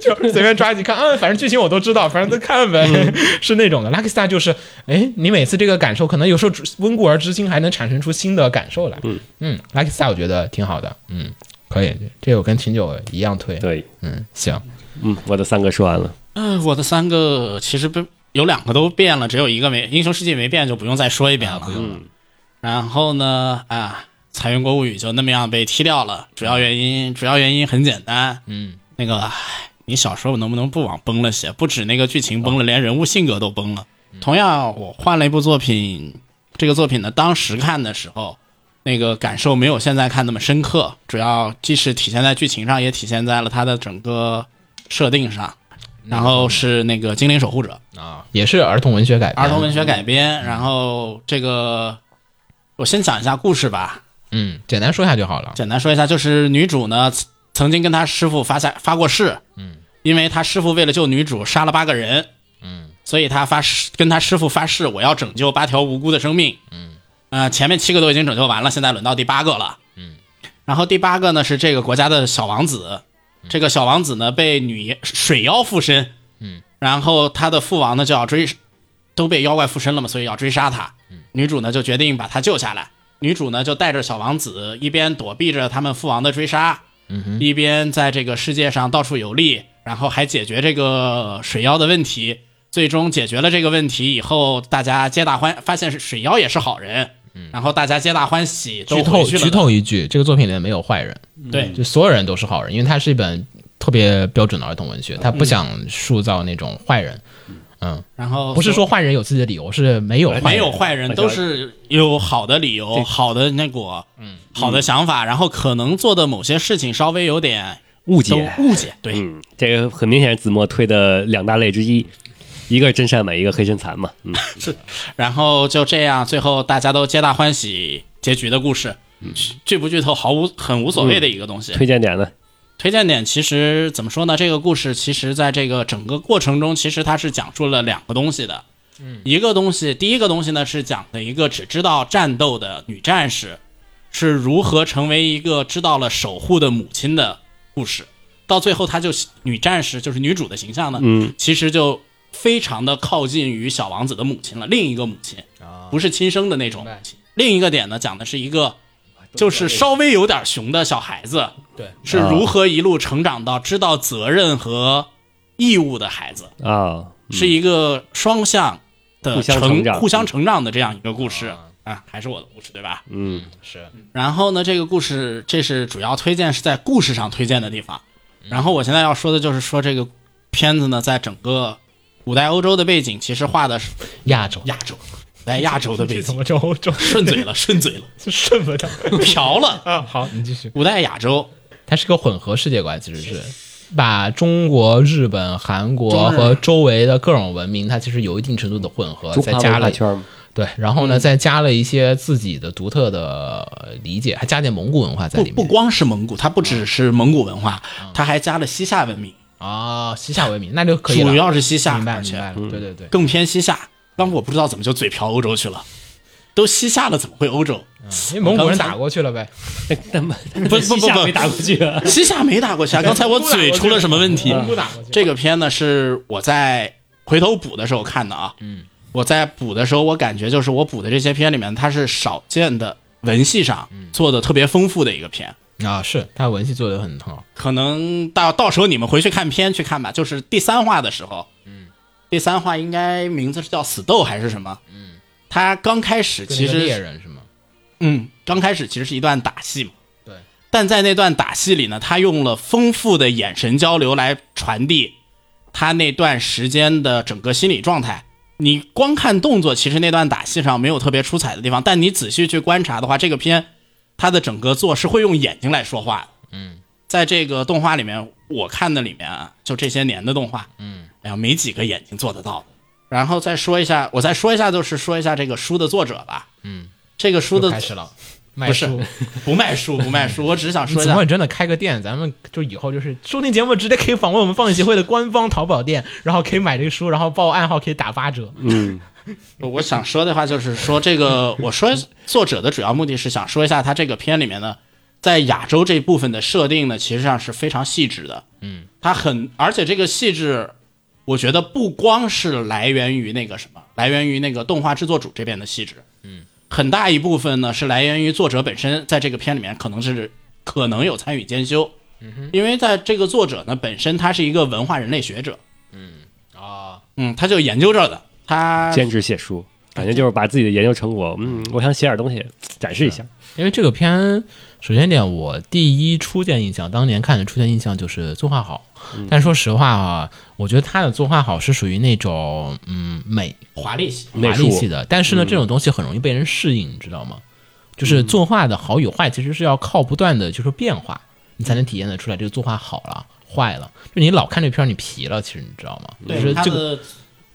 就随便抓一集看，嗯，反正剧情我都知道，反正都看呗，
嗯
是那种的。Lucky Star 就是，哎，你每次这个感受，可能有时候温故而知新，还能产生出新的感受来。嗯嗯，Lucky Star 我觉得挺好的，嗯，可以，这我跟秦九一样推。，
对，
嗯，行，
嗯，我的三个说完了，
呃，我的三个其实被有两个都变了，只有一个没《英雄世界》没变，就不用再说一遍了。
不用了
然后呢，啊，《彩云国物语》就那么样被踢掉了。主要原因，主要原因很简单，嗯，那个，唉你小时候能不能不往崩了写？不止那个剧情崩了，连人物性格都崩了。同样，我换了一部作品，这个作品呢，当时看的时候，那个感受没有现在看那么深刻。主要既是体现在剧情上，也体现在了它的整个设定上。然后是那个《精灵守护者》，
啊，也是儿童文学改编，
儿童文学改编。然后这个，我先讲一下故事吧，
嗯，简单说一下就好了。
简单说一下，就是女主呢曾曾经跟她师傅发下发过誓，嗯，因为她师傅为了救女主杀了八个人，嗯，所以她发誓跟她师傅发誓，我要拯救八条无辜的生命，嗯，呃，前面七个都已经拯救完了，现在轮到第八个了，嗯，然后第八个呢是这个国家的小王子，这个小王子呢被女水妖附身，嗯，然后他的父王呢就要追，都被妖怪附身了嘛，所以要追杀他，女主呢就决定把他救下来。女主呢就带着小王子，一边躲避着他们父王的追杀，一边在这个世界上到处游历，然后还解决这个水妖的问题。最终解决了这个问题以后，大家皆大欢，发现是水妖也是好人，然后大家皆大欢喜，都
剧
回
透
去
剧
了。哎
透一句，这个作品里面没有坏人，
对，
就所有人都是好人，因为它是一本特别标准的儿童文
嗯
学，它不想塑造那种坏人。
然后
不是说坏人有自己的理由，是没有坏人
哦哎没有坏人，
而且
都是有好的理由、好的那果，嗯，好的想法，然后可能做的某些事情稍微有点
误
都
解。
误解，对，
嗯，这个很明显是子墨推的两大类之一，一个是真善美，一个黑身残嘛。嗯，
然后就这样，最后大家都皆大欢喜结局的故事。剧不剧透毫无很无所谓的一个东西。
推荐点呢？
推荐点其实怎么说呢？这个故事其实在这个整个过程中，其实它是讲述了两个东西的。一个东西，第一个东西呢是讲的一个只知道战斗的女战士，是如何成为一个知道了守护的母亲的故事。到最后，她就女战士就是女主的形象呢，
嗯，
其实就非常的靠近于小王子的母亲了，另一个母亲，不是亲生的那种母亲。另一个点呢，讲的是一个
哎
就是稍微有点熊的小孩子，
对，
是如何一路成长到知道责任和义务的孩子，
啊，
是一个双向的
互相成长
互相成长的这样一个故事啊，还是我的故事对吧？
嗯，
然后呢，这个故事这是主要推荐是在故事上推荐的地方。
嗯
然后我现在要说的就是说这个片子呢，在整个古代欧洲的背景，其实画的是
亚洲，
亚洲，在 亚洲的背 景，
么叫欧洲？
顺嘴了，顺嘴了，
顺不到
瓢了。
啊！好，你继续。
古代亚洲，
它是个混合世界观，其实是把中国、日本、韩国
中日
和周围的各种文明，它其实有一定程度的混合，
中
再
华
加
文化
了
圈嘛，
对，然后
嗯
呢，再加了一些自己的独特的理解，还加点蒙古文化在
不
里面。嗯
不光是蒙古，它不只是蒙古文化，它还加了西夏文明，
啊，西夏文明那就可以了。
主要嗯是西夏，
明白
而且
明白了，对对对，
更偏西夏。刚我不知道怎么就嘴瓢欧洲去了，都西夏了，怎么会欧洲？
因为蒙古人打过去了呗。
那 么
哎不不不
西夏没打过去啊。
西夏没打过去啊！刚才我嘴出了什么问题？
蒙古
嗯
打过去，
这个片呢是我在回头补的时候看的啊。嗯，我在补的时候，我感觉就是我补的这些片里面，它是少见的文戏上
嗯
做的特别丰富的一个片。
啊，是他文戏做的很很好。
可能到到时候你们回去看片去看吧，就是第三话的时候，嗯，第三话应该名字是叫死斗还是什么？嗯，他刚开始
跟
其
那个猎
实
人是吗？
嗯，刚开始其实是一段打戏嘛。
对。
但在那段打戏里呢，他用了丰富的眼神交流来传递他那段时间的整个心理状态。你光看动作，其实那段打戏上没有特别出彩的地方，但你仔细去观察的话，这个片它的整个做是会用眼睛来说话的。嗯，在这个动画里面，我看的里面啊，就这些年的动画，嗯，哎呀，没几个眼睛做得到的。然后再说一下，我再说一下，就是说一下这个书的作者吧。嗯，这个书
又
的
开始了，卖
不是
书。
不卖书，不卖书，我只是想说一
子墨，
下
你真的开个店，咱们就以后就是收听节目直接可以访问我们放映协会的官方淘宝店，然后可以买这个书，然后报暗号可以打八折。
嗯，
我想说的话就是说，这个我说作者的主要目的是想说一下他这个片里面呢，在亚洲这部分的设定呢，其实上是非常细致的。嗯，它很，而且这个细致，我觉得不光是来源于那个什么，来源于那个动画制作组这边的细致。嗯，很大一部分呢是来源于作者本身在这个片里面可能是可能有参与监修。嗯因为在这个作者呢本身他是一个文化人类学者。嗯啊，嗯，他就研究这儿的，他
坚持写书，感觉就是把自己的研究成果，嗯，我想写点东西展示一下。
因为这个片，首先一点，我第一初见印象，当年看的初见印象就是作画好。但说实话啊，我觉得他的作画好是属于那种嗯美华丽系
美
华
术
丽系的，但是呢，这种东西很容易被人适应，你知道吗？就是作画的好与坏，其实是要靠不断的就是变化，你才能体验得出来这个作画好了坏了。就你老看这片儿，你疲了，其实你知道吗？就是
他
这个嗯
的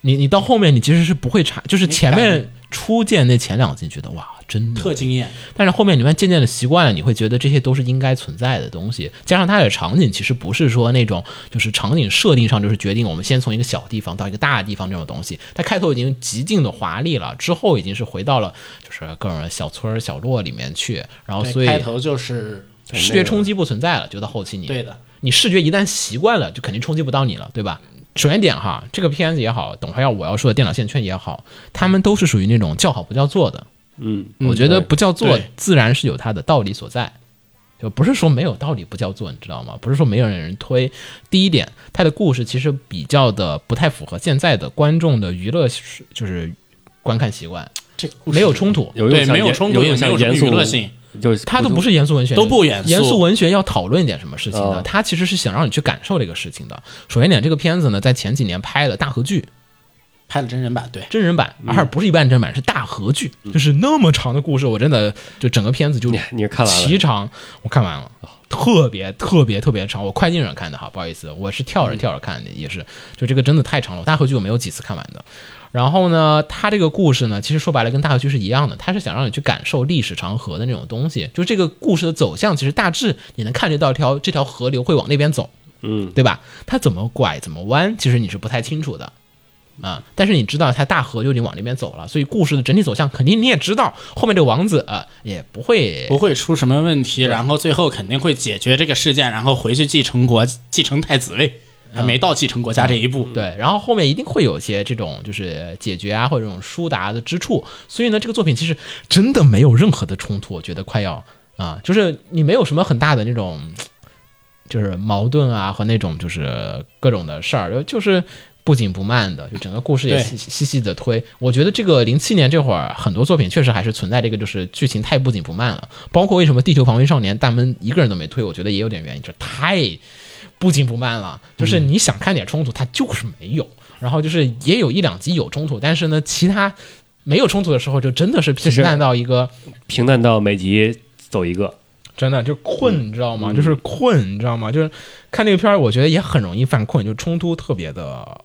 你你到后面你其实是不会查，就是前
感
面初见那前两集觉得哇真的
特惊艳，
但是后面你们渐渐的习惯了，你会觉得这些都是应该存在的东西。加上它的场景，其实不是说那种就是场景设定上就是决定我们先从一个小地方到一个大地方这种东西。它开头已经极尽的华丽了，之后已经是回到了就是各种小村儿小落里面去，然后哦所以
开头就是
视觉冲击不存在了，就到后期你
对的，
你视觉一旦习惯了，就肯定冲击不到你了，对吧？首先点哈，这个片子也好，等会儿要我要说的电脑线圈也好，他们都是属于那种叫好不叫座的，
嗯，
我觉得
对
不叫做
对
自然是有它的道理所在，就不是说没有道理不叫做，你知道吗？不是说没有人推。第一点，它的故事其实比较的不太符合现在的观众的娱乐是就是观看习惯，
这
没有冲突。
有一种
对
像
没有
严
冲突，
有一种
也没
像
有什么
严
娱
肃
乐性，，
就是
它都不是严肃文学，
都不严肃
严肃文学要讨论一点什么事情的，
哦
它其实是想让你去感受这个事情的。首先点，这个片子呢，在前几年拍的大合剧，
拍了真人版，对，
真人版，
嗯
而不是一般真人版，是大合剧，就是那么长的故事，我真的就整个片子就
你你是看完了哦
奇长，我看完了，特别特别特别长，我快进着看的哈，不好意思，我是跳
嗯
着跳着看的，也是，就这个真的太长了，大合剧我没有几次看完的。然后呢，他这个故事呢，其实说白了跟大合剧是一样的，他是想让你去感受历史长河的那种东西。就这个故事的走向，其实大致你能看这道条这条河流会往那边走，
嗯，
对吧？它怎么拐怎么弯，其实你是不太清楚的。啊、但是你知道它大河就已经往那边走了，所以故事的整体走向肯定你也知道，后面这个王子、呃、也不会
不会出什么问题，然后最后肯定会解决这个事件，然后回去继承国继承太子位，
嗯
还没到继承国家这一步，
对，然后后面一定会有一些这种就是解决啊，或者这种疏达的之处。所以呢，这个作品其实真的没有任何的冲突，我觉得快要啊，就是你没有什么很大的那种就是矛盾啊和那种就是各种的事儿，就是。不紧不慢的，就整个故事也
对
细细细的推。我觉得这个零七年这会儿，很多作品确实还是存在这个，就是剧情太不紧不慢了。包括为什么《地球防卫少年》大门一个人都没推，我觉得也有点原因，就是太不紧不慢了，就是你想看点冲突，它就是没有。然后就是也有一两集有冲突，但是呢，其他没有冲突的时候，就真的是平淡到一个
平淡到每集走一个，
真的就困，你知道吗？就是困，你知道吗？就是看这个片儿，我觉得也很容易犯困，就冲突特别的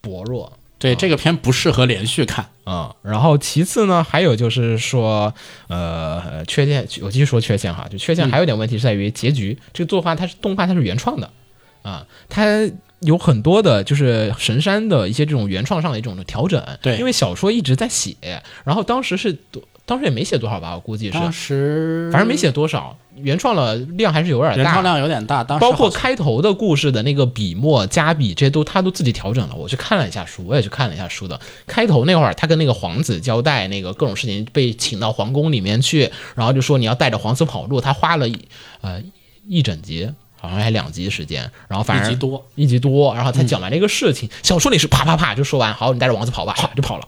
薄弱。
对，这个片不适合连续看，
嗯，然后其次呢，还有就是说，呃，缺陷，我继续说缺陷哈，就缺
嗯
陷还有点问题是在于结局，这个作画它是动画，它是原创的，啊，它有很多的就是神山的一些这种原创上的一种的调整，
对
因为小说一直在写，然后当时是多，当时也没写多少吧，我估计是，
当时
反正没写多少，原创了量还是有点大，
原创量有点大，当时
包括
好像
开头的故事的那个笔墨加笔这些都他都自己调整了。我去看了一下书，我也去看了一下书的。开头那会儿，他跟那个皇子交代那个各种事情，被请到皇宫里面去，然后就说你要带着皇子跑路。他花了一呃一整集，好像还两集时间，然后反而
一集多
一集多，然后才讲完这个事情。小说里是啪啪啪就说完，好，你带着王子跑吧，啪就跑了。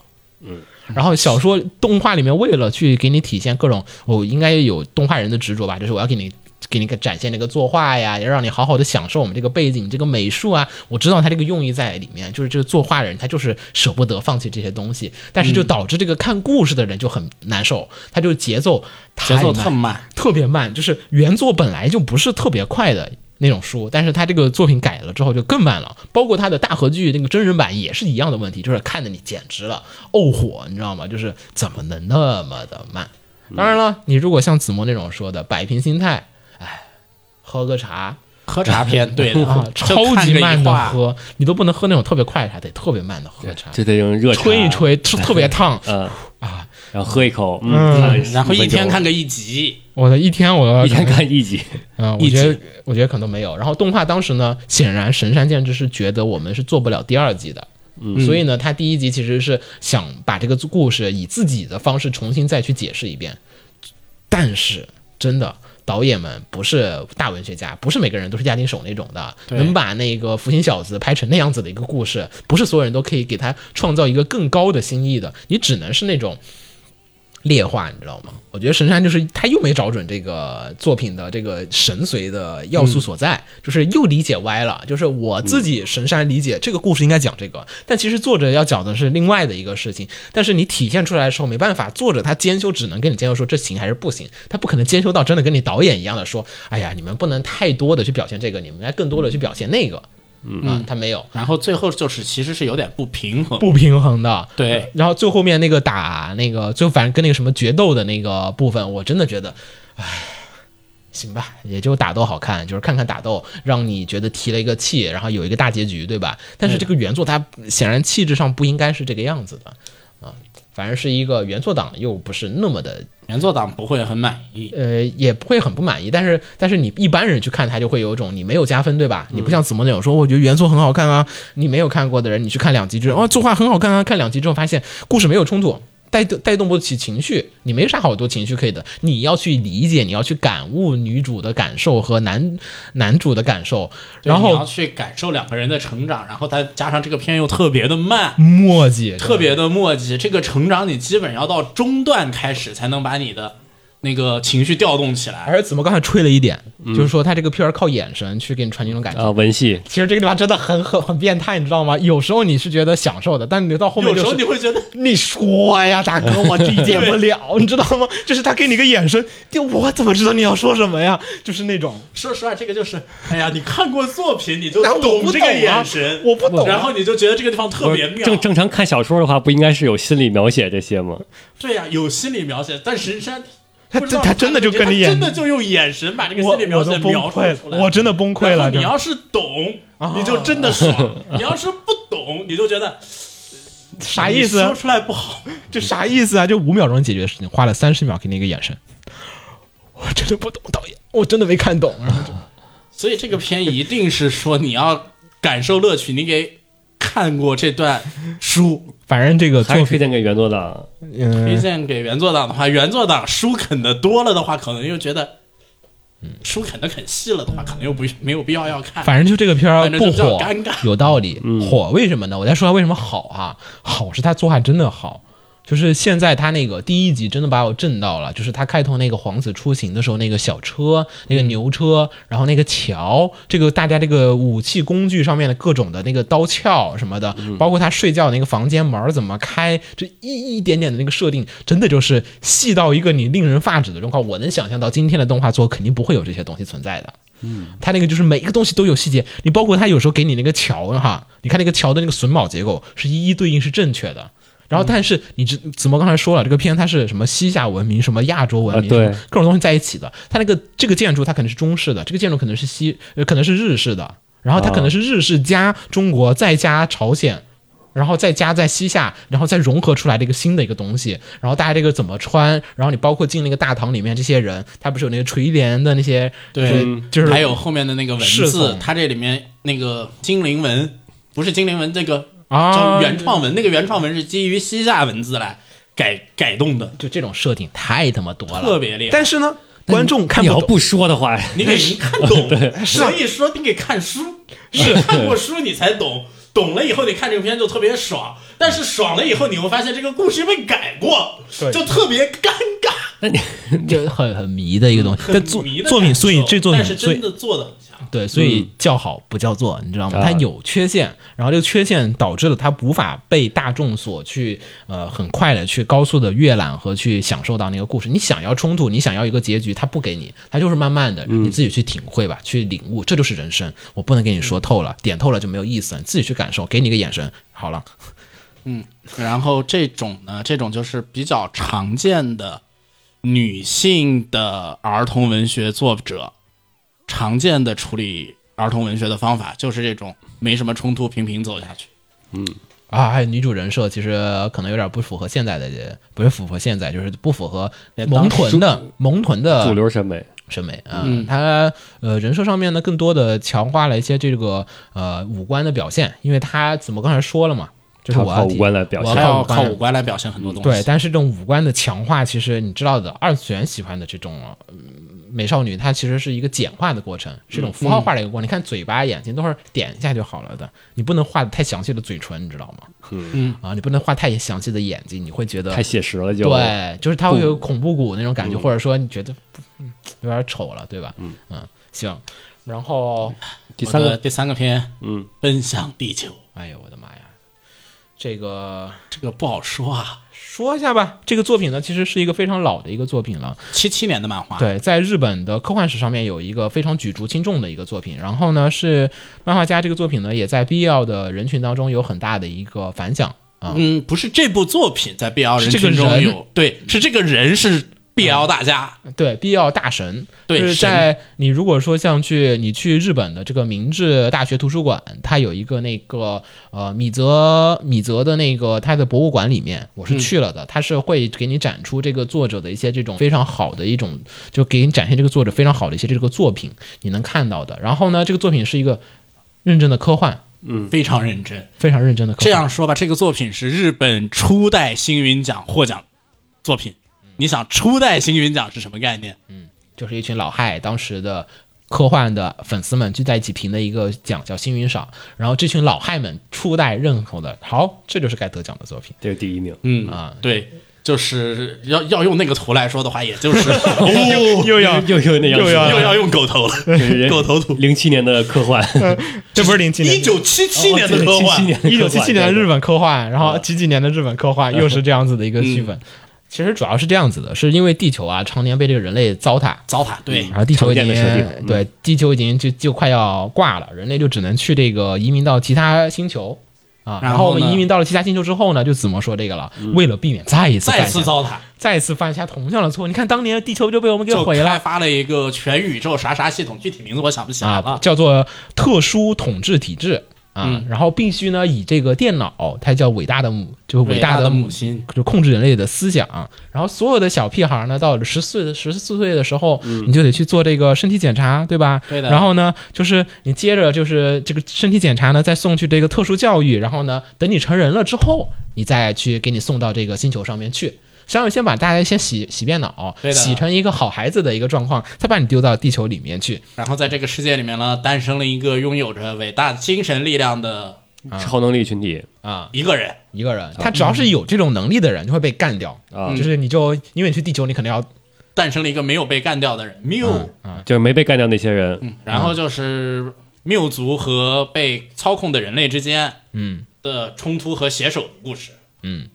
然后小说动画里面为了去给你体现各种，我、应该有动画人的执着吧，就是我要给你。给你个展现这个作画呀，要让你好好的享受我们这个背景、这个美术啊。我知道他这个用意在里面，就是这个作画人他就是舍不得放弃这些东西，但是就导致这个看故事的人就很难受，他就节奏
节奏
太
特
慢
慢，
特别慢，就是原作本来就不是特别快的那种书，但是他这个作品改了之后就更慢了。包括他的大合剧那个真人版也是一样的问题，就是看的你简直了，怄火，你知道吗？就是怎么能那么的慢？当然了，你如果像子墨那种说的摆平心态，哎，喝个茶。
喝茶片， 对的，
啊，
就看
超级
个一
慢的
画，
喝，你都不能喝那种特别快的茶，得特别慢的喝茶，
就得用热茶
吹一，吹，是特别烫。
嗯然后喝一口，嗯，看
啊然后一天
10分钟
看个一集，
我的一天我要
一天看一集，
嗯，我
一
觉
集
得我觉得可能没有。然后动画当时呢，显然神山健治是觉得我们是做不了第二季的。所
嗯
以呢，他第一集其实是想把这个故事以自己的方式重新再去解释一遍，但是真的导演们不是大文学家，不是每个人都是押金手那种的，
对
能把那个福星小子拍成那样子的一个故事，不是所有人都可以给他创造一个更高的新意的，你只能是那种。劣化，你知道吗？我觉得神山就是他又没找准这个作品的这个神髓的要素所在，就是又理解歪了。就是我自己神山理解这个故事应该讲这个，但其实作者要讲的是另外的一个事情。但是你体现出来的时候没办法，作者他兼修只能跟你兼修说这行还是不行，他不可能兼修到真的跟你导演一样的说，哎呀，你们不能太多的去表现这个，你们应该更多的去表现那个。嗯，他没有
然后最后就是其实是有点不平衡，
不平衡的，
对，
然后最后面那个打那个，最后反正跟那个什么决斗的那个部分，我真的觉得，唉，行吧，也就打斗好看，就是看看打斗，让你觉得提了一个气，然后有一个大结局，对吧？但是这个原作它显然气质上不应该是这个样子的啊，反而是一个原作党又不是那么的，
原作党不会很满意。
呃，也不会很不满意。但是但是你一般人去看它就会有一种你没有加分，对吧？
嗯
你不像子墨那种说我觉得原作很好看啊，你没有看过的人你去看两集之后，哦，作画很好看啊，看两集之后发现故事没有冲突。带动带动不起情绪，你没啥好多情绪可以的。你要去理解，你要去感悟女主的感受和男男主的感受，
对
然
你要
后
去感受两个人的成长，然后再加上这个片又特别的慢，
墨迹，
特别的墨迹，这个成长你基本要到中段开始才能把你的那个情绪调动起来。
而子墨刚才吹了一点，
嗯
就是说他这个片儿靠眼神去给你传递那种感觉。
啊，文戏
其实这个地方真的很很很变态，你 知道吗？有时候你是觉得享受的，但你到后面
有
就
时候你
是。
会觉得
你说呀，大哥， 我理解不了，你知道吗？就是他给你个眼神，就我怎么知道你要说什么呀？就是那种，
说实话，这个就是，哎呀，你看过作品，你就
然后 我不
这个
懂啊
眼神，
我不懂啊
然后你就觉得这个地方特
不
别
是
妙。
正正常看小说的话，不应该是有心理描写这些吗？
对呀、有心理描写，但神山
他
不知道
他真的就跟你演
他真的就用眼神把这个
我
心理描
我
写
都崩
描述
溃
出来。
了，我真的崩溃
然
了。
后
真
你
的
要是懂，你就真 的爽；你要是不懂，你就觉得
啥意
你
思
说？出来不好。
这啥意思啊？就五秒钟解决的事情，花了三十秒给你一个眼神，我真的不懂导演，我真的没看懂。然后就
所以这个片一定是说你要感受乐趣，你给看过这段书，
反正这个作
还是推
品，
荐给原作党？
推
嗯，
荐给原作党的话，原作党书啃的多了的话，可能又觉得。书啃的很细了的话，可能又不没有必要要看。
反正就这个片儿啊
反正就
不
比较
火
尴尬，
有道理。火为什么呢？我再说下为什么好啊？好是他作画真的好，就是现在他那个第一集真的把我震到了，就是他开头那个皇子出行的时候，那个小车、那个牛车，
嗯
然后那个桥，这个大家这个武器工具上面的各种的那个刀鞘什么的，
嗯
包括他睡觉那个房间门儿怎么开，这一一点点的那个设定，真的就是细到一个你令人发指的状况。我能想象到今天的动画作肯定不会有这些东西存在的。它那个就是每一个东西都有细节，你包括它有时候给你那个桥哈，你看那个桥的那个榫卯结构是一一对应是正确的。然后，但是你知子墨刚才说了，这个片它是什么西夏文明、什么亚洲文明，
啊对
什么各种东西在一起的。它那个这个建筑它可能是中式的，这个建筑可能是西，呃可能是日式的，然后它可能是日式加中国再加朝鲜，然后再加在西夏，然后再融合出来的一个新的一个东西。然后大家这个怎么穿，然后你包括进那个大堂里面这些人，他不是有那个垂帘的那些，
对
就是
还有后面的那个文
侍
字
从，
它这里面那个精灵文不是精灵文，这个
啊
叫原创文，那个原创文是基于西夏文字来改改动的，
就这种设定太他妈多了，
特别厉害。
但是呢，观众看
你
不
要
懂，
不说的话，
你给人看 懂，所以说你给看书，是看过书你才懂，懂了以后你看这个片就特别爽，但是爽了以后你会发现这个故事被改过，就特别尴尬。
那 你
就很很迷的一个 东西。但作
迷的感
作品，
受
所以这作品，
但是
所
真嗯
以
的做的很强。
对，所以叫好不叫座，你知道吗？
啊
它有缺陷，然后这个缺陷导致了它无法被大众所去呃很快的去高速的阅览和去享受到那个故事。你想要冲突，你想要一个结局，它不给你，它就是慢慢的
嗯
你自己去体会吧，去领悟，这就是人生。我不能给你说透了，点透了就没有意思，你自己去感受，给你一个眼神，好了。
然后这种呢，这种就是比较常见的女性的儿童文学作者，常见的处理儿童文学的方法就是这种没什么冲突，平平走下去。
啊，还有女主人设其实可能有点不符合现在的，不是符合现在，就是不符合萌臀的萌臀
主
的
流嗯审美
审美啊。她呃人设上面呢，更多的强化了一些这个呃五官的表现，因为她怎么刚才说了嘛，
就是我要
靠
提
五官来表现
我
还
要
要
靠
靠
五
五
官。
官来表现很多东西。
对，但是这种五官的强化，其实你知道的，二次元喜欢的这种嗯美少女，它其实是一个简化的过程，是一种符号化的一个过程。你看嘴巴、眼睛都是点一下就好了的，你不能画的太详细的嘴唇，你知道吗？嗯啊，你不能画太详细的眼睛，你会觉
啊
得
太写实了就。
对，就是它会有恐怖谷那种感觉，或者说你觉得不嗯有点丑了，对吧？嗯行。然后，
第
我
三
的
个，
第三个片，
嗯，
奔向地球，
哎呦我的妈呀，这个
这个不好说啊，
说一下吧，这个作品呢，其实是一个非常老的一个作品了。
七七年的漫画，
对，在日本的科幻史上面有一个非常举足轻重的一个作品。然后呢，是漫画家这个作品呢，也在必要的人群当中有很大的一个反响啊。
嗯，不是这部作品在 BL 人
是这个
群中
人
有，对，是这个人是 BL 大家，
对，必要大神，
对
就是在你如果说像去你去日本的这个明治大学图书馆，它有一个那个呃米泽米泽的那个它的博物馆里面，我是去了的，它是会给你展出这个作者的一些这种非常好的一种，就给你展现这个作者非常好的一些这个作品，你能看到的。然后呢，这个作品是一个认真的科幻，
非常认真。
非常认真的科幻。
这样说吧，这个作品是日本初代星云奖获奖作品。你想初代星云奖是什么概念？
就是一群老害当时的科幻的粉丝们聚在一起评的一个奖，叫星云赏。然后这群老害们初代认可的，好，这就是该得奖的作品。
这是第一名。
嗯啊，对，就是要要用那个图来说的话，也就 是哦，
又要 又又那样，又
又要用狗 头了，狗头图。
零七年的科幻，
这不是零七
一九七七 年的科幻，
一九七七年的日
本
本科幻，嗯然后几几年的日本科幻，又是这样子的一个区分。其实主要是这样子的，是因为地球啊常年被这个人类糟蹋，
糟蹋，对
然，后地球已
常
经
见的设定嗯
对地球已经就就快要挂了，人类就只能去这个移民到其他星球啊。
然
然
后
后我们
呢
移民到了其他星球之后呢，就子墨说这个了，为了避免再一次
再
犯
次
下
糟蹋，
再次犯下同样的错误。你看当年地球就被我们给
就
毁
开
了
发了一个全宇宙啥啥系统，具体名字我想不起来
啊
了，。
叫做特殊统治体制啊。
嗯
然后必须呢以这个电脑，它叫伟大的母，就是
伟
大
大的
母
母。亲，
就控制人类的思想，然后所有的小屁孩呢，到了十四的十四岁的时候，你就得去做这个身体检查，对吧？
嗯对的
然后呢，就是你接着就是这个身体检查呢，再送去这个特殊教育，然后呢，等你成人了之后，你再去给你送到这个星球上面去。相当于先把大家先洗洗遍脑
对，的
洗成一个好孩子的一个状况，再把你丢到地球里面去。
然后在这个世界里面呢，诞生了一个拥有着伟大精神力量的
超能力群体
一个人，
啊一个人，他只要是有这种能力的人，就会被干掉。
啊
就，是你就因为你去地球，你可能要
诞生了一个没有被干掉的人缪，
就是没被干掉那些人，
然后就是缪族和被操控的人类之间，嗯的冲突和携手的故事，
嗯，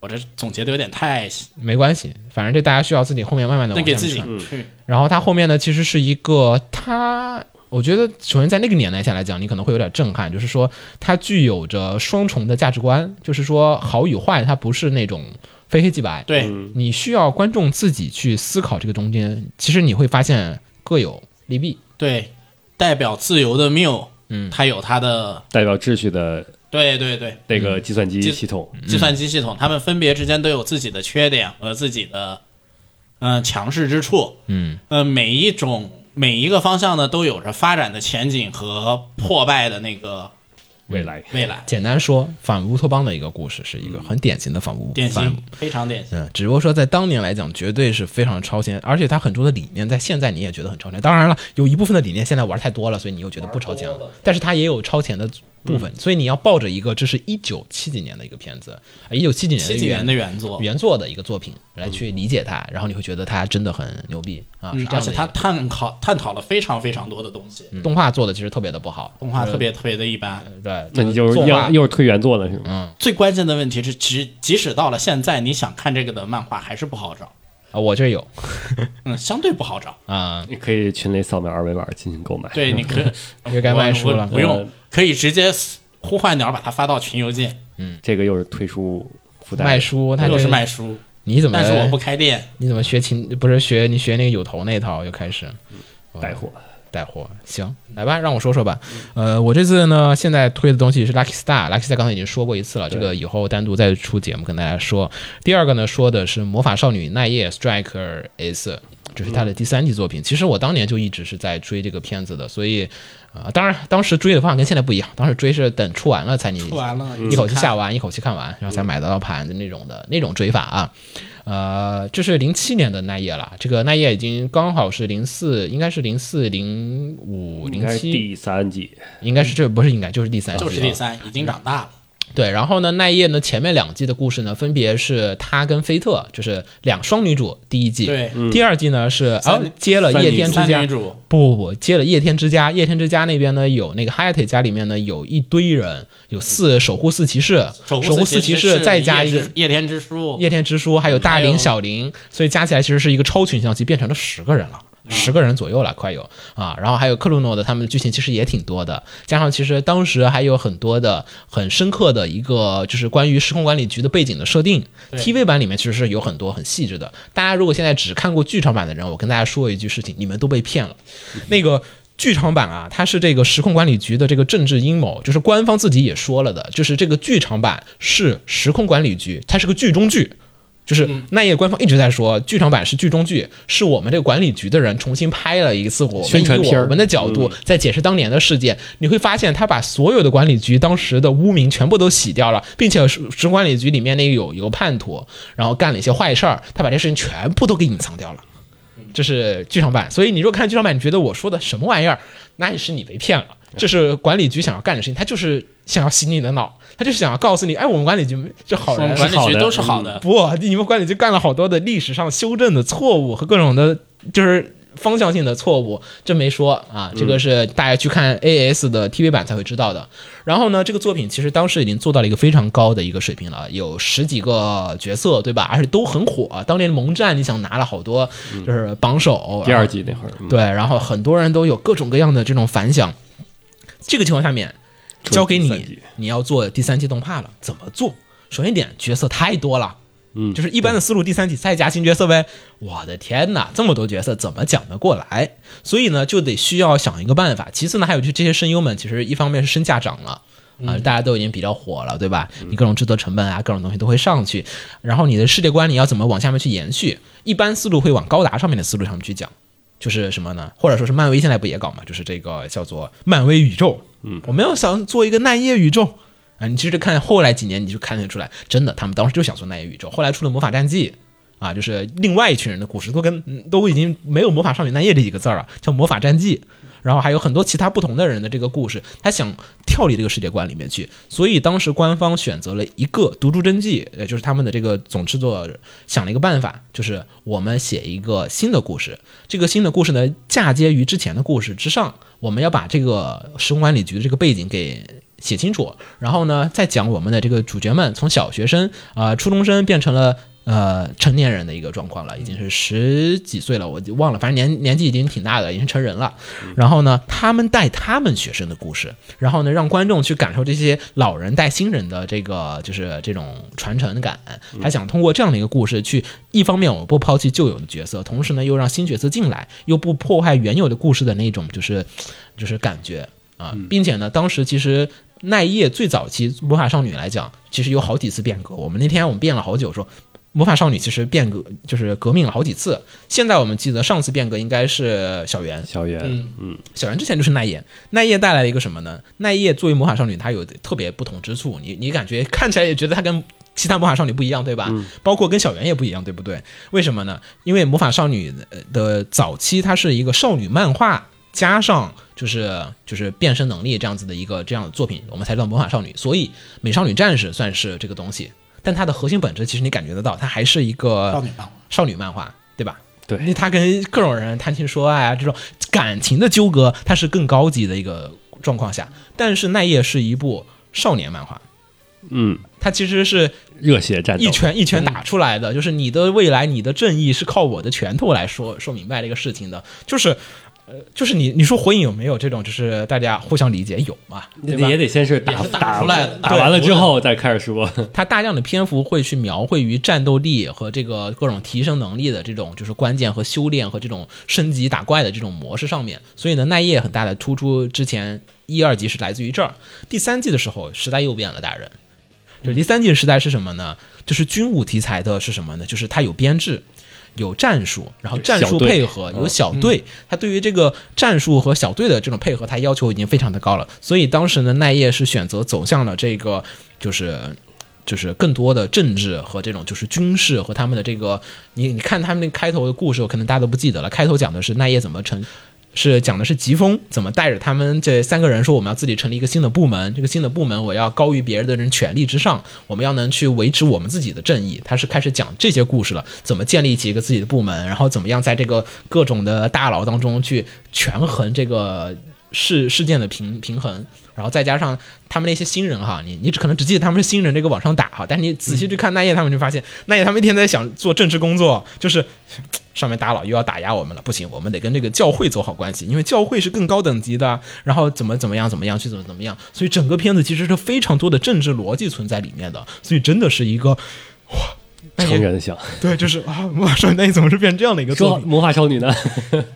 我这总结的有点太，
没关系，反正这大家需要自己后面慢慢的
那
往
给
下
自己
传。
嗯去
然后它后面呢，其实是一个它，我觉得首先在那个年代下来讲，你可能会有点震撼，就是说它具有着双重的价值观，就是说好与坏，它不是那种非黑即白，
对，
你需要观众自己去思考这个中间，其实你会发现各有利弊。
对，代表自由的缪，嗯，他有他的，
代表秩序的
对对对，
那个计算机
计
系统，
计算机系统，他们分别之间都有自己的缺点和自己的，嗯、强势之处，
嗯，
呃，每一种每一个方向呢，都有着发展的前景和破败的那个
未来
未来，
简单说，反乌托邦的一个故事是一个很典型的反乌
典
反
型，非常典型。
嗯，只不过说在当年来讲，绝对是非常超前，而且它很多的理念在现在你也觉得很超前。当然了，有一部分的理念现在玩太多了，所以你又觉得不超前了。但是它也有超前的部
嗯
分，所以你要抱着一个这是一九七几年的一个片子，呃一九七几年的
七几年的
原
原作，
原作的一个作品来去理解它，然后你会觉得它真的很牛逼啊！是
嗯，
这
而
样的
且
一
他
个。嗯
探讨探讨了非常非常多的东西，
动画做的其实特别的不好，
动画特别特别的一般。
对，
那你就是
作画
要又是推原作了是吗？
最关键的问题是，即即使到了现在，你想看这个的漫画还是不好找，
啊，我这有
嗯，相对不好找。
啊，
你可以群里扫描二维码进行购买。
对，你 可
又该卖书了
我我不用，可以直接呼唤鸟把它发到群邮件，
这个又是推出附带
卖，书，他
又
这
是卖书，
你怎么？
但是我不开店。
你怎么学琴？不是学你学那个有头那套又开始
带货。
带货？行，来吧，让我说说吧。呃，我这次呢，现在推的东西是 Lucky Star，Lucky Star 刚才已经说过一次了，这个以后单独再出节目跟大家说。第二个呢，说的是魔法少女奈叶 Striker S。这是他的第三季作品。其实我当年就一直是在追这个片子的，所以啊、呃当然当时追的话跟现在不一样，当时追是等出 完了才你
出完了
一口气下完，一口气看完，然后才买得到盘的那种的那种追法啊。呃，这是零七年的奈叶了，这个奈叶已经刚好是零四，应该是零四零五
应
零
该是
七，
第三季，
应该是这不是应该就是第三季，
就是第三，已
嗯
经长大了。
对，然后呢，奈叶呢前面两季的故事呢，分别是她跟菲特，就是两双女主，第一季，
对
第二季呢是
三
哦嗯接了
三
夜
女
天之
三
家
女，主
不不不，接了夜天之家，夜天之家那边呢有那个 Hayate 家里面呢有一堆人，有四守护四骑士，守护四骑士再加一个。
夜天之书，
夜天之书，还有大
还有
林、小林，所以加起来其实是一个超群象棋，变成了十个人了。十个人左右了，快有啊！然后还有克鲁诺的，他们的剧情其实也挺多的，加上其实当时还有很多的很深刻的一个就是关于时空管理局的背景的设定。TV 版里面其实是有很多很细致的。大家如果现在只看过剧场版的人，我跟大家说一句事情，你们都被骗了。那个剧场版啊，它是这个时空管理局的这个政治阴谋，就是官方自己也说了的，就是这个剧场版是时空管理局，它是个剧中剧。就是
嗯
奈叶官方一直在说，剧场版是剧中剧，是我们这个管理局的人重新拍了一次我们
宣传
以
片儿嗯
我们的角度在解释当年的事件。你会发现，他把所有的管理局当时的污名全部都洗掉了，并且时时管理局里面那个有有个叛徒，然后干了一些坏事儿，他把这事情全部都给隐藏掉了。这是剧场版。所以你如果看剧场版，你觉得我说的什么玩意儿，那也是你被骗了。这是管理局想要干的事情，他就是想要洗你的脑，他就是想要告诉你，哎，我们管理局这好人，啊
管理
好
局
的
都是好的，
不，你们管理局干了好多的历史上修正的错误和各种的，就是方向性的错误，这没说啊，这个是大家去看 AS 的 TV 版才会知道的。然后呢，这个作品其实当时已经做到了一个非常高的一个水平了，有十几个角色，对吧？而且都很火，啊当年萌战你想拿了好多，就是榜首。
第
然
二
后
季那会儿，嗯
对，然后很多人都有各种各样的这种反响。这个情况下面，
出
交给
第三
你
季，
你要做第三季动画了，怎么做？首先一点，角色太多了。
嗯，
就是一般的思路，第三季再加新角色呗。我的天哪，这么多角色怎么讲得过来？所以呢，就得需要想一个办法。其次呢，还有就这些声优们，其实一方面是身价涨了。啊、大家都已经比较火了，对吧？你各种制作成本啊，各种东西都会上去，然后你的世界观你要怎么往下面去延续？一般思路会往高达上面的思路上面去讲，就是什么呢？或者说是漫威现在不也搞嘛？就是这个叫做漫威宇宙。嗯，我没有想做一个奈叶宇宙啊。你其实看后来几年，你就看得出来，真的，他们当时就想做奈叶宇宙。后来出了魔法战记。啊，就是另外一群人的故事，都跟嗯都已经没有魔法少女奈叶这几个字儿了，叫魔法战记。然后还有很多其他不同的人的这个故事，他想跳离这个世界观里面去，所以当时官方选择了一个独株真纪，呃，就是他们的这个总制作想了一个办法，就是我们写一个新的故事，这个新的故事呢嫁接于之前的故事之上，我们要把这个时空管理局的这个背景给写清楚，然后呢，再讲我们的这个主角们从小学生啊、呃初中生变成了呃成年人的一个状况了，已经是十几岁了，我就忘了，反正年年纪已经挺大的，已经成人了。然后呢，他们带他们学生的故事，然后呢，让观众去感受这些老人带新人的这个就是这种传承感。他想通过这样的一个故事去，一方面我们不抛弃旧有的角色，同时呢又让新角色进来，又不破坏原有的故事的那种就是就是感觉啊，并且呢，当时其实奈叶最早期《魔法少女》来讲，其实有好几次变革。我们那天我们变了好久，说《魔法少女》其实变革就是革命了好几次。现在我们记得上次变革应该是小圆，
小圆，嗯，
小圆之前就是奈叶，奈叶带来了一个什么呢？奈叶作为魔法少女，她有特别不同之处，你你感觉看起来也觉得她跟其他魔法少女不一样，对吧？
嗯
包括跟小圆也不一样，对不对？为什么呢？因为魔法少女呃的早期它是一个少女漫画。加上就是就是变身能力这样子的一个这样的作品，我们才知道魔法少女。所以美少女战士算是这个东西，但它的核心本质其实你感觉得到，它还是一个
少女漫画
少女漫画，对吧？
对
因为他跟各种人谈情说爱啊，这种感情的纠葛，它是更高级的一个状况下。但是奈叶是一部少年漫画，
嗯，
它其实是
热血战斗
一，拳一拳打出来的，就是你的未来，你的正义是靠我的拳头来说说明白这个事情的，就是。呃，就是你，你说火影有没有这种，就是大家互相理解有嘛？
那也得先是打
也是打出来的
嗯
打
对
完了之后再开始说，
它大量的篇幅会去描绘于战斗力和这个各种提升能力的这种就是关键和修炼和这种升级打怪的这种模式上面。所以呢，奈叶很大的突出之前一二集是来自于这儿，第三季的时候时代又变了，大人。就是第三季的时代是什么呢？就是军武题材的是什么呢？就是它有编制，有战术，然后战
小
术
队嗯
配合有小队，他对于这个战术和小队的这种配合，他要求已经非常的高了。所以当时呢，奈叶是选择走向了这个就是。就是更多的政治和这种就是军事和他们的这个，你你看他们那开头的故事，可能大家都不记得了。开头讲的是奈叶怎么成是讲的是疾风怎么带着他们这三个人说，我们要自己成立一个新的部门，这个新的部门我要高于别人的人权力之上，我们要能去维持我们自己的正义。他是开始讲这些故事了，怎么建立起一个自己的部门，然后怎么样在这个各种的大佬当中去权衡这个事事件的平平衡。然后再加上他们那些新人哈，你你只可能只记得他们是新人这个往上打哈，但是你仔细去看奈叶他们，就发现奈叶他们一天在想做政治工作，就是上面打老又要打压我们了，不行，我们得跟这个教会做好关系，因为教会是更高等级的，然后怎么怎么样怎么样去怎么怎么样，所以整个片子其实是非常多的政治逻辑存在里面的，所以真的是一个哇，
成人想
对，就是啊，我说那你怎么是变成这样的一个作
说
品？
魔法少女呢，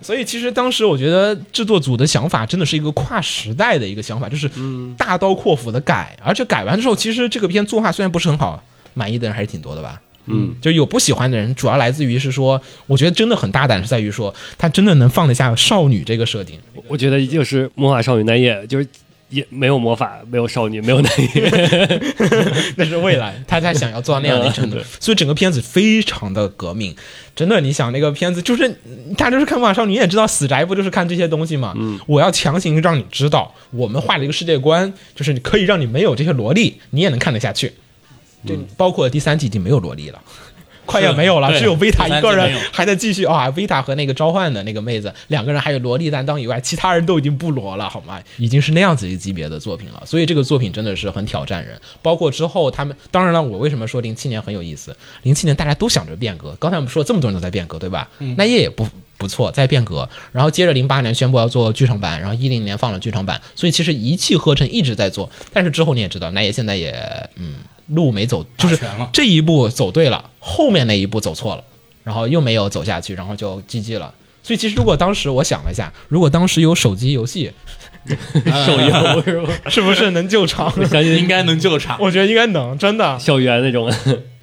所以其实当时我觉得制作组的想法真的是一个跨时代的一个想法，就是大刀阔斧的改，而且改完之后，其实这个片作画虽然不是很好，满意的人还是挺多的吧。
嗯，
就有不喜欢的人，主要来自于是说，我觉得真的很大胆，是在于说他真的能放得下少女这个设定。
我觉得就是魔法少女奈叶，就是也没有魔法，没有少女，没有奈叶，
那是未来，他才想要做到那样的一个程度
嗯对。
所以整个片子非常的革命，真的，你想那个片子就是他就是看《魔法少女》，你也知道死宅不就是看这些东西嘛？嗯，我要强行让你知道，我们画了一个世界观，就是你可以让你没有这些萝莉，你也能看得下去。这包括第三季已经没有萝莉了。 快要没有了，
嗯对
只有维塔一个
第三季
人
没有
还在继续啊！维塔和那个召唤的那个妹子两个人，还有萝莉担当以外，其他人都已经不罗了，好吗？已经是那样子一个级别的作品了，所以这个作品真的是很挑战人。包括之后他们，当然了，我为什么说零七年很有意思？零七年大家都想着变革，刚才我们说了这么多人都在变革，对吧？
嗯
那夜也不不错，在变革，然后接着零八年宣布要做剧场版，然后一零年放了剧场版，所以其实一气呵成一直在做。但是之后你也知道，那夜现在也嗯路没走，就是
打拳了
这一步走对了，后面那一步走错了，然后又没有走下去，然后就 GG 了。所以其实如果当时我想了一下，如果当时有手机游 戏，
手 游是吧？
是不是能救场？
我相
应
信
该能救场。
我觉得应该能，真的。
校园那种，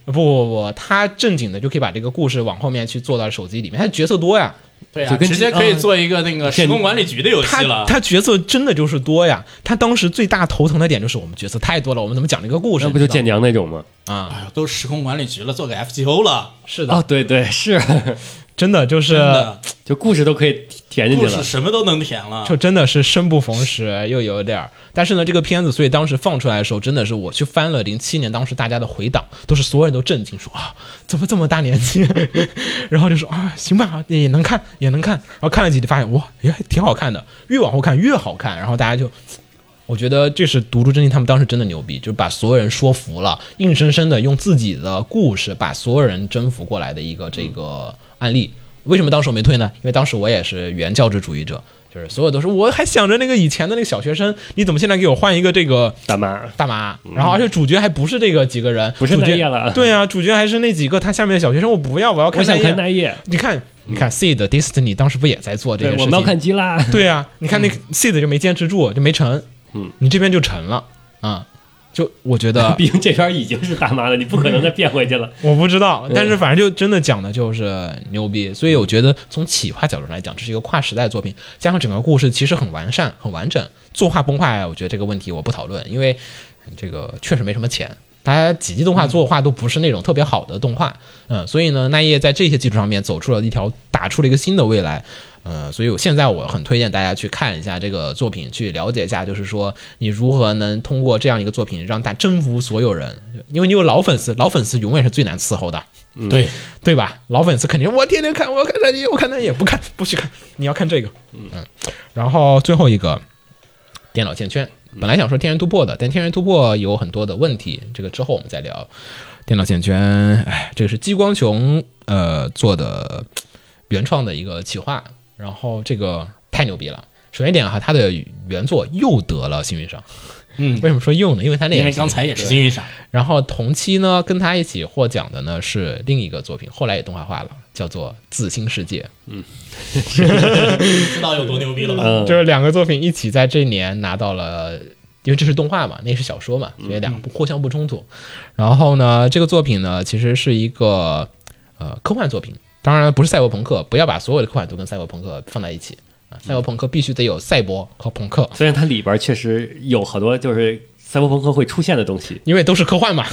不不不，他正经的就可以把这个故事往后面去做到手机里面，他角色多呀。
对啊，
就跟
直接可以做一个那个施工管理局的游
嗯他
戏了。
他角色真的就是多呀。他当时最大头疼的点就是我们角色太多了，我们怎么讲这个故事？
那不就
你知道
建娘那种吗？
啊？
哎呦，都时空管理局了，做个 FGO 了，
是
啊，
的，
对对是，
真的就是
真的，
就故事都可以填进去
故
了
事。什么都能填了。
就真的是生不逢时，又有点儿。但是呢，这个片子，所以当时放出来的时候，真的是我去翻了零七年当时大家的回档，都是所有人都震惊说啊，怎么这么大年纪？然后就说啊，行吧，也能看，也能看。然后看了几集，发现哇，也还挺好看的，越往后看越好看。然后大家就。我觉得这是独柱真心，他们当时真的牛逼，就是把所有人说服了，硬生生的用自己的故事把所有人征服过来的一个这个案例。为什么当时我没退呢？因为当时我也是原教旨主义者，就是所有都是我还想着那个以前的那个小学生，你怎么现在给我换一个这个
大妈，
大妈？
嗯
然后而且主角还不是这个几个人，
不是
主
奈
角
叶了
对啊，主角还是那几个他下面的小学生，我不要，我要
我
看
想
奈
看
叶
奈叶，
你看，你看 C 的 Destiny 当时不也在做这
对
个，事
我
情？
们要看基拉，
对啊，你看那个 seed 就没坚持住，就没成。
嗯，
你这边就成了啊。就我觉得
毕竟这边已经是大妈了，你不可能再变回去了。
我不知道，但是反正就真的讲的就是牛逼，所以我觉得从企划角度来讲，这是一个跨时代的作品，加上整个故事其实很完善、很完整。作画崩坏，我觉得这个问题我不讨论，因为这个确实没什么钱。大家几季动画作画都不是那种特别好的动画，嗯，所以呢，奈叶在这些基础上面走出了一条，打出了一个新的未来，呃，所以我现在我很推荐大家去看一下这个作品，去了解一下，就是说你如何能通过这样一个作品让大征服所有人，因为你有老粉丝，老粉丝永远是最难伺候的，
对，
对吧？老粉丝肯定我天天看，我要看这里，我看那也不看，不去看，你要看这个，嗯，然后最后一个电脑线圈，
嗯
本来想说天然突破的，但天然突破有很多的问题，这个之后我们再聊。电脑线圈，哎，这个是激光熊呃做的原创的一个企划，然后这个太牛逼了。首先一点哈，啊它的原作又得了幸运赏。
嗯
为什么说又呢？因为它那
因为
也
刚才也是幸运赏，
然后同期呢，跟他一起获奖的呢是另一个作品，后来也动画化了，叫做《自新世界》。
知道有多牛逼了吧？
嗯，
就是两个作品一起在这年拿到了，因为这是动画嘛，那是小说嘛，所以两个不互相不冲突。然后呢，这个作品呢其实是一个呃科幻作品，当然不是赛博朋克，不要把所有的科幻都跟赛博朋克放在一起啊！赛博朋克必须得有赛博和朋克，
虽然它里边确实有好多就是赛博朋克会出现的东西，
因为都是科幻嘛，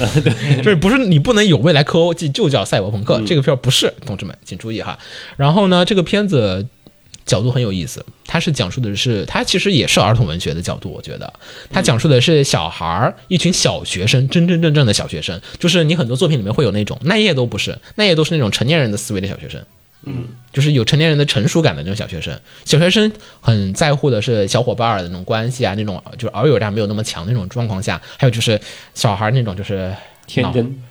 就是不是你不能有未来科技就叫赛博朋克，这个片儿不是，同志们请注意哈。然后呢，这个片子角度很有意思，它是讲述的是，它其实也是儿童文学的角度，我觉得它讲述的是小孩儿，一群小学生，真真正正的小学生，就是你很多作品里面会有那种，那也都不是，那也都是那种成年人的思维的小学生。
嗯
就是有成年人的成熟感的那种小学生。小学生很在乎的是小伙伴儿的那种关系啊，那种就是遨游量没有那么强的那种状况下，还有就是小孩儿那种就是
天
脑
真，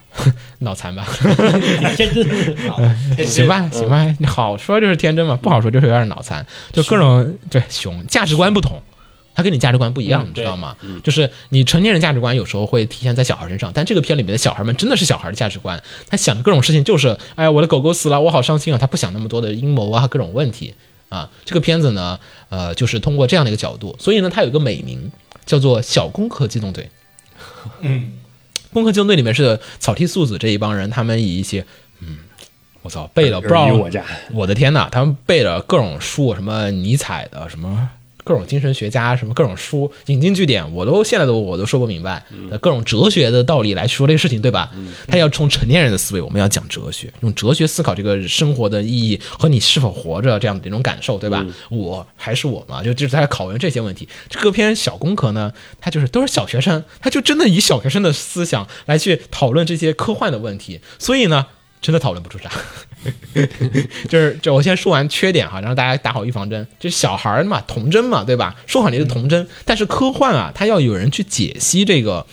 脑残吧，
天 真，
嗯啊
行吧行吧，你好说就是天真嘛，不好说就是有点脑残，就各种对熊价值观不同。他跟你价值观不一样，你知道吗？就是你成年人价值观有时候会体现在小孩身上，但这个片里面的小孩们真的是小孩的价值观，他想的各种事情就是，哎呀，我的狗狗死了，我好伤心啊！他不想那么多的阴谋啊，各种问题啊。这个片子呢，呃，就是通过这样的一个角度，所以呢，它有一个美名叫做《小攻壳机动队》。嗯， 攻壳机动队里面是草剃素子这一帮人，他们以一些，嗯，我操，背了不知道
尔虞我诈
我的天呐，他们背了各种书，什么尼采的，什么各种精神学家，什么各种书，引经据典，我都现在都我都说不明白。各种哲学的道理来说这个事情，对吧？他要从成年人的思维，我们要讲哲学，用哲学思考这个生活的意义和你是否活着这样的一种感受，对吧？我还是我嘛，就就是他考问这些问题。这个篇小功课呢，他就是都是小学生，他就真的以小学生的思想来去讨论这些科幻的问题，所以呢。真的讨论不出啥，就是就我先说完缺点哈，然后大家打好预防针。就是小孩儿嘛，童真嘛，对吧？说好你是童真，但是科幻啊，它要有人去解析这个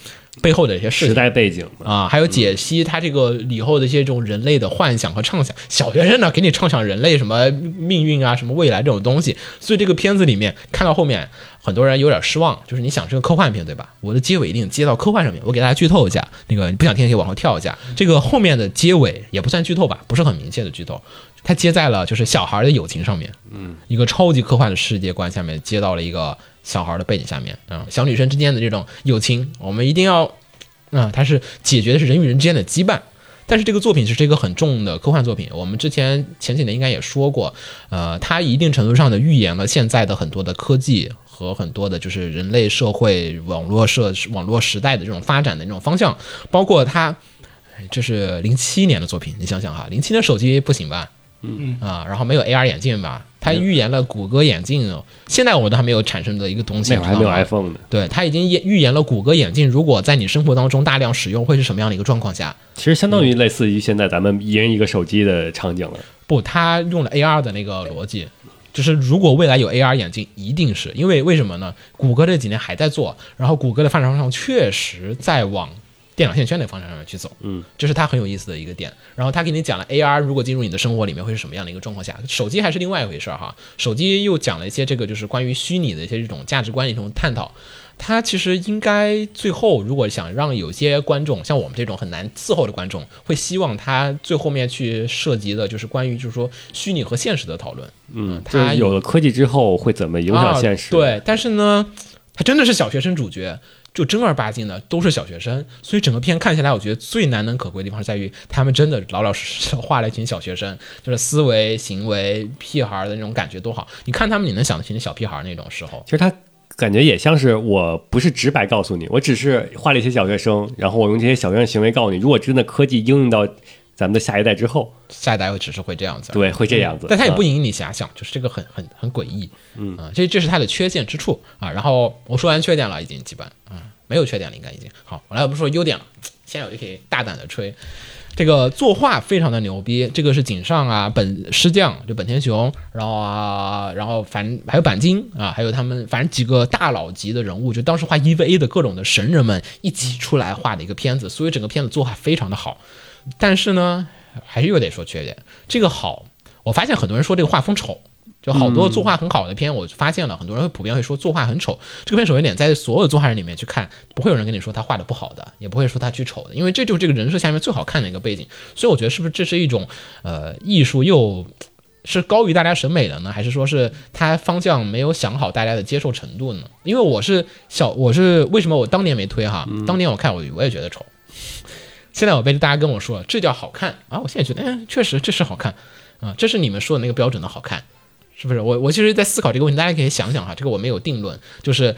背后的一些事
时
情。
代背景嘛，
啊，还有解析他这个以后的一些这种人类的幻想和畅想。小学生呢，给你畅想人类什么命运啊、什么未来这种东西。所以这个片子里面看到后面，很多人有点失望，就是你想是个科幻片对吧？我的结尾一定接到科幻上面，我给大家剧透一下，那个你不想听也可以往后跳一下。这个后面的结尾也不算剧透吧，不是很明显的剧透。它接在了就是小孩的友情上面，嗯，一个超级科幻的世界观下面接到了一个小孩的背景下面，啊、小女生之间的这种友情，我们一定要啊、它是解决的是人与人之间的羁绊。但是这个作品是一个很重的科幻作品，我们之前前几年应该也说过，呃，它一定程度上的预言了现在的很多的科技和很多的就是人类社会网络社网络时代的这种发展的那种方向，包括它哎这是零七年的作品，你想想哈，零七年手机不行吧？嗯啊，然后没有 AR 眼镜吧？它预言了谷歌眼镜，现在我们都还没有产生的一个东西，
那会儿还没
你
有
知道吗
iPhone 呢。
对，他已经也预言了谷歌眼镜，如果在你生活当中大量使用，会是什么样的一个状况下？
其实相当于类似于现在咱们一人一个手机的场景了。
不，他用了 AR 的那个逻辑，就是如果未来有 AR 眼镜，一定是因为为什么呢？谷歌这几年还在做，然后谷歌的发展方向确实在往电脑线圈那个方向上面去走，嗯，这是它很有意思的一个点。然后他给你讲了 AR 如果进入你的生活里面会是什么样的一个状况下，手机还是另外一回事儿哈。手机又讲了一些这个就是关于虚拟的一些这种价值观的一种探讨。它其实应该最后，如果想让有些观众像我们这种很难伺候的观众，会希望它最后面去涉及的就是关于就是说虚拟和现实的讨论。嗯，
就
它
是有了科技之后会怎么影响现实？
啊
对，但是呢，他真的是小学生主角，就正儿八经的都是小学生，所以整个片看下来，我觉得最难能可贵的地方是在于他们真的老老实实的画了一群小学生，就是思维、行为、屁孩儿的那种感觉都好。你看他们，你能想起小屁孩儿那种时候。
其实它感觉也像是我不是直白告诉你，我只是画了一些小学生，然后我用这些小学生行为告诉你，如果真的科技应用到咱们的下一代之后，
下一代会只是会这样子，啊
对，会这样子。
嗯但它也不
啊
引你遐想，就是这个很很很诡异，嗯啊，这这是它的缺陷之处啊。然后我说完缺点了，已经基本啊没有缺点了，应该已经好。我来我们说优点了，现在我就可以大胆的吹。这个作画非常的牛逼，这个是井上啊、本师匠就本田雄，然后啊，然后反还有板金啊，还有他们反正几个大佬级的人物，就当时画 EVA 的各种的神人们一起出来画的一个片子，所以整个片子作画非常的好。但是呢，还是又得说缺点。这个好，我发现很多人说这个画风丑，就好多作画很好的片，我发现了很多人会普遍会说作画很丑。这个片首先点在所有作画人里面去看，不会有人跟你说他画的不好的，也不会说他巨丑的，因为这就是这个人设下面最好看的一个背景。所以我觉得是不是这是一种呃艺术又是高于大家审美的呢，还是说是它方向没有想好大家的接受程度呢？因为我是小，我是为什么我当年没推哈？当年我看我我也觉得 丑，现在我被大家跟我说这叫好看啊！我现在觉得，哎，确实这是好看，啊、这是你们说的那个标准的好看，是不是？我我其实在思考这个问题，大家可以想想哈，这个我没有定论，就是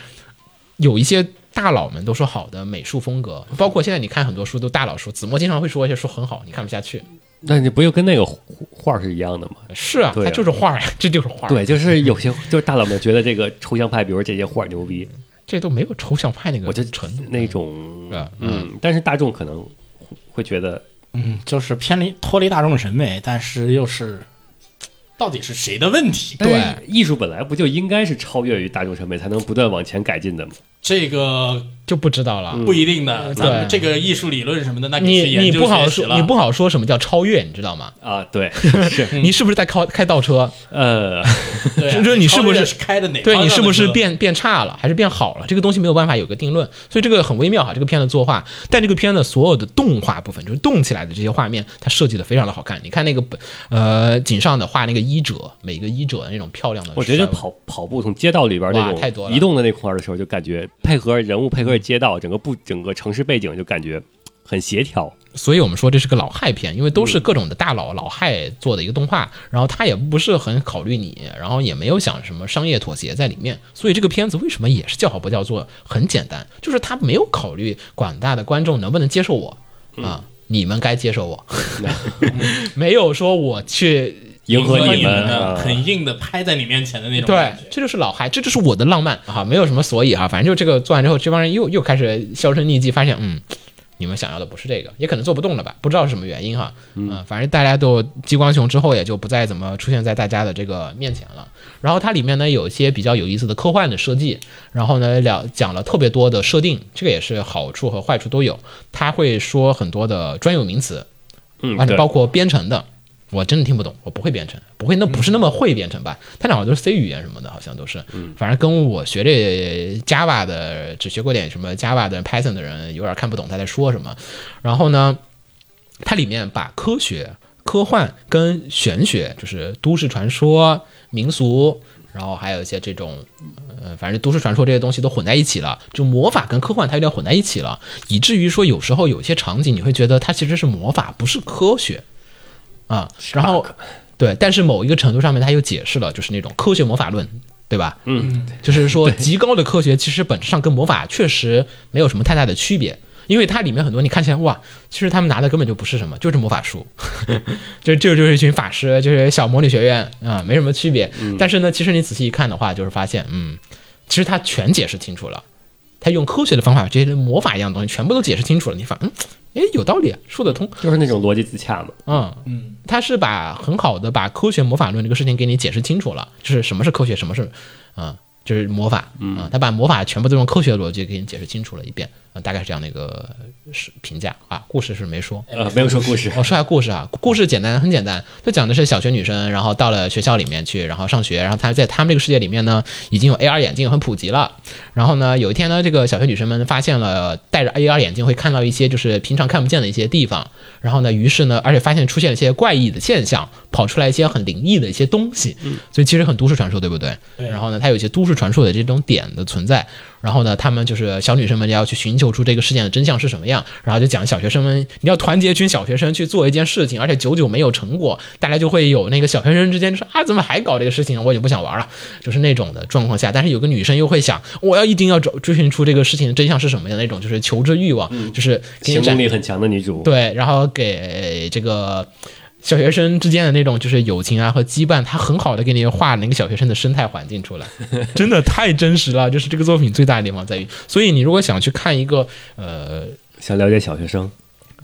有一些大佬们都说好的美术风格，包括现在你看很多书都大佬说，子墨经常会说一些书很好，你看不下去，
那你不又跟那个画儿是一样的吗？
是啊，
对啊
它就是画呀、这就是画，
对，，就是有些就是大佬们觉得这个抽象派，比如说这些画儿牛逼，
这都没有抽象派那个
我就嗯
纯度
那种
是吧
嗯，但是大众可能会觉得
嗯，就是偏离脱离大众审美，但是又是到底是谁的问题？
但是艺术本来不就应该是超越于大众审美，才能不断往前改进的吗？
这个
就不知道了。
嗯
不一定的，咱们
嗯对
这个艺术理论什么的，那可以去
你
研
你
究
不好
学习
说，
了
你不好说什么叫超越，你知道吗？
啊，对，是
你是不是在开开倒车？
呃，
对啊
就是你是不是
超越开的哪
对
方
你
向
是
的
不是
车
变变差了，还是变好了？这个东西没有办法有个定论，所以这个很微妙哈。这个片的作画，但这个片的所有的动画部分，就是动起来的这些画面，它设计的非常的好看。你看那个本呃井上的画那个衣者，每个衣者的那种漂亮的，
我觉得跑跑步从街道里边
哇
那
太多
种
了
移动的那块儿的时候，就感觉配合人物配合街道，整个布整个城市背景就感觉很协调。
所以我们说这是个老害片，因为都是各种的大佬老害做的一个动画，然后他也不是很考虑你，然后也没有想什么商业妥协在里面，所以这个片子为什么也是叫好不叫座？很简单，就是他没有考虑广大的观众能不能接受我啊，你们该接受我， 没有说我去。
迎合
和
你
你
们
的
啊
很硬的拍在你面前的那种
对
感觉，
这就是老嗨，这就是我的浪漫啊，没有什么所以啊，反正就这个做完之后，这帮人又又开始销声匿迹，发现嗯，你们想要的不是这个，也可能做不动了吧，不知道是什么原因哈。嗯、反正大家都激光熊之后也就不再怎么出现在大家的这个面前了。然后它里面呢有一些比较有意思的科幻的设计，然后呢了讲了特别多的设定，这个也是好处和坏处都有。他会说很多的专有名词，
嗯，
而且
对，
啊包括编程的，我真的听不懂，我不会编程，不会那不
嗯
是那么会编程吧？他俩好像都是 C 语言什么的，好像都是，
嗯
反正跟我学这 Java 的，只学过点什么 Java 的 Python 的人，有点看不懂他在说什么。然后呢，它里面把科学、科幻跟玄学，就是都市传说、民俗。然后还有一些这种，呃，反正都市传说这些东西都混在一起了，就魔法跟科幻它有点混在一起了，以至于说有时候有一些场景你会觉得它其实是魔法，不是科学啊。然后，对，但是某一个程度上面它又解释了，就是那种科学魔法论，对吧？
嗯，
就是说极高的科学其实本质上跟魔法确实没有什么太大的区别，因为它里面很多你看起来哇，其实他们拿的根本就不是什么，就是魔法书， 就就就是一群法师，就是小魔女学院啊、没什么区别。但是呢，其实你仔细一看的话，就是发现，嗯，其实它全解释清楚了。他用科学的方法，这些魔法一样的东西全部都解释清楚了，你反嗯，哎，有道理，说得通。
就是那种逻辑自洽嘛。
嗯嗯，他是把很好的把科学魔法论这个事情给你解释清楚了，就是什么是科学，什么是啊、就是魔法啊、他把魔法全部都用科学逻辑给你解释清楚了一遍，啊，大概是这样的一个是评价啊。故事是没说，
呃，没有说故事，
我说下故事啊，故事简单，很简单，就讲的是小学女生，然后到了学校里面去，然后上学，然后她在他们这个世界里面呢，已经有 AR 眼镜很普及了。然后呢，有一天呢，这个小学女生们发现了戴着 AR 眼镜会看到一些就是平常看不见的一些地方，然后呢，于是呢，而且发现出现了一些怪异的现象，跑出来一些很灵异的一些东西，所以其实很都市传说，对不对？然后呢，它有一些都市传说的这种点的存在，然后呢，他们就是小女生们要去寻求出这个事件的真相是什么样，然后就讲小学生们，你要团结一群小学生去做一件事情，而且久久没有成果，大家就会有那个小学生之间就说啊，怎么还搞这个事情？我已经不想玩了，就是那种的状况下。但是有个女生又会想，我要一定要追追寻出这个事情的真相是什么样的那种，就是求知欲望，就是给
行
你展
动力很强的女主。
对，然后给这个小学生之间的那种就是友情啊和羁绊，他很好的给你画了一个小学生的生态环境出来，真的太真实了。就是这个作品最大的地方在于，所以你如果想去看一个呃
想了解小学生，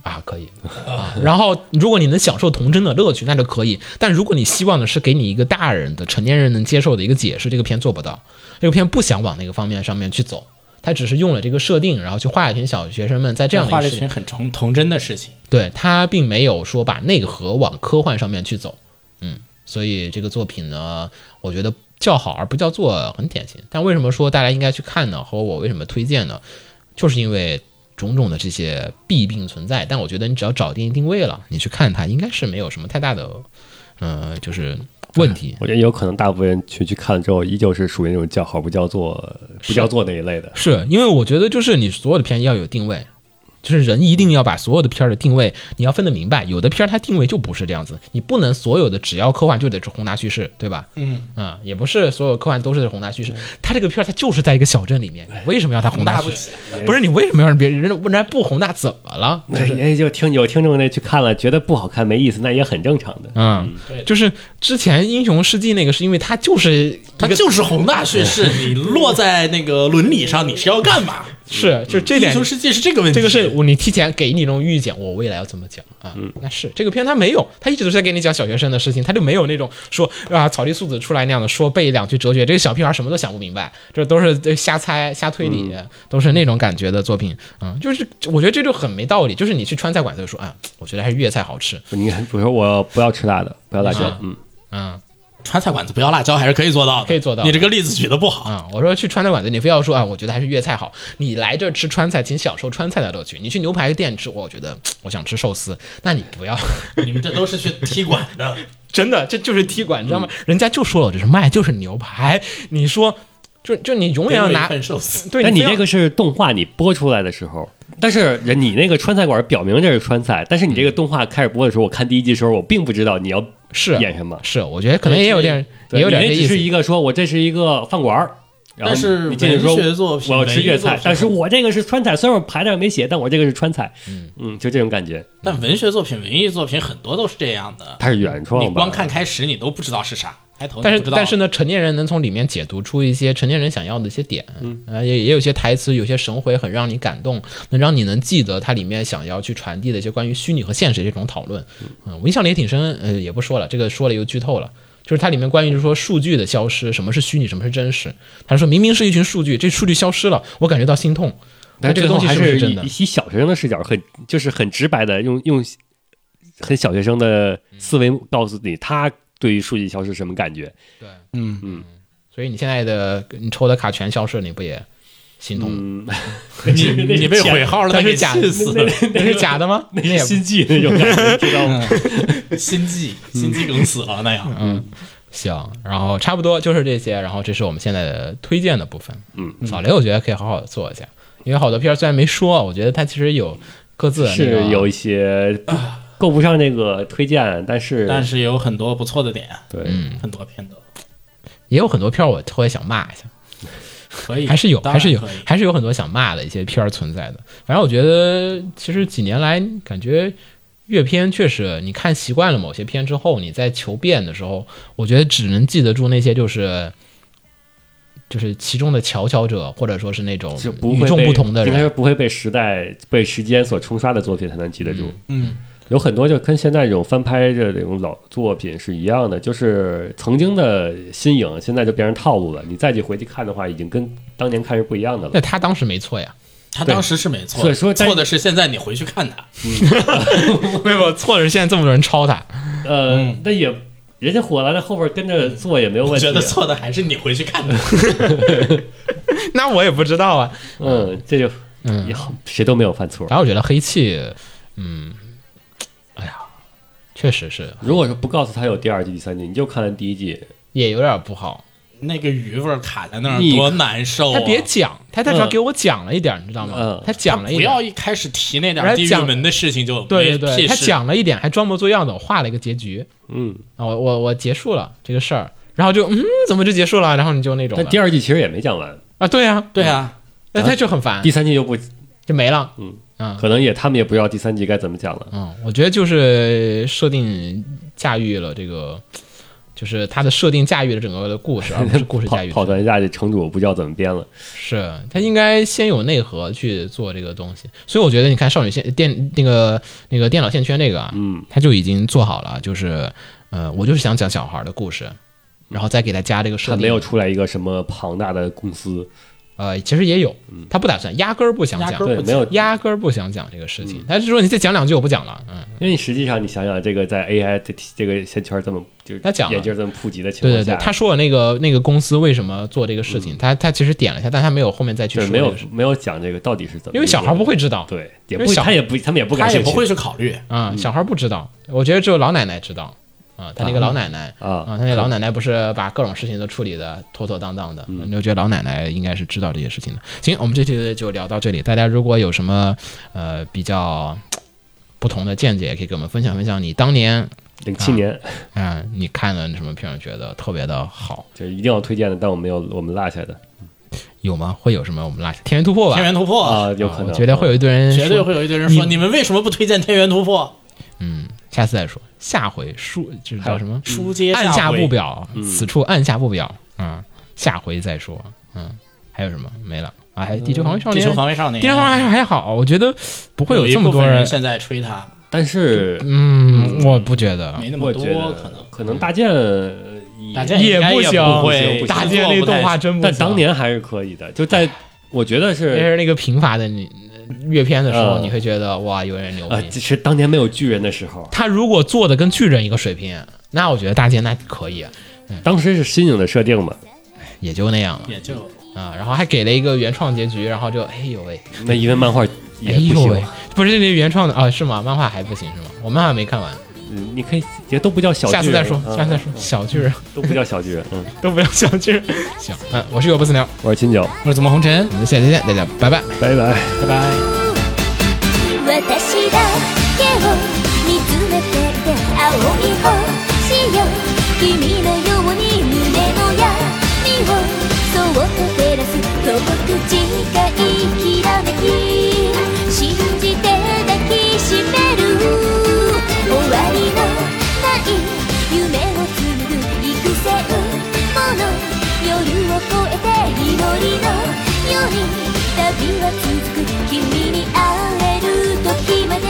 啊，可以啊。然后，如果你能享受童真的乐趣，那就可以。但如果你希望的是给你一个大人的、成年人能接受的一个解释，这个片做不到。这个片不想往那个方面上面去走，它只是用了这个设定，然后去画一群小学生们在这样的一
画
个
了
世
一
界
群很童童真的事情。
对他并没有说把内核往科幻上面去走，嗯，所以这个作品呢，我觉得叫好而不叫座很典型。但为什么说大家应该去看呢？和我为什么推荐呢？就是因为种种的这些弊病存在，但我觉得你只要找定定位了，你去看它，应该是没有什么太大的，呃，就是问题。
我觉得有可能大部分人去去看了之后，依旧是属于那种叫好不叫座、不叫座那一类的。
是因为我觉得就是你所有的片要有定位，就是人一定要把所有的片儿的定位，你要分得明白。有的片儿它定位就不是这样子，你不能所有的只要科幻就得是宏大叙事，对吧？
嗯
啊、也不是所有科幻都是宏大叙事。它这个片儿它就是在一个小镇里面，你为什么要它宏大叙事？不是你为什么要让别人人家不宏大怎么了？
也就听有听众那去看了，觉得不好看没意思，那也很正常的。
嗯，就是之前《英雄世纪》那个，是因为它就是
它就是宏大叙事，
嗯
你落在那个伦理上，你是要 干嘛？
是就这
英
点
雄世界是这个问题，
这个是我你提前给你一种预见，我未来要怎么讲啊？那是这个片它没有，它一直都是在给你讲小学生的事情，它就没有那种说啊草地素子出来那样的说背两句哲学，这个小屁孩什么都想不明白，这都是呃瞎猜瞎推理，都是那种感觉的作品啊、嗯就是我觉得这就很没道理，就是你去川菜馆子就说啊，我觉得还是粤菜好吃，
你看，比如说我不要吃辣的，不要辣椒，嗯，
嗯
川菜馆子不要辣椒还是可以做到的，
可以做到
你这个例子举的不好，
啊、我说去川菜馆子，你非要说啊，我觉得还是粤菜好，你来这儿吃川菜，请享受川菜的乐趣，你去牛排店吃，我觉得嗯我想吃寿司，那 你不要。
你们这都是去踢馆 的。
真的，这就是踢馆，你知道吗？
嗯
人家就说了，我这是卖，就是牛排。你说，就就你永远要
一
拿
份寿司，
对
但
你
你
非要
这个是动画，你播出来的时候，但是人你那个川菜馆表明这是川菜，但是你这个动画开始播的时候，我看第一集的时候，我并不知道你要
是
演什么，
是，我觉得可能也有点
对
也有点
你
这
那只
意
是
思。
一个说我这是一个饭馆儿。然后
但是
你进去说
文学作品
我要吃粤
文艺作
菜
品，
但是我这个是川菜，虽然我牌上没写，但我这个是川菜，嗯，就这种感觉，
但文学作品、文艺作品很多都是这样的，
它是原创吧？
你光看开始你都不知道是啥，开头你
但是
不知道
但是呢，成年人能从里面解读出一些成年人想要的一些点，嗯，呃，也也有些台词，有些神回很让你感动，能让你能记得它里面想要去传递的一些关于虚拟和现实这种讨论。嗯，我印象里也挺深，呃，也不说了，这个说了又剧透了。就是它里面关于就是说数据的消失，什么是虚拟，什么是真实。他说明明是一群数据，这数据消失了，我感觉到心痛。那
但
这个东西
还
是不
是
真的
以？以小学生的视角，很就是很直白的用用很小学生的思维告诉你，他对于数据消失什么感觉。
嗯
所以你现在的你抽的卡全消失了，你不也心痛？
嗯，
你你被毁号了，
但
那
是假的
气死了，
那是假的吗？那也不
心悸那种感觉，知道吗？
嗯 心悸
嗯
心悸梗死了那样。
行。然后差不多就是这些，然后这是我们现在的推荐的部分。
嗯，
扫雷我觉得可以好好的做一下，因为好多片儿虽然没说，我觉得它其实有各自的那个
是有一些不够不上那个推荐，但是
但是也有很多不错的点，
对，
嗯
很多片都
也有很多片儿我特别想骂一下，
可
嗯
以，
还是有
当
还
然
是有
可以
还是有很多想骂的一些片儿存在的。反正我觉得其实几年来感觉。阅片确实，你看习惯了某些片之后，你在求变的时候，我觉得只能记得住那些就是，就是其中的佼佼者，或者说是那种
就不
与
会
众
被
不同的
应该
人。
说不会被时代、被时间所冲刷的作品才能记得住。
嗯，
有很多就跟现在这种翻拍的这种老作品是一样的，就是曾经的新颖，现在就变成套路了。你再去回去看的话，已经跟当年看是不一样的
那
了。
他当时没错呀，
他当时是没错的，
所以说但
错的是现在你回去看他，
没有错的是现在这么多人抄他。
嗯
呃，那也人家火了，那后边跟着做也没有
我
问题
觉。得错的还是你回 去看他。
那我也不知道啊。
嗯，这就也好，谁都没有犯错。
然后我觉得黑气，嗯，哎呀，确实是
如果说不告诉他有第二季、第三季，你就看第一季，
也有点不好。
那个余味儿卡在那儿
你
多难受啊！
他别讲，他他只要
嗯
给我讲了一点，你知道吗
嗯？
他讲了一
不
点
要，一开始提那
人
点儿
家
地狱
讲
门的事情就
对对
没
对，
屁
他
事
讲了一点，还装模作样的我画了一个结局
嗯。
啊，我我我结束了这个事儿，然后就嗯，怎么就结束了？然后你就那种
但
了
第二季其实也没讲完，
啊，对啊，
对啊，
那他就很烦
第，三季又不，
就没了。
可能也他们也不知道第三季该怎么讲了。
嗯，我觉得就是设定驾驭了这个，就是它的设定驾驭了整个的故事， 而不是故事驾驭
跑跑团下去，城主不知道怎么编了。
是他应该先有内核去做这个东西，所以我觉得你看少女线电那个那个电脑线圈这个啊，
嗯，
他就已经做好了，就是呃，我就是想讲小孩的故事，然后再给他加这个设
他
定，
没有出来一个什么庞大的公司，
呃，其实也有，
嗯
他不打算，压根儿不想
压
讲
根，儿
对，
不
没有，因
压根儿不想讲这个事
嗯
情，他是说你再讲两句我不讲了，嗯，
为你实际上你想想，这个在 AI 这这个线圈这么就是
他讲了
眼镜这么普及的情
对
况
对
下，
对，他说了那个那个公司为什么做这个事情，他他其实点了一下，但他没有后面再去
就是
说
没
这
有
个事，
没有讲这个到底是怎么一个，
因为小孩不会知道，
对，也
因
不
为小
他也不他们也不
他
感
也
兴趣，
不会去考虑。
啊、小孩不知道，我觉得只有老奶奶知道。啊、他那个老奶奶
啊
他那个老奶奶不是把各种事情都处理的妥妥当当的，
嗯
你就觉得老奶奶应该是知道这些事情的。行，我们这期就聊到这里，大家如果有什么呃比较不同的见解，也可以给我们分享分享。你当年
零七年，
啊、你看了什么片觉得特别的好？
这一定要推荐的，但我没有我们落下的
有吗？会有什么？我们拉天元突破吧
天。元突破，
啊，有可能
我觉得会有一堆人说，
嗯绝对会有一堆人说你们为什么不推荐天元突破？
嗯下次再说，下回书就是叫什么？
书接
嗯按下
回嗯
不表，此处按下不表啊、下回再说。嗯，还有什么没了？啊，还有地球防卫少
嗯地
年，
球防卫少年，
地球防卫还还好，我觉得不会有
一
这么
部
多
分人
人。
现在吹他，
但是
嗯，我不觉得，
没那
我
么多
觉得
可能。
可能大剑呃也
大剑应该
不
也
行，
会
不行
大
剑
建立动画真不行。啊哎
但当年还是可以的，就在我觉得
就是是那个贫乏的你阅片的时候，
呃
嗯
你会觉得哇，有点牛
呃，
逼。
只是当年没有巨人的时候，
他如果做的跟巨人一个水平，那我觉得大剑那可以，
当时是新颖的设定嘛，
也就那样了
也就
啊。然后还给了一个原创结局，然后就哎呦喂，
那因为漫画也
哎
不
呦喂
行，，
不是那原创的啊？是吗？漫画还不行是吗？我漫画没看完，
嗯你可以也都不叫小巨
下
人，
次再说，
嗯
下次再说。小巨人
都不叫小巨人，嗯，
都不要小巨人，行，嗯，我是有不死鸟，
我是金角，
我是怎么红尘，我们下期见，大家拜拜。
拜拜。
拜拜。
私だけを見つめていて青い星よ君のように胸の闇をそっと照らす遠く近いきらめき信じて抱きしめる終わりのない夢を紡ぐ幾千もの夜を越えて祈りのように旅は続く君に会える時まで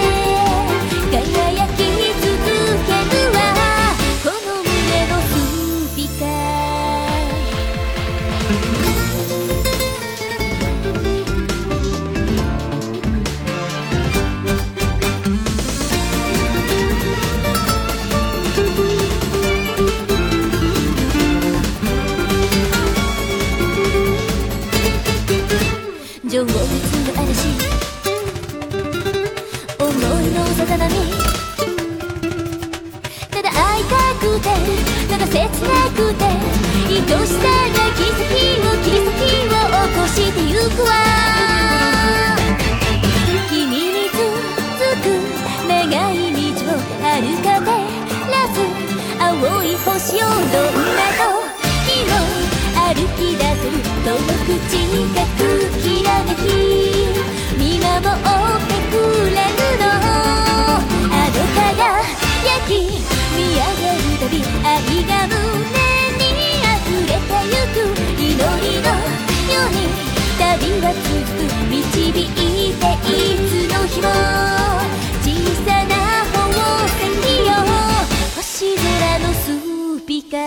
輝き続けるわこの胸のスピカ情熱の嵐思いのさざ波ただ会いたくてただ切なくて愛したら奇跡を奇跡を起こしてゆくわ君に続く長い道を歩か照らす青い星をどんな時も歩き出せる遠く近くきらめき見守ってくれるのあの輝き見上げるたび愛が胸に溢れてゆく祈りのように旅は続く導いていつの日も小さな宝石よ星空のスピカー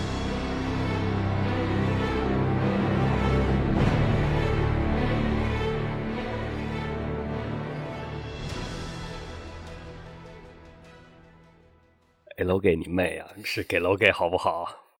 给楼给你妹啊，是给楼给好不好？